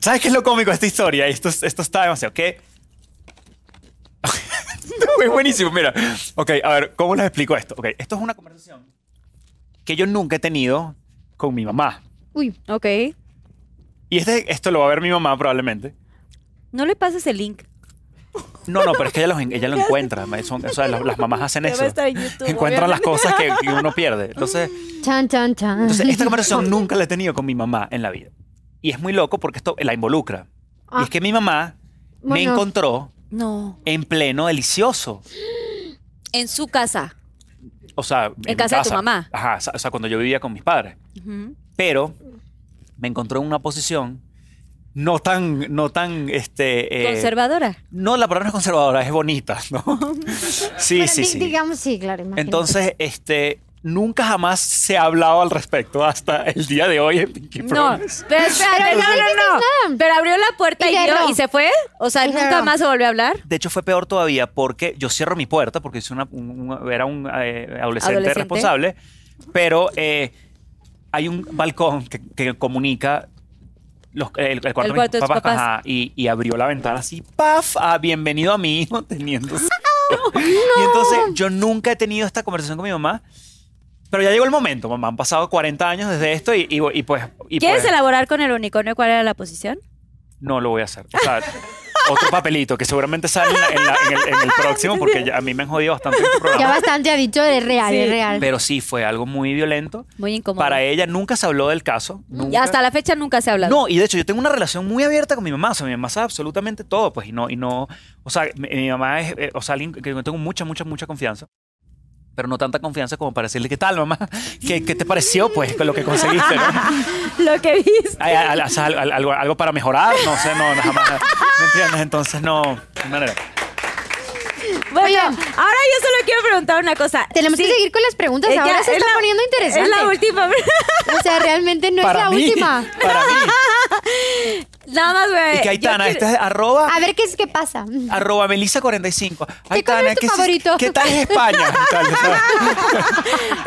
¿Sabes qué es lo cómico de esta historia? Esto, es- esto está demasiado. ¿Qué? No, es buenísimo, mira. Ok, a ver, ¿cómo les explico esto? Ok, esto es una conversación que yo nunca he tenido con mi mamá.
Uy.
Ok.
Y este, esto lo va a ver mi mamá probablemente.
No le pases el link.
No, no, pero es que ella, los en- ella lo encuentra. ma- son- o sea, las, las mamás hacen
Ya va
eso.
a estar en YouTube,
Encuentran las
obviamente.
cosas que, que uno pierde. Entonces,
Chan, chan, chan.
entonces, esta conversación nunca la he tenido con mi mamá en la vida. Y es muy loco porque esto la involucra.
Ah.
Y es que mi mamá me
Bueno.
encontró
No.
en pleno delicioso.
En su casa.
O sea,
En
mi
casa de tu mamá.
Ajá, o sea, cuando yo vivía con mis padres. Pero me encontró en una posición no tan, no tan, este... eh,
Conservadora.
no, la palabra no es conservadora, es bonita, ¿no? Sí,
Bueno,
sí,
di-
sí.
Digamos, sí, claro. imagino.
Entonces, este, nunca jamás se ha hablado al respecto hasta el día de hoy en Pinky
No. Pero
Promise.
espérate, no, no, no. Pero abrió la puerta
Y
y, vio
cerró.
y se fue. O sea,
Y
nunca
cerró.
más se volvió a hablar.
De hecho, fue peor todavía porque yo cierro mi puerta porque soy una- un- un- era un eh, adolescente,
Adolescente.
responsable, pero eh, hay un balcón que, que comunica los- el, el cuarto
El cuarto
de mis
de tus
papás,
papás.
ajá, y, y abrió la ventana así, ¡paf! Ah, bienvenido a mi hijo teniendo sexo. Y entonces yo nunca he tenido esta conversación con mi mamá, pero ya llegó el momento, mamá. Han pasado 40 años desde esto y, y- y pues... y
¿Quieres
pues-
elaborar con el unicornio cuál era la posición?
no lo voy a hacer. O sea, otro papelito que seguramente sale en, la- en la- en el, en el próximo porque ya- a mí me han jodido bastante este
Ya
programa.
bastante ha dicho, es real,
Sí.
es real.
Pero sí, fue algo muy violento.
Muy incómodo.
Para ella nunca se habló del caso.
Y
nunca.
hasta la fecha nunca se ha hablado.
No, y de hecho yo tengo una relación muy abierta con mi mamá, o sea, mi mamá sabe absolutamente todo, pues, y no, y no, o sea, mi, mi mamá es, eh, o sea, alguien que que tengo mucha, mucha, mucha confianza, pero no tanta confianza como para decirle, ¿qué tal, mamá? ¿Qué, qué te pareció, pues, con lo que conseguiste? ¿no? Ah.
Lo que viste.
Ay, al- al- al- al- algo, algo para mejorar, no sé, no, no, jamás, ¿me entiendes? Entonces, no, de manera.
Bueno,
Oye.
ahora yo solo quiero preguntar una cosa.
Tenemos
Sí,
que seguir con las preguntas,
eh,
ahora
ya,
se
es
está
la-
poniendo interesante.
Es la última.
O sea, realmente no es
Para
la
mí,
última.
para mí.
Nada más, güey.
Y que
yo
Aitana,
quiero-
esta es arroba
A ver qué es que pasa.
Arroba Melissa45.
color
Aitana,
es tu
¿qué, es-
favorito?
¿qué tal es España? Y tal, ¿sabes?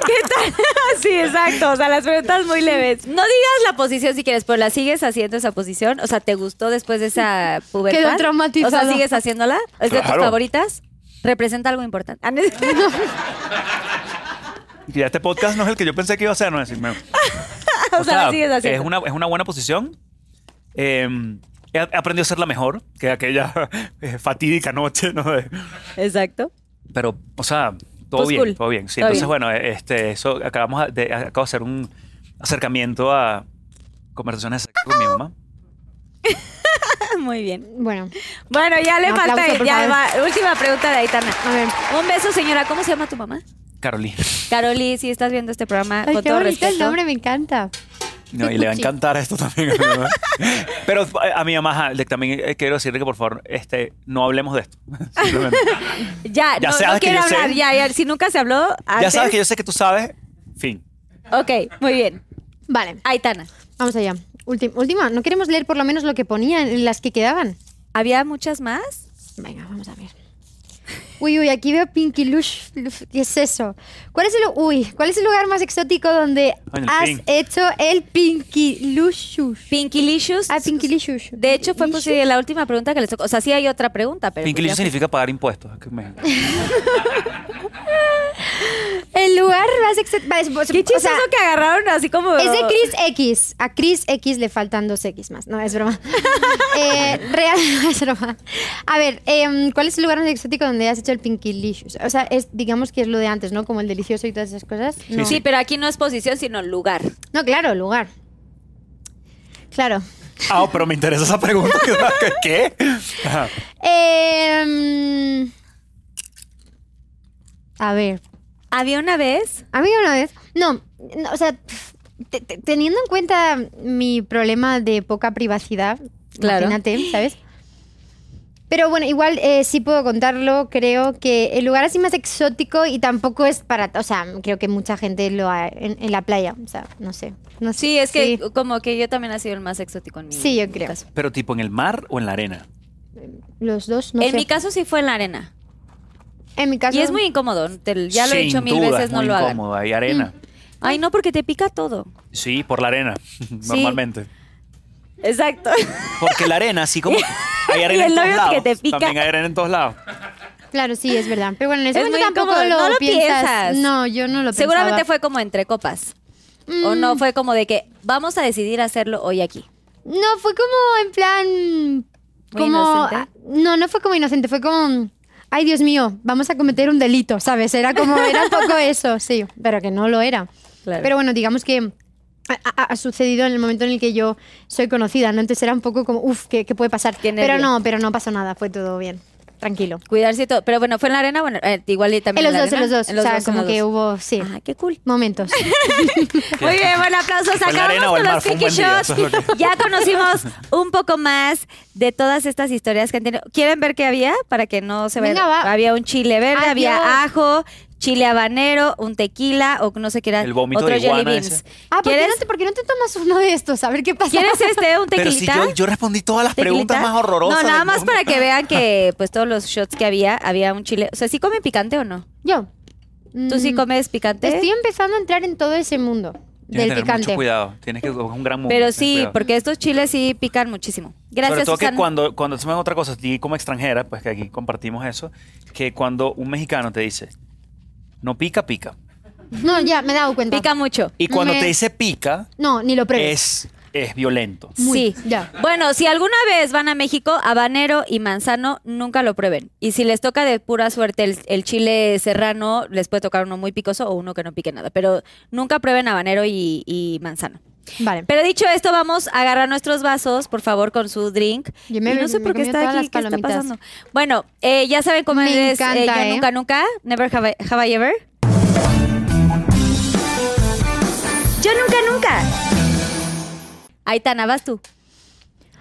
¿Qué tal? sí, exacto. O sea, las preguntas muy leves. No digas la posición si quieres, pero la sigues haciendo esa posición. O sea, ¿te gustó después de esa pubertad?
Quedó traumatizada.
O sea, ¿sigues haciéndola? ¿Es de
Claro.
tus favoritas? ¿Representa algo importante? Ah, no es-
Ya este podcast no es el que yo pensé que iba a ser, no es decirme.
o sea, la sigues haciendo.
Es una, es una buena posición. Eh, he he aprendido a ser la mejor que aquella eh, fatídica noche, ¿no? De-
Exacto.
Pero, o sea, todo
Pues
bien,
cool.
todo bien. Sí,
Todo
entonces,
bien.
bueno, eh, este, eso acabamos de, acabo de hacer un acercamiento a conversaciones de sexo con mi mamá.
Muy bien.
Bueno,
Bueno, ya le
Un
falta.
aplauso, por
ya
favor.
va. Última pregunta de Aitana.
a ver.
Un beso, señora. ¿Cómo se llama tu mamá?
Carolina.
Caroli, si estás viendo este programa,
Ay,
con
qué
todo
bonito
respeto.
el nombre, me encanta.
No, y le va a
Sí.
encantar esto también. a mi mamá. Pero eh, a mi mamá ajá, le- también eh, quiero decirle que por favor este, no hablemos de esto. Simplemente.
Ya,
Ya
no,
sabes
no
que
quiero
yo sé.
hablar. Ya, ya, si nunca se habló
ya
antes.
sabes que yo sé que tú sabes. Fin.
Ok, muy bien.
Vale,
Aitana,
vamos allá. Ulti- última, no queremos leer por lo menos lo que ponían, en las que quedaban.
¿había muchas más?
Venga, vamos a ver. Uy, uy, aquí veo Pinky Lush. Lush, ¿Qué es eso? ¿Cuál es el, uy, ¿cuál es el lugar más exótico donde
Coño, Ah, el
has
pink.
hecho el Pinky Lushush?
Pinky Licious.
Ah, Pinky Lishush.
De hecho, fue posible la última pregunta que les tocó. O sea, sí hay otra pregunta, pero.
Incluso
pues ya
significa pagar impuestos. aquí en México.
El lugar más exótico. Vale,
fue. Qué
o
chistoso
sea,
que agarraron así como.
Es de Chris X. A Chris X le faltan dos X más. No, es broma. Eh, real, es broma. A ver, em, ¿cuál es el lugar más exótico donde has hecho el Pinky Licious? O sea, es, digamos que es lo de antes, ¿no? Como el delicioso y todas esas cosas. No,
Sí, pero aquí no es posición, sino lugar.
no claro, lugar. Claro.
Ah, pero me interesa esa pregunta. ¿Qué? Ajá.
Em, a ver.
Había una vez.
A mí una vez. No, no, o sea, pf, te- te- teniendo en cuenta mi problema de poca privacidad,
Claro.
imagínate, ¿sabes? Pero bueno, igual eh, sí puedo contarlo. Creo que el lugar así más exótico y tampoco es para. O sea, creo que mucha gente lo ha en, en la playa. O sea, no sé. No sé.
Sí, es que como que yo también ha sido el más exótico en mi
Sí, yo
en mi
creo.
caso.
Pero tipo en el mar o en la arena.
Los dos, no
en
sé.
mi caso sí fue en la arena.
en mi caso.
Y es muy incómodo. te- ya lo he
Sin
hecho mil
duda,
veces,
es
no
muy
lo hagan. Mm.
incómodo. Hay arena.
Ay, no, porque te pica todo.
Sí, por la arena. Normalmente.
Exacto.
Porque la arena, así como. Hay arena
Y el
en todos
novio
lados.
que te pica.
También hay arena en todos lados.
Claro, sí, es verdad. Pero bueno, en ese
Es
momento
muy
tampoco
incómodo,
lo,
no lo
piensas.
piensas.
No, yo no lo pensaba. Mm,
Seguramente fue como entre copas. O no fue como de que vamos a decidir hacerlo hoy aquí.
No, fue como en plan.
Muy
Como.
inocente.
ah, No, no fue como inocente, fue como. Ay, Dios mío, vamos a cometer un delito, ¿sabes? Era como. Era un poco eso, sí, pero que no lo era.
Claro.
Pero bueno, digamos que. ha- Ha, ha sucedido en el momento en el que yo soy conocida, ¿no? Entonces era un poco como, uff, ¿qué, qué puede pasar?
Qué
Pero
nervio.
no, pero no pasó nada, fue todo bien, tranquilo.
Cuidarse y todo. Pero bueno, fue en la arena, bueno, eh, igual y
En
también.
los
la
dos, en
arena.
los dos, o sea, como que hubo, sí,
Ah, qué cool.
momentos.
Muy bien, buen aplauso.
en la
Acabamos
arena o
con
el
los
mar, fue un
Pinky
buen día,
Shots.
eso es lo
Ya conocimos un poco más de todas estas historias que han tenido. ¿Quieren ver qué había? Para que no se vean.
Venga, va.
Había un chile verde,
Adiós.
había ajo, chile habanero, un tequila o no sé qué era.
El vómito
otro
de
jelly
iguana
beans.
ese.
Ah, ¿por qué,
¿Quieres,
no te, por qué no te tomas uno de estos? A ver qué pasa.
¿Quieres este, un
Pero si
tequilita?
yo, yo respondí todas las preguntas
¿Tequilita?
más horrorosas.
No, nada
del
más
mundo.
para que vean que pues todos los shots que había, había un chile. O sea, ¿sí comen picante o no?
Yo.
¿Tú sí
Mm.
comes picante?
Estoy empezando a entrar en todo ese mundo del
Tienes que tener mucho
picante.
cuidado. Tienes que es un gran mundo.
Pero
tienes
sí,
cuidado.
porque estos chiles sí pican muchísimo. Gracias,
Sobre todo
Susana.
que cuando, cuando se me otra cosa, a ti como extranjera, pues que aquí compartimos eso, que cuando un mexicano te dice, no pica, pica.
No, ya, me he dado cuenta.
Pica mucho.
Y cuando
Me-
te dice pica,
No, ni lo pruebes.
es, es violento.
Muy,
Sí.
ya.
Bueno, si alguna vez van a México, habanero y manzano nunca lo prueben. Y si les toca de pura suerte el, el chile serrano, les puede tocar uno muy picoso o uno que no pique nada. Pero nunca prueben habanero y, y manzano.
Vale.
Pero dicho esto, vamos a agarrar nuestros vasos, por favor, con su drink.
Yo me-
y no sé
me
por qué
comí
está
todas
aquí,
las
¿qué está
palomitas.
pasando? Bueno, eh, ya saben cómo
Me
es eh,
encanta,
Yo
¿eh?
Nunca Nunca, Never Have I, have I Ever.
Yo nunca, nunca.
Aitana, vas tú.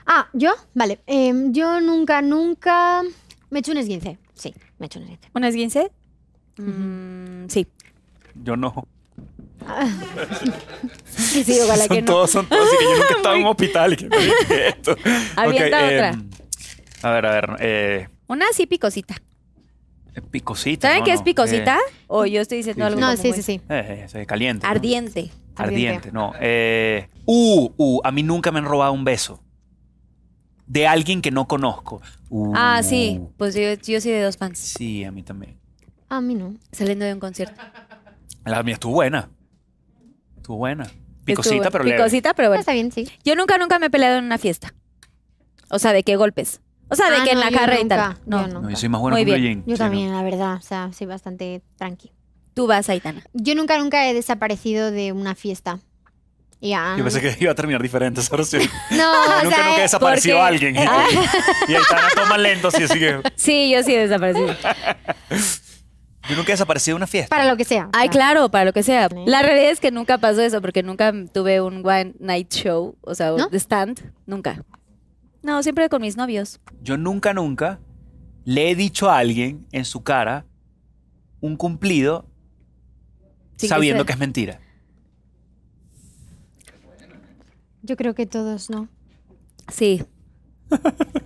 Ah, ¿yo? Vale. Eh, yo nunca, nunca... Me he hecho un esguince. Sí, me he hecho un esguince.
¿Un esguince? Mm, sí.
Yo no.
Sí, sí, ojalá que
son
no.
todos, son todos. Así que yo nunca estaba en un hospital. Y que, ¿qué es esto?
Avienta
Ok,
otra.
em, a ver, a ver. Eh,
Una así picosita.
picosita.
¿Saben
no,
qué es
no,
picosita? o yo estoy diciendo
sí,
algo
sí.
No,
como
sí,
muy
sí, sí.
Eh, eh, eh, se- caliente. ¿no?
Ardiente.
Ardiente, no. Eh, uh, uh, a mí nunca me han robado un beso. De alguien que no conozco. Uh,
Ah, sí. Pues yo, yo soy de dos fans.
Sí, a mí también.
A mí no.
Saliendo de un concierto.
La mía estuvo buena. Estuvo buena. Picosita,
Estuvo-
pero leve.
Picosita, pero bueno.
Está bien, sí.
Yo nunca, nunca me he peleado en una fiesta. O sea, ¿de qué golpes? O sea, de
Ah,
que en
no,
la
yo
carrera y
nunca,
tal. No,
yo no.
No, yo soy más bueno
Muy
que un
bien.
Beijing.
Yo
Sí, no.
también, la verdad. O sea, soy bastante tranqui.
tú vas, Aitana.
Yo nunca, nunca he desaparecido de una fiesta. Ya.
Yo pensé que iba a terminar diferente esa oración.
No, o
nunca,
sea,
nunca he desaparecido a
porque-
alguien. Y ahí está, no toma lento, así, así que.
Sí, yo sí he desaparecido.
Yo nunca he desaparecido de una fiesta.
para lo que sea.
Ay,
O sea,
claro, para lo que sea. La realidad es que nunca pasó eso, porque nunca tuve un one night show, o sea,
¿No?
un stand, nunca. No, siempre con mis novios.
Yo nunca, nunca le he dicho a alguien en su cara un cumplido
Sin que
sabiendo
sea.
que es mentira.
Yo creo que todos no.
Sí.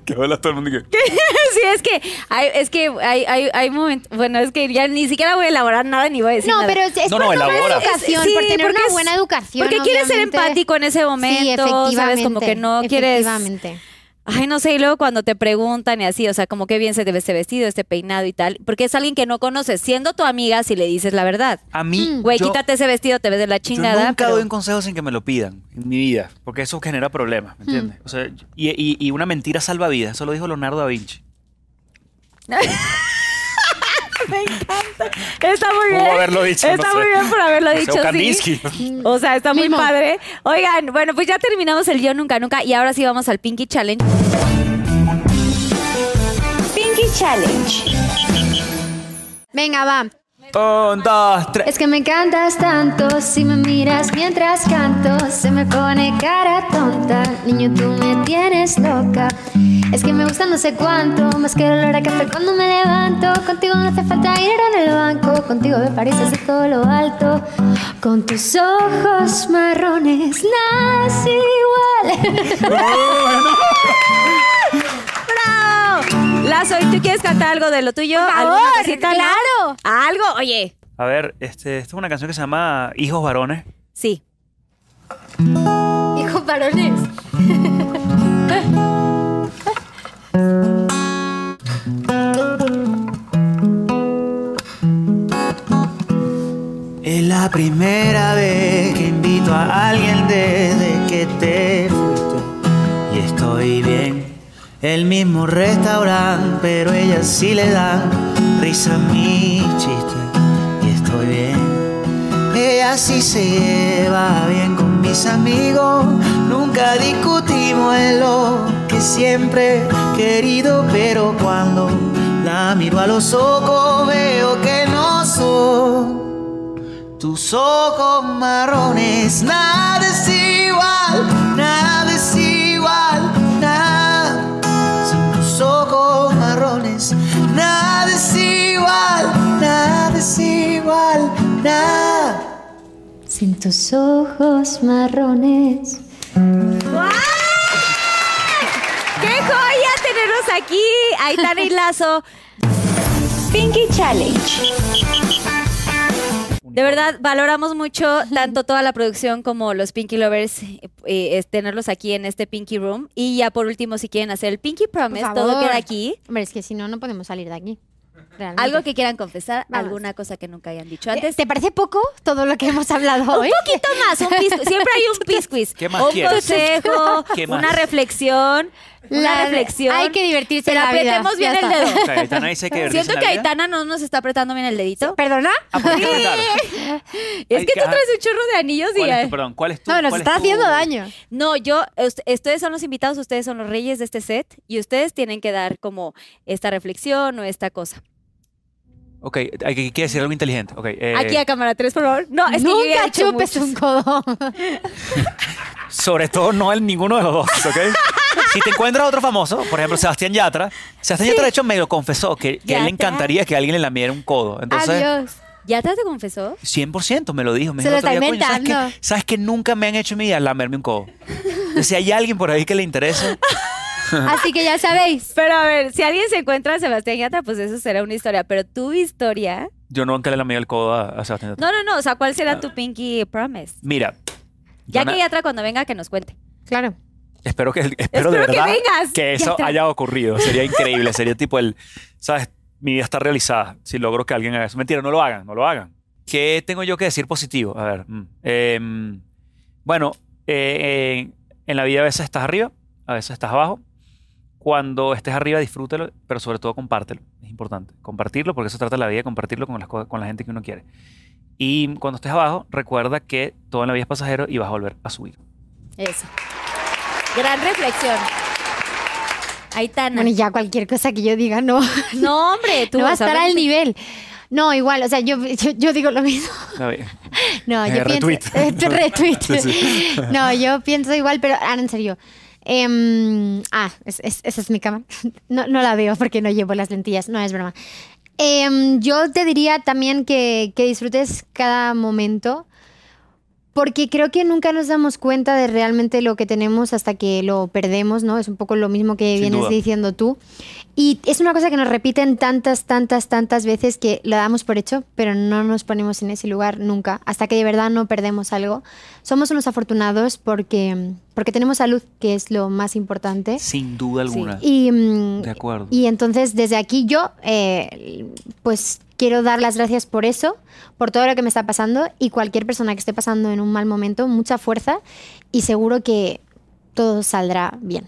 Que hablas todo el mundo y que.
Sí, es que hay, es que hay, hay, hay momentos, bueno, es que ya ni siquiera voy a elaborar nada ni voy a decir
No,
nada.
pero es, es
No,
por
no,
una buena
elabora.
educación,
Sí,
por tener
porque
una
es-
buena educación.
Porque quieres ser
obviamente.
empático en ese
Sí,
momento,
efectivamente.
¿sabes? Como que no quieres...
Efectivamente.
Ay, no sé, y luego cuando te preguntan y así, o sea, como qué bien se te ve este vestido, este peinado y tal, porque es alguien que no conoces, siendo tu amiga si le dices la verdad.
A mí.
Mm, Güey,
yo-
quítate ese vestido, te ves de la
Yo
chingada.
nunca
pero-
doy un consejo sin que me lo pidan en mi vida, porque eso genera problemas,
Mm.
¿me entiendes? O sea, y, y- y una mentira salva vidas, eso lo dijo Leonardo da Vinci.
Está muy bien.
Pudo haberlo dicho, no
Está
sé.
muy bien por haberlo
O sea,
dicho,
o
sí.
Kandinsky.
O sea, está muy
Mismo.
padre. Oigan, bueno, pues ya terminamos el Yo Nunca Nunca y ahora sí vamos al Pinky Challenge.
Pinky Challenge.
Venga, va.
Un, dos, tres.
Es que me encantas tanto, si me miras mientras canto, se me pone cara tonta, niño tú me tienes loca. Es que me gusta no sé cuánto, más que el olor a café cuando me levanto, contigo no hace falta ir en el banco, contigo me pareces de todo lo alto, con tus ojos marrones nací igual.
¡Bravo! Lazo, ¿y tú quieres cantar algo de lo tuyo?
Por
¿Alguna
favor,
cosita, no?
claro.
Algo, oye.
A ver, este, esta es una canción que se llama Hijos Varones.
Sí.
Hijo varones.
Es la primera vez que invito a alguien desde que te fuiste. Y estoy bien. El mismo restaurante, pero ella sí le da risa a mis chistes. Y estoy bien. Ella sí se lleva bien con mis amigos. Nunca discutimos en lo que siempre he querido, pero cuando la miro a los ojos veo que no soy. Tus ojos marrones, nada es igual, nada es igual, nada. Sin tus ojos marrones, nada es igual, nada es igual, nada.
Sin tus ojos marrones.
¡Qué joya tenernos aquí! Aitana y Lazo.
Pinky Challenge.
De verdad, valoramos mucho tanto toda la producción como los Pinky Lovers, eh, eh, es tenerlos aquí en este Pinky Room. Y ya por último, si quieren hacer el Pinky Promise, todo
favor.
queda aquí.
Hombre, es que si no, no podemos salir de aquí. realmente.
Algo que quieran confesar,
Vamos.
alguna cosa que nunca hayan dicho
Eh,
antes.
¿Te parece poco todo lo que hemos hablado
Un
hoy?
poquito más, un piscu- Siempre hay un pisquis.
¿Qué más
un
quieres?
consejo,
¿Qué más?
una reflexión, una
La-
reflexión.
Hay que divertirse
Pero
en la vida.
apretemos bien
Ya
el
está.
dedo.
O sea, Aitana dice que
Siento que
Aitana
Aitana no nos está apretando bien el dedito.
¿Perdona?
Ah,
Es
Ay,
que tú
ajá.
traes un chorro de anillos y...
¿Cuál es tu, perdón, ¿cuál es tu?
No, nos
cuál es
está
tu-
haciendo daño.
No, yo, ust- ustedes son los invitados, ustedes son los reyes de este set y ustedes tienen que dar como esta reflexión o esta cosa.
Ok, hay que, hay que decir algo inteligente. Ok, eh,
Aquí a cámara 3, por favor. No, es que yo ya he
Nunca
dicho
chupes
muchos.
un codo.
Sobre todo no el ninguno de los dos, ¿ok? si te encuentras otro famoso, por ejemplo, Sebastián Yatra. Sebastián Yatra, de hecho, medio confesó que, que a
Yatra.
él le encantaría que alguien le lamiera un codo. Entonces,
Adiós.
¿Ya te, te confesó?
100% me lo dijo. Me
Se
dijo
lo
otro
está
día, "Coño, ¿sabes qué?
inventando.
¿Sabes que nunca me han hecho en mi vida lamerme un codo? Entonces, si hay alguien por ahí que le interese,
Así que ya sabéis.
Pero a ver, si alguien se encuentra a Sebastián Yatra, pues eso será una historia. Pero tu historia.
yo nunca le lamé el codo a, a Sebastián Yatra.
No, no, no. O sea, ¿cuál será tu pinky promise?
Mira,
Ya
Ah. Dana,
que Yatra cuando venga que nos cuente.
Claro.
espero que, espero
Espero
de
que
verdad
vengas,
que eso
Yatra.
haya ocurrido. Sería increíble. Sería tipo el, ¿sabes? Mi vida está realizada si logro que alguien haga eso. Mentira, no lo hagan, no lo hagan. ¿Qué tengo yo que decir positivo? A ver. mm, em, bueno, eh, en- en la vida a veces estás arriba, a veces estás abajo. Cuando estés arriba, disfrútalo, pero sobre todo compártelo. Es importante. Compartirlo, porque eso trata la vida, compartirlo con, las co- con la gente que uno quiere. Y cuando estés abajo, recuerda que todo en la vida es pasajero y vas a volver a subir.
Eso. Gran reflexión. Aitana.
Bueno, y ya cualquier cosa que yo diga, no.
No, hombre, tú
no va a
o sea,
estar
ven-
al nivel. No, igual, o sea, yo, yo, yo digo lo mismo.
A ver.
No,
Eh,
yo pienso.
retweet.
Eh, tu- retweet.
Sí, sí.
No, yo pienso igual, pero ahora en serio. Em, ah, es- es- esa es mi cámara. No, no la veo porque no llevo las lentillas. No, es broma. Em, yo te diría también que, que disfrutes cada momento. Porque creo que nunca nos damos cuenta de realmente lo que tenemos hasta que lo perdemos, ¿no? Es un poco lo mismo que
Sin
vienes
duda.
diciendo tú. Y es una cosa que nos repiten tantas, tantas, tantas veces que lo damos por hecho, pero no nos ponemos en ese lugar nunca, hasta que de verdad no perdemos algo. Somos unos afortunados porque, porque tenemos salud, que es lo más importante.
Sin duda alguna.
Y, mm,
De acuerdo.
y entonces desde aquí yo eh, pues quiero dar las gracias por eso, por todo lo que me está pasando y cualquier persona que esté pasando en un mal momento, mucha fuerza y seguro que todo saldrá bien.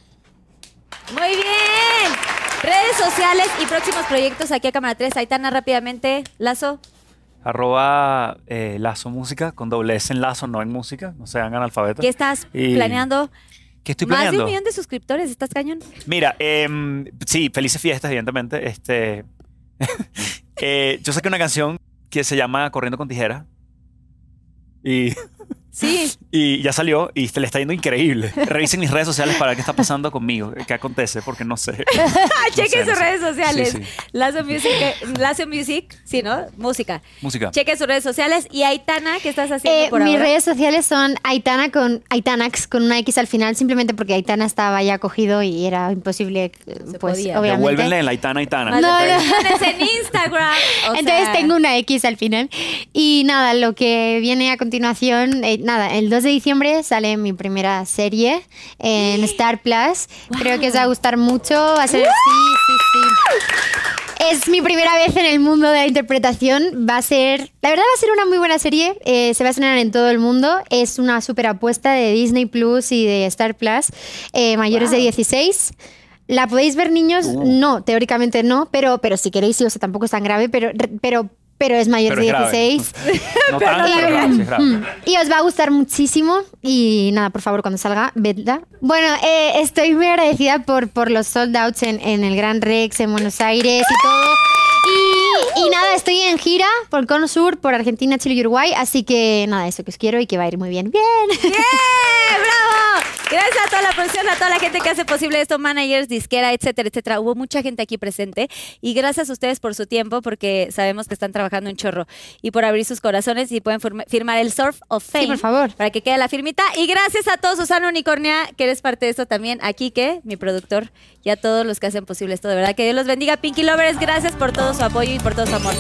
Muy bien. Redes sociales y próximos proyectos aquí a Cámara 3. Aitana, rápidamente. Lazo.
Arroba eh, Lazo Música, con doble S en Lazo, no en música. No sean analfabetas.
¿Qué estás
Y-
planeando?
¿Qué estoy
Más de
planeando?
un millón de suscriptores. ¿Estás cañón?
Mira, em, sí, felices fiestas, evidentemente. Este, eh, yo saqué una canción que se llama Corriendo con Tijeras. Y,
Sí.
y ya salió y se le está yendo increíble. Revisen mis redes sociales para ver qué está pasando conmigo, qué acontece, porque no sé. No sé,
Chequen
no
sus
sé.
redes sociales.
Sí, sí.
Lazo Music. eh, Lazo Music. Sí, ¿no? Música.
Música.
Chequen sus redes sociales. Y Aitana, ¿qué estás haciendo
Eh,
por
mis
ahora?
redes sociales son Aitana con Aitanax con una X al final, simplemente porque Aitana estaba ya cogido y era imposible, eh,
se
pues
podía.
obviamente.
Devuélvenle en la Aitana Aitana.
Más de
No, no.
producciones en Instagram. O
Entonces
sea,
tengo una X al final. Y nada, lo que viene a continuación, eh, nada, el 2 de diciembre sale mi primera serie en Star Plus. Creo que os va a gustar mucho. Va a ser, sí, sí, sí. Es mi primera vez en el mundo de la interpretación. Va a ser, la verdad va a ser una muy buena serie. Eh, se va a estrenar en todo el mundo. Es una super apuesta de Disney Plus y de Star Plus. eh, mayores de 16. ¿La podéis ver, niños? No, teóricamente no, pero, pero si queréis, sí, o sea, tampoco es tan grave, pero, pero, pero es mayor
Pero
de
es grave.
16.
No tanto, pero grave, sí, es grave.
Mm, Y os va a gustar muchísimo. Y nada, por favor, cuando salga, vedla. Bueno, eh, estoy muy agradecida por, por los sold outs en, en el Gran Rex, en Buenos Aires y todo. Y, y nada, estoy en gira por Cono Sur, por Argentina, Chile y Uruguay. Así que nada, eso que os quiero y que va a ir muy bien. ¡Bien!
¡Eh, ¡Bravo! Gracias a toda la producción, a toda la gente que hace posible esto, managers, disquera, etcétera, etcétera. Hubo mucha gente aquí presente y gracias a ustedes por su tiempo porque sabemos que están trabajando un chorro y por abrir sus corazones y pueden firma- firmar el Surf of Fame.
por favor.
Para que quede la firmita. Y gracias a todos, Susana Unicornia, que eres parte de esto también, a Kike, mi productor, y a todos los que hacen posible esto. De verdad, que Dios los bendiga. Pinky Lovers, gracias por todo su apoyo y por todo su amor.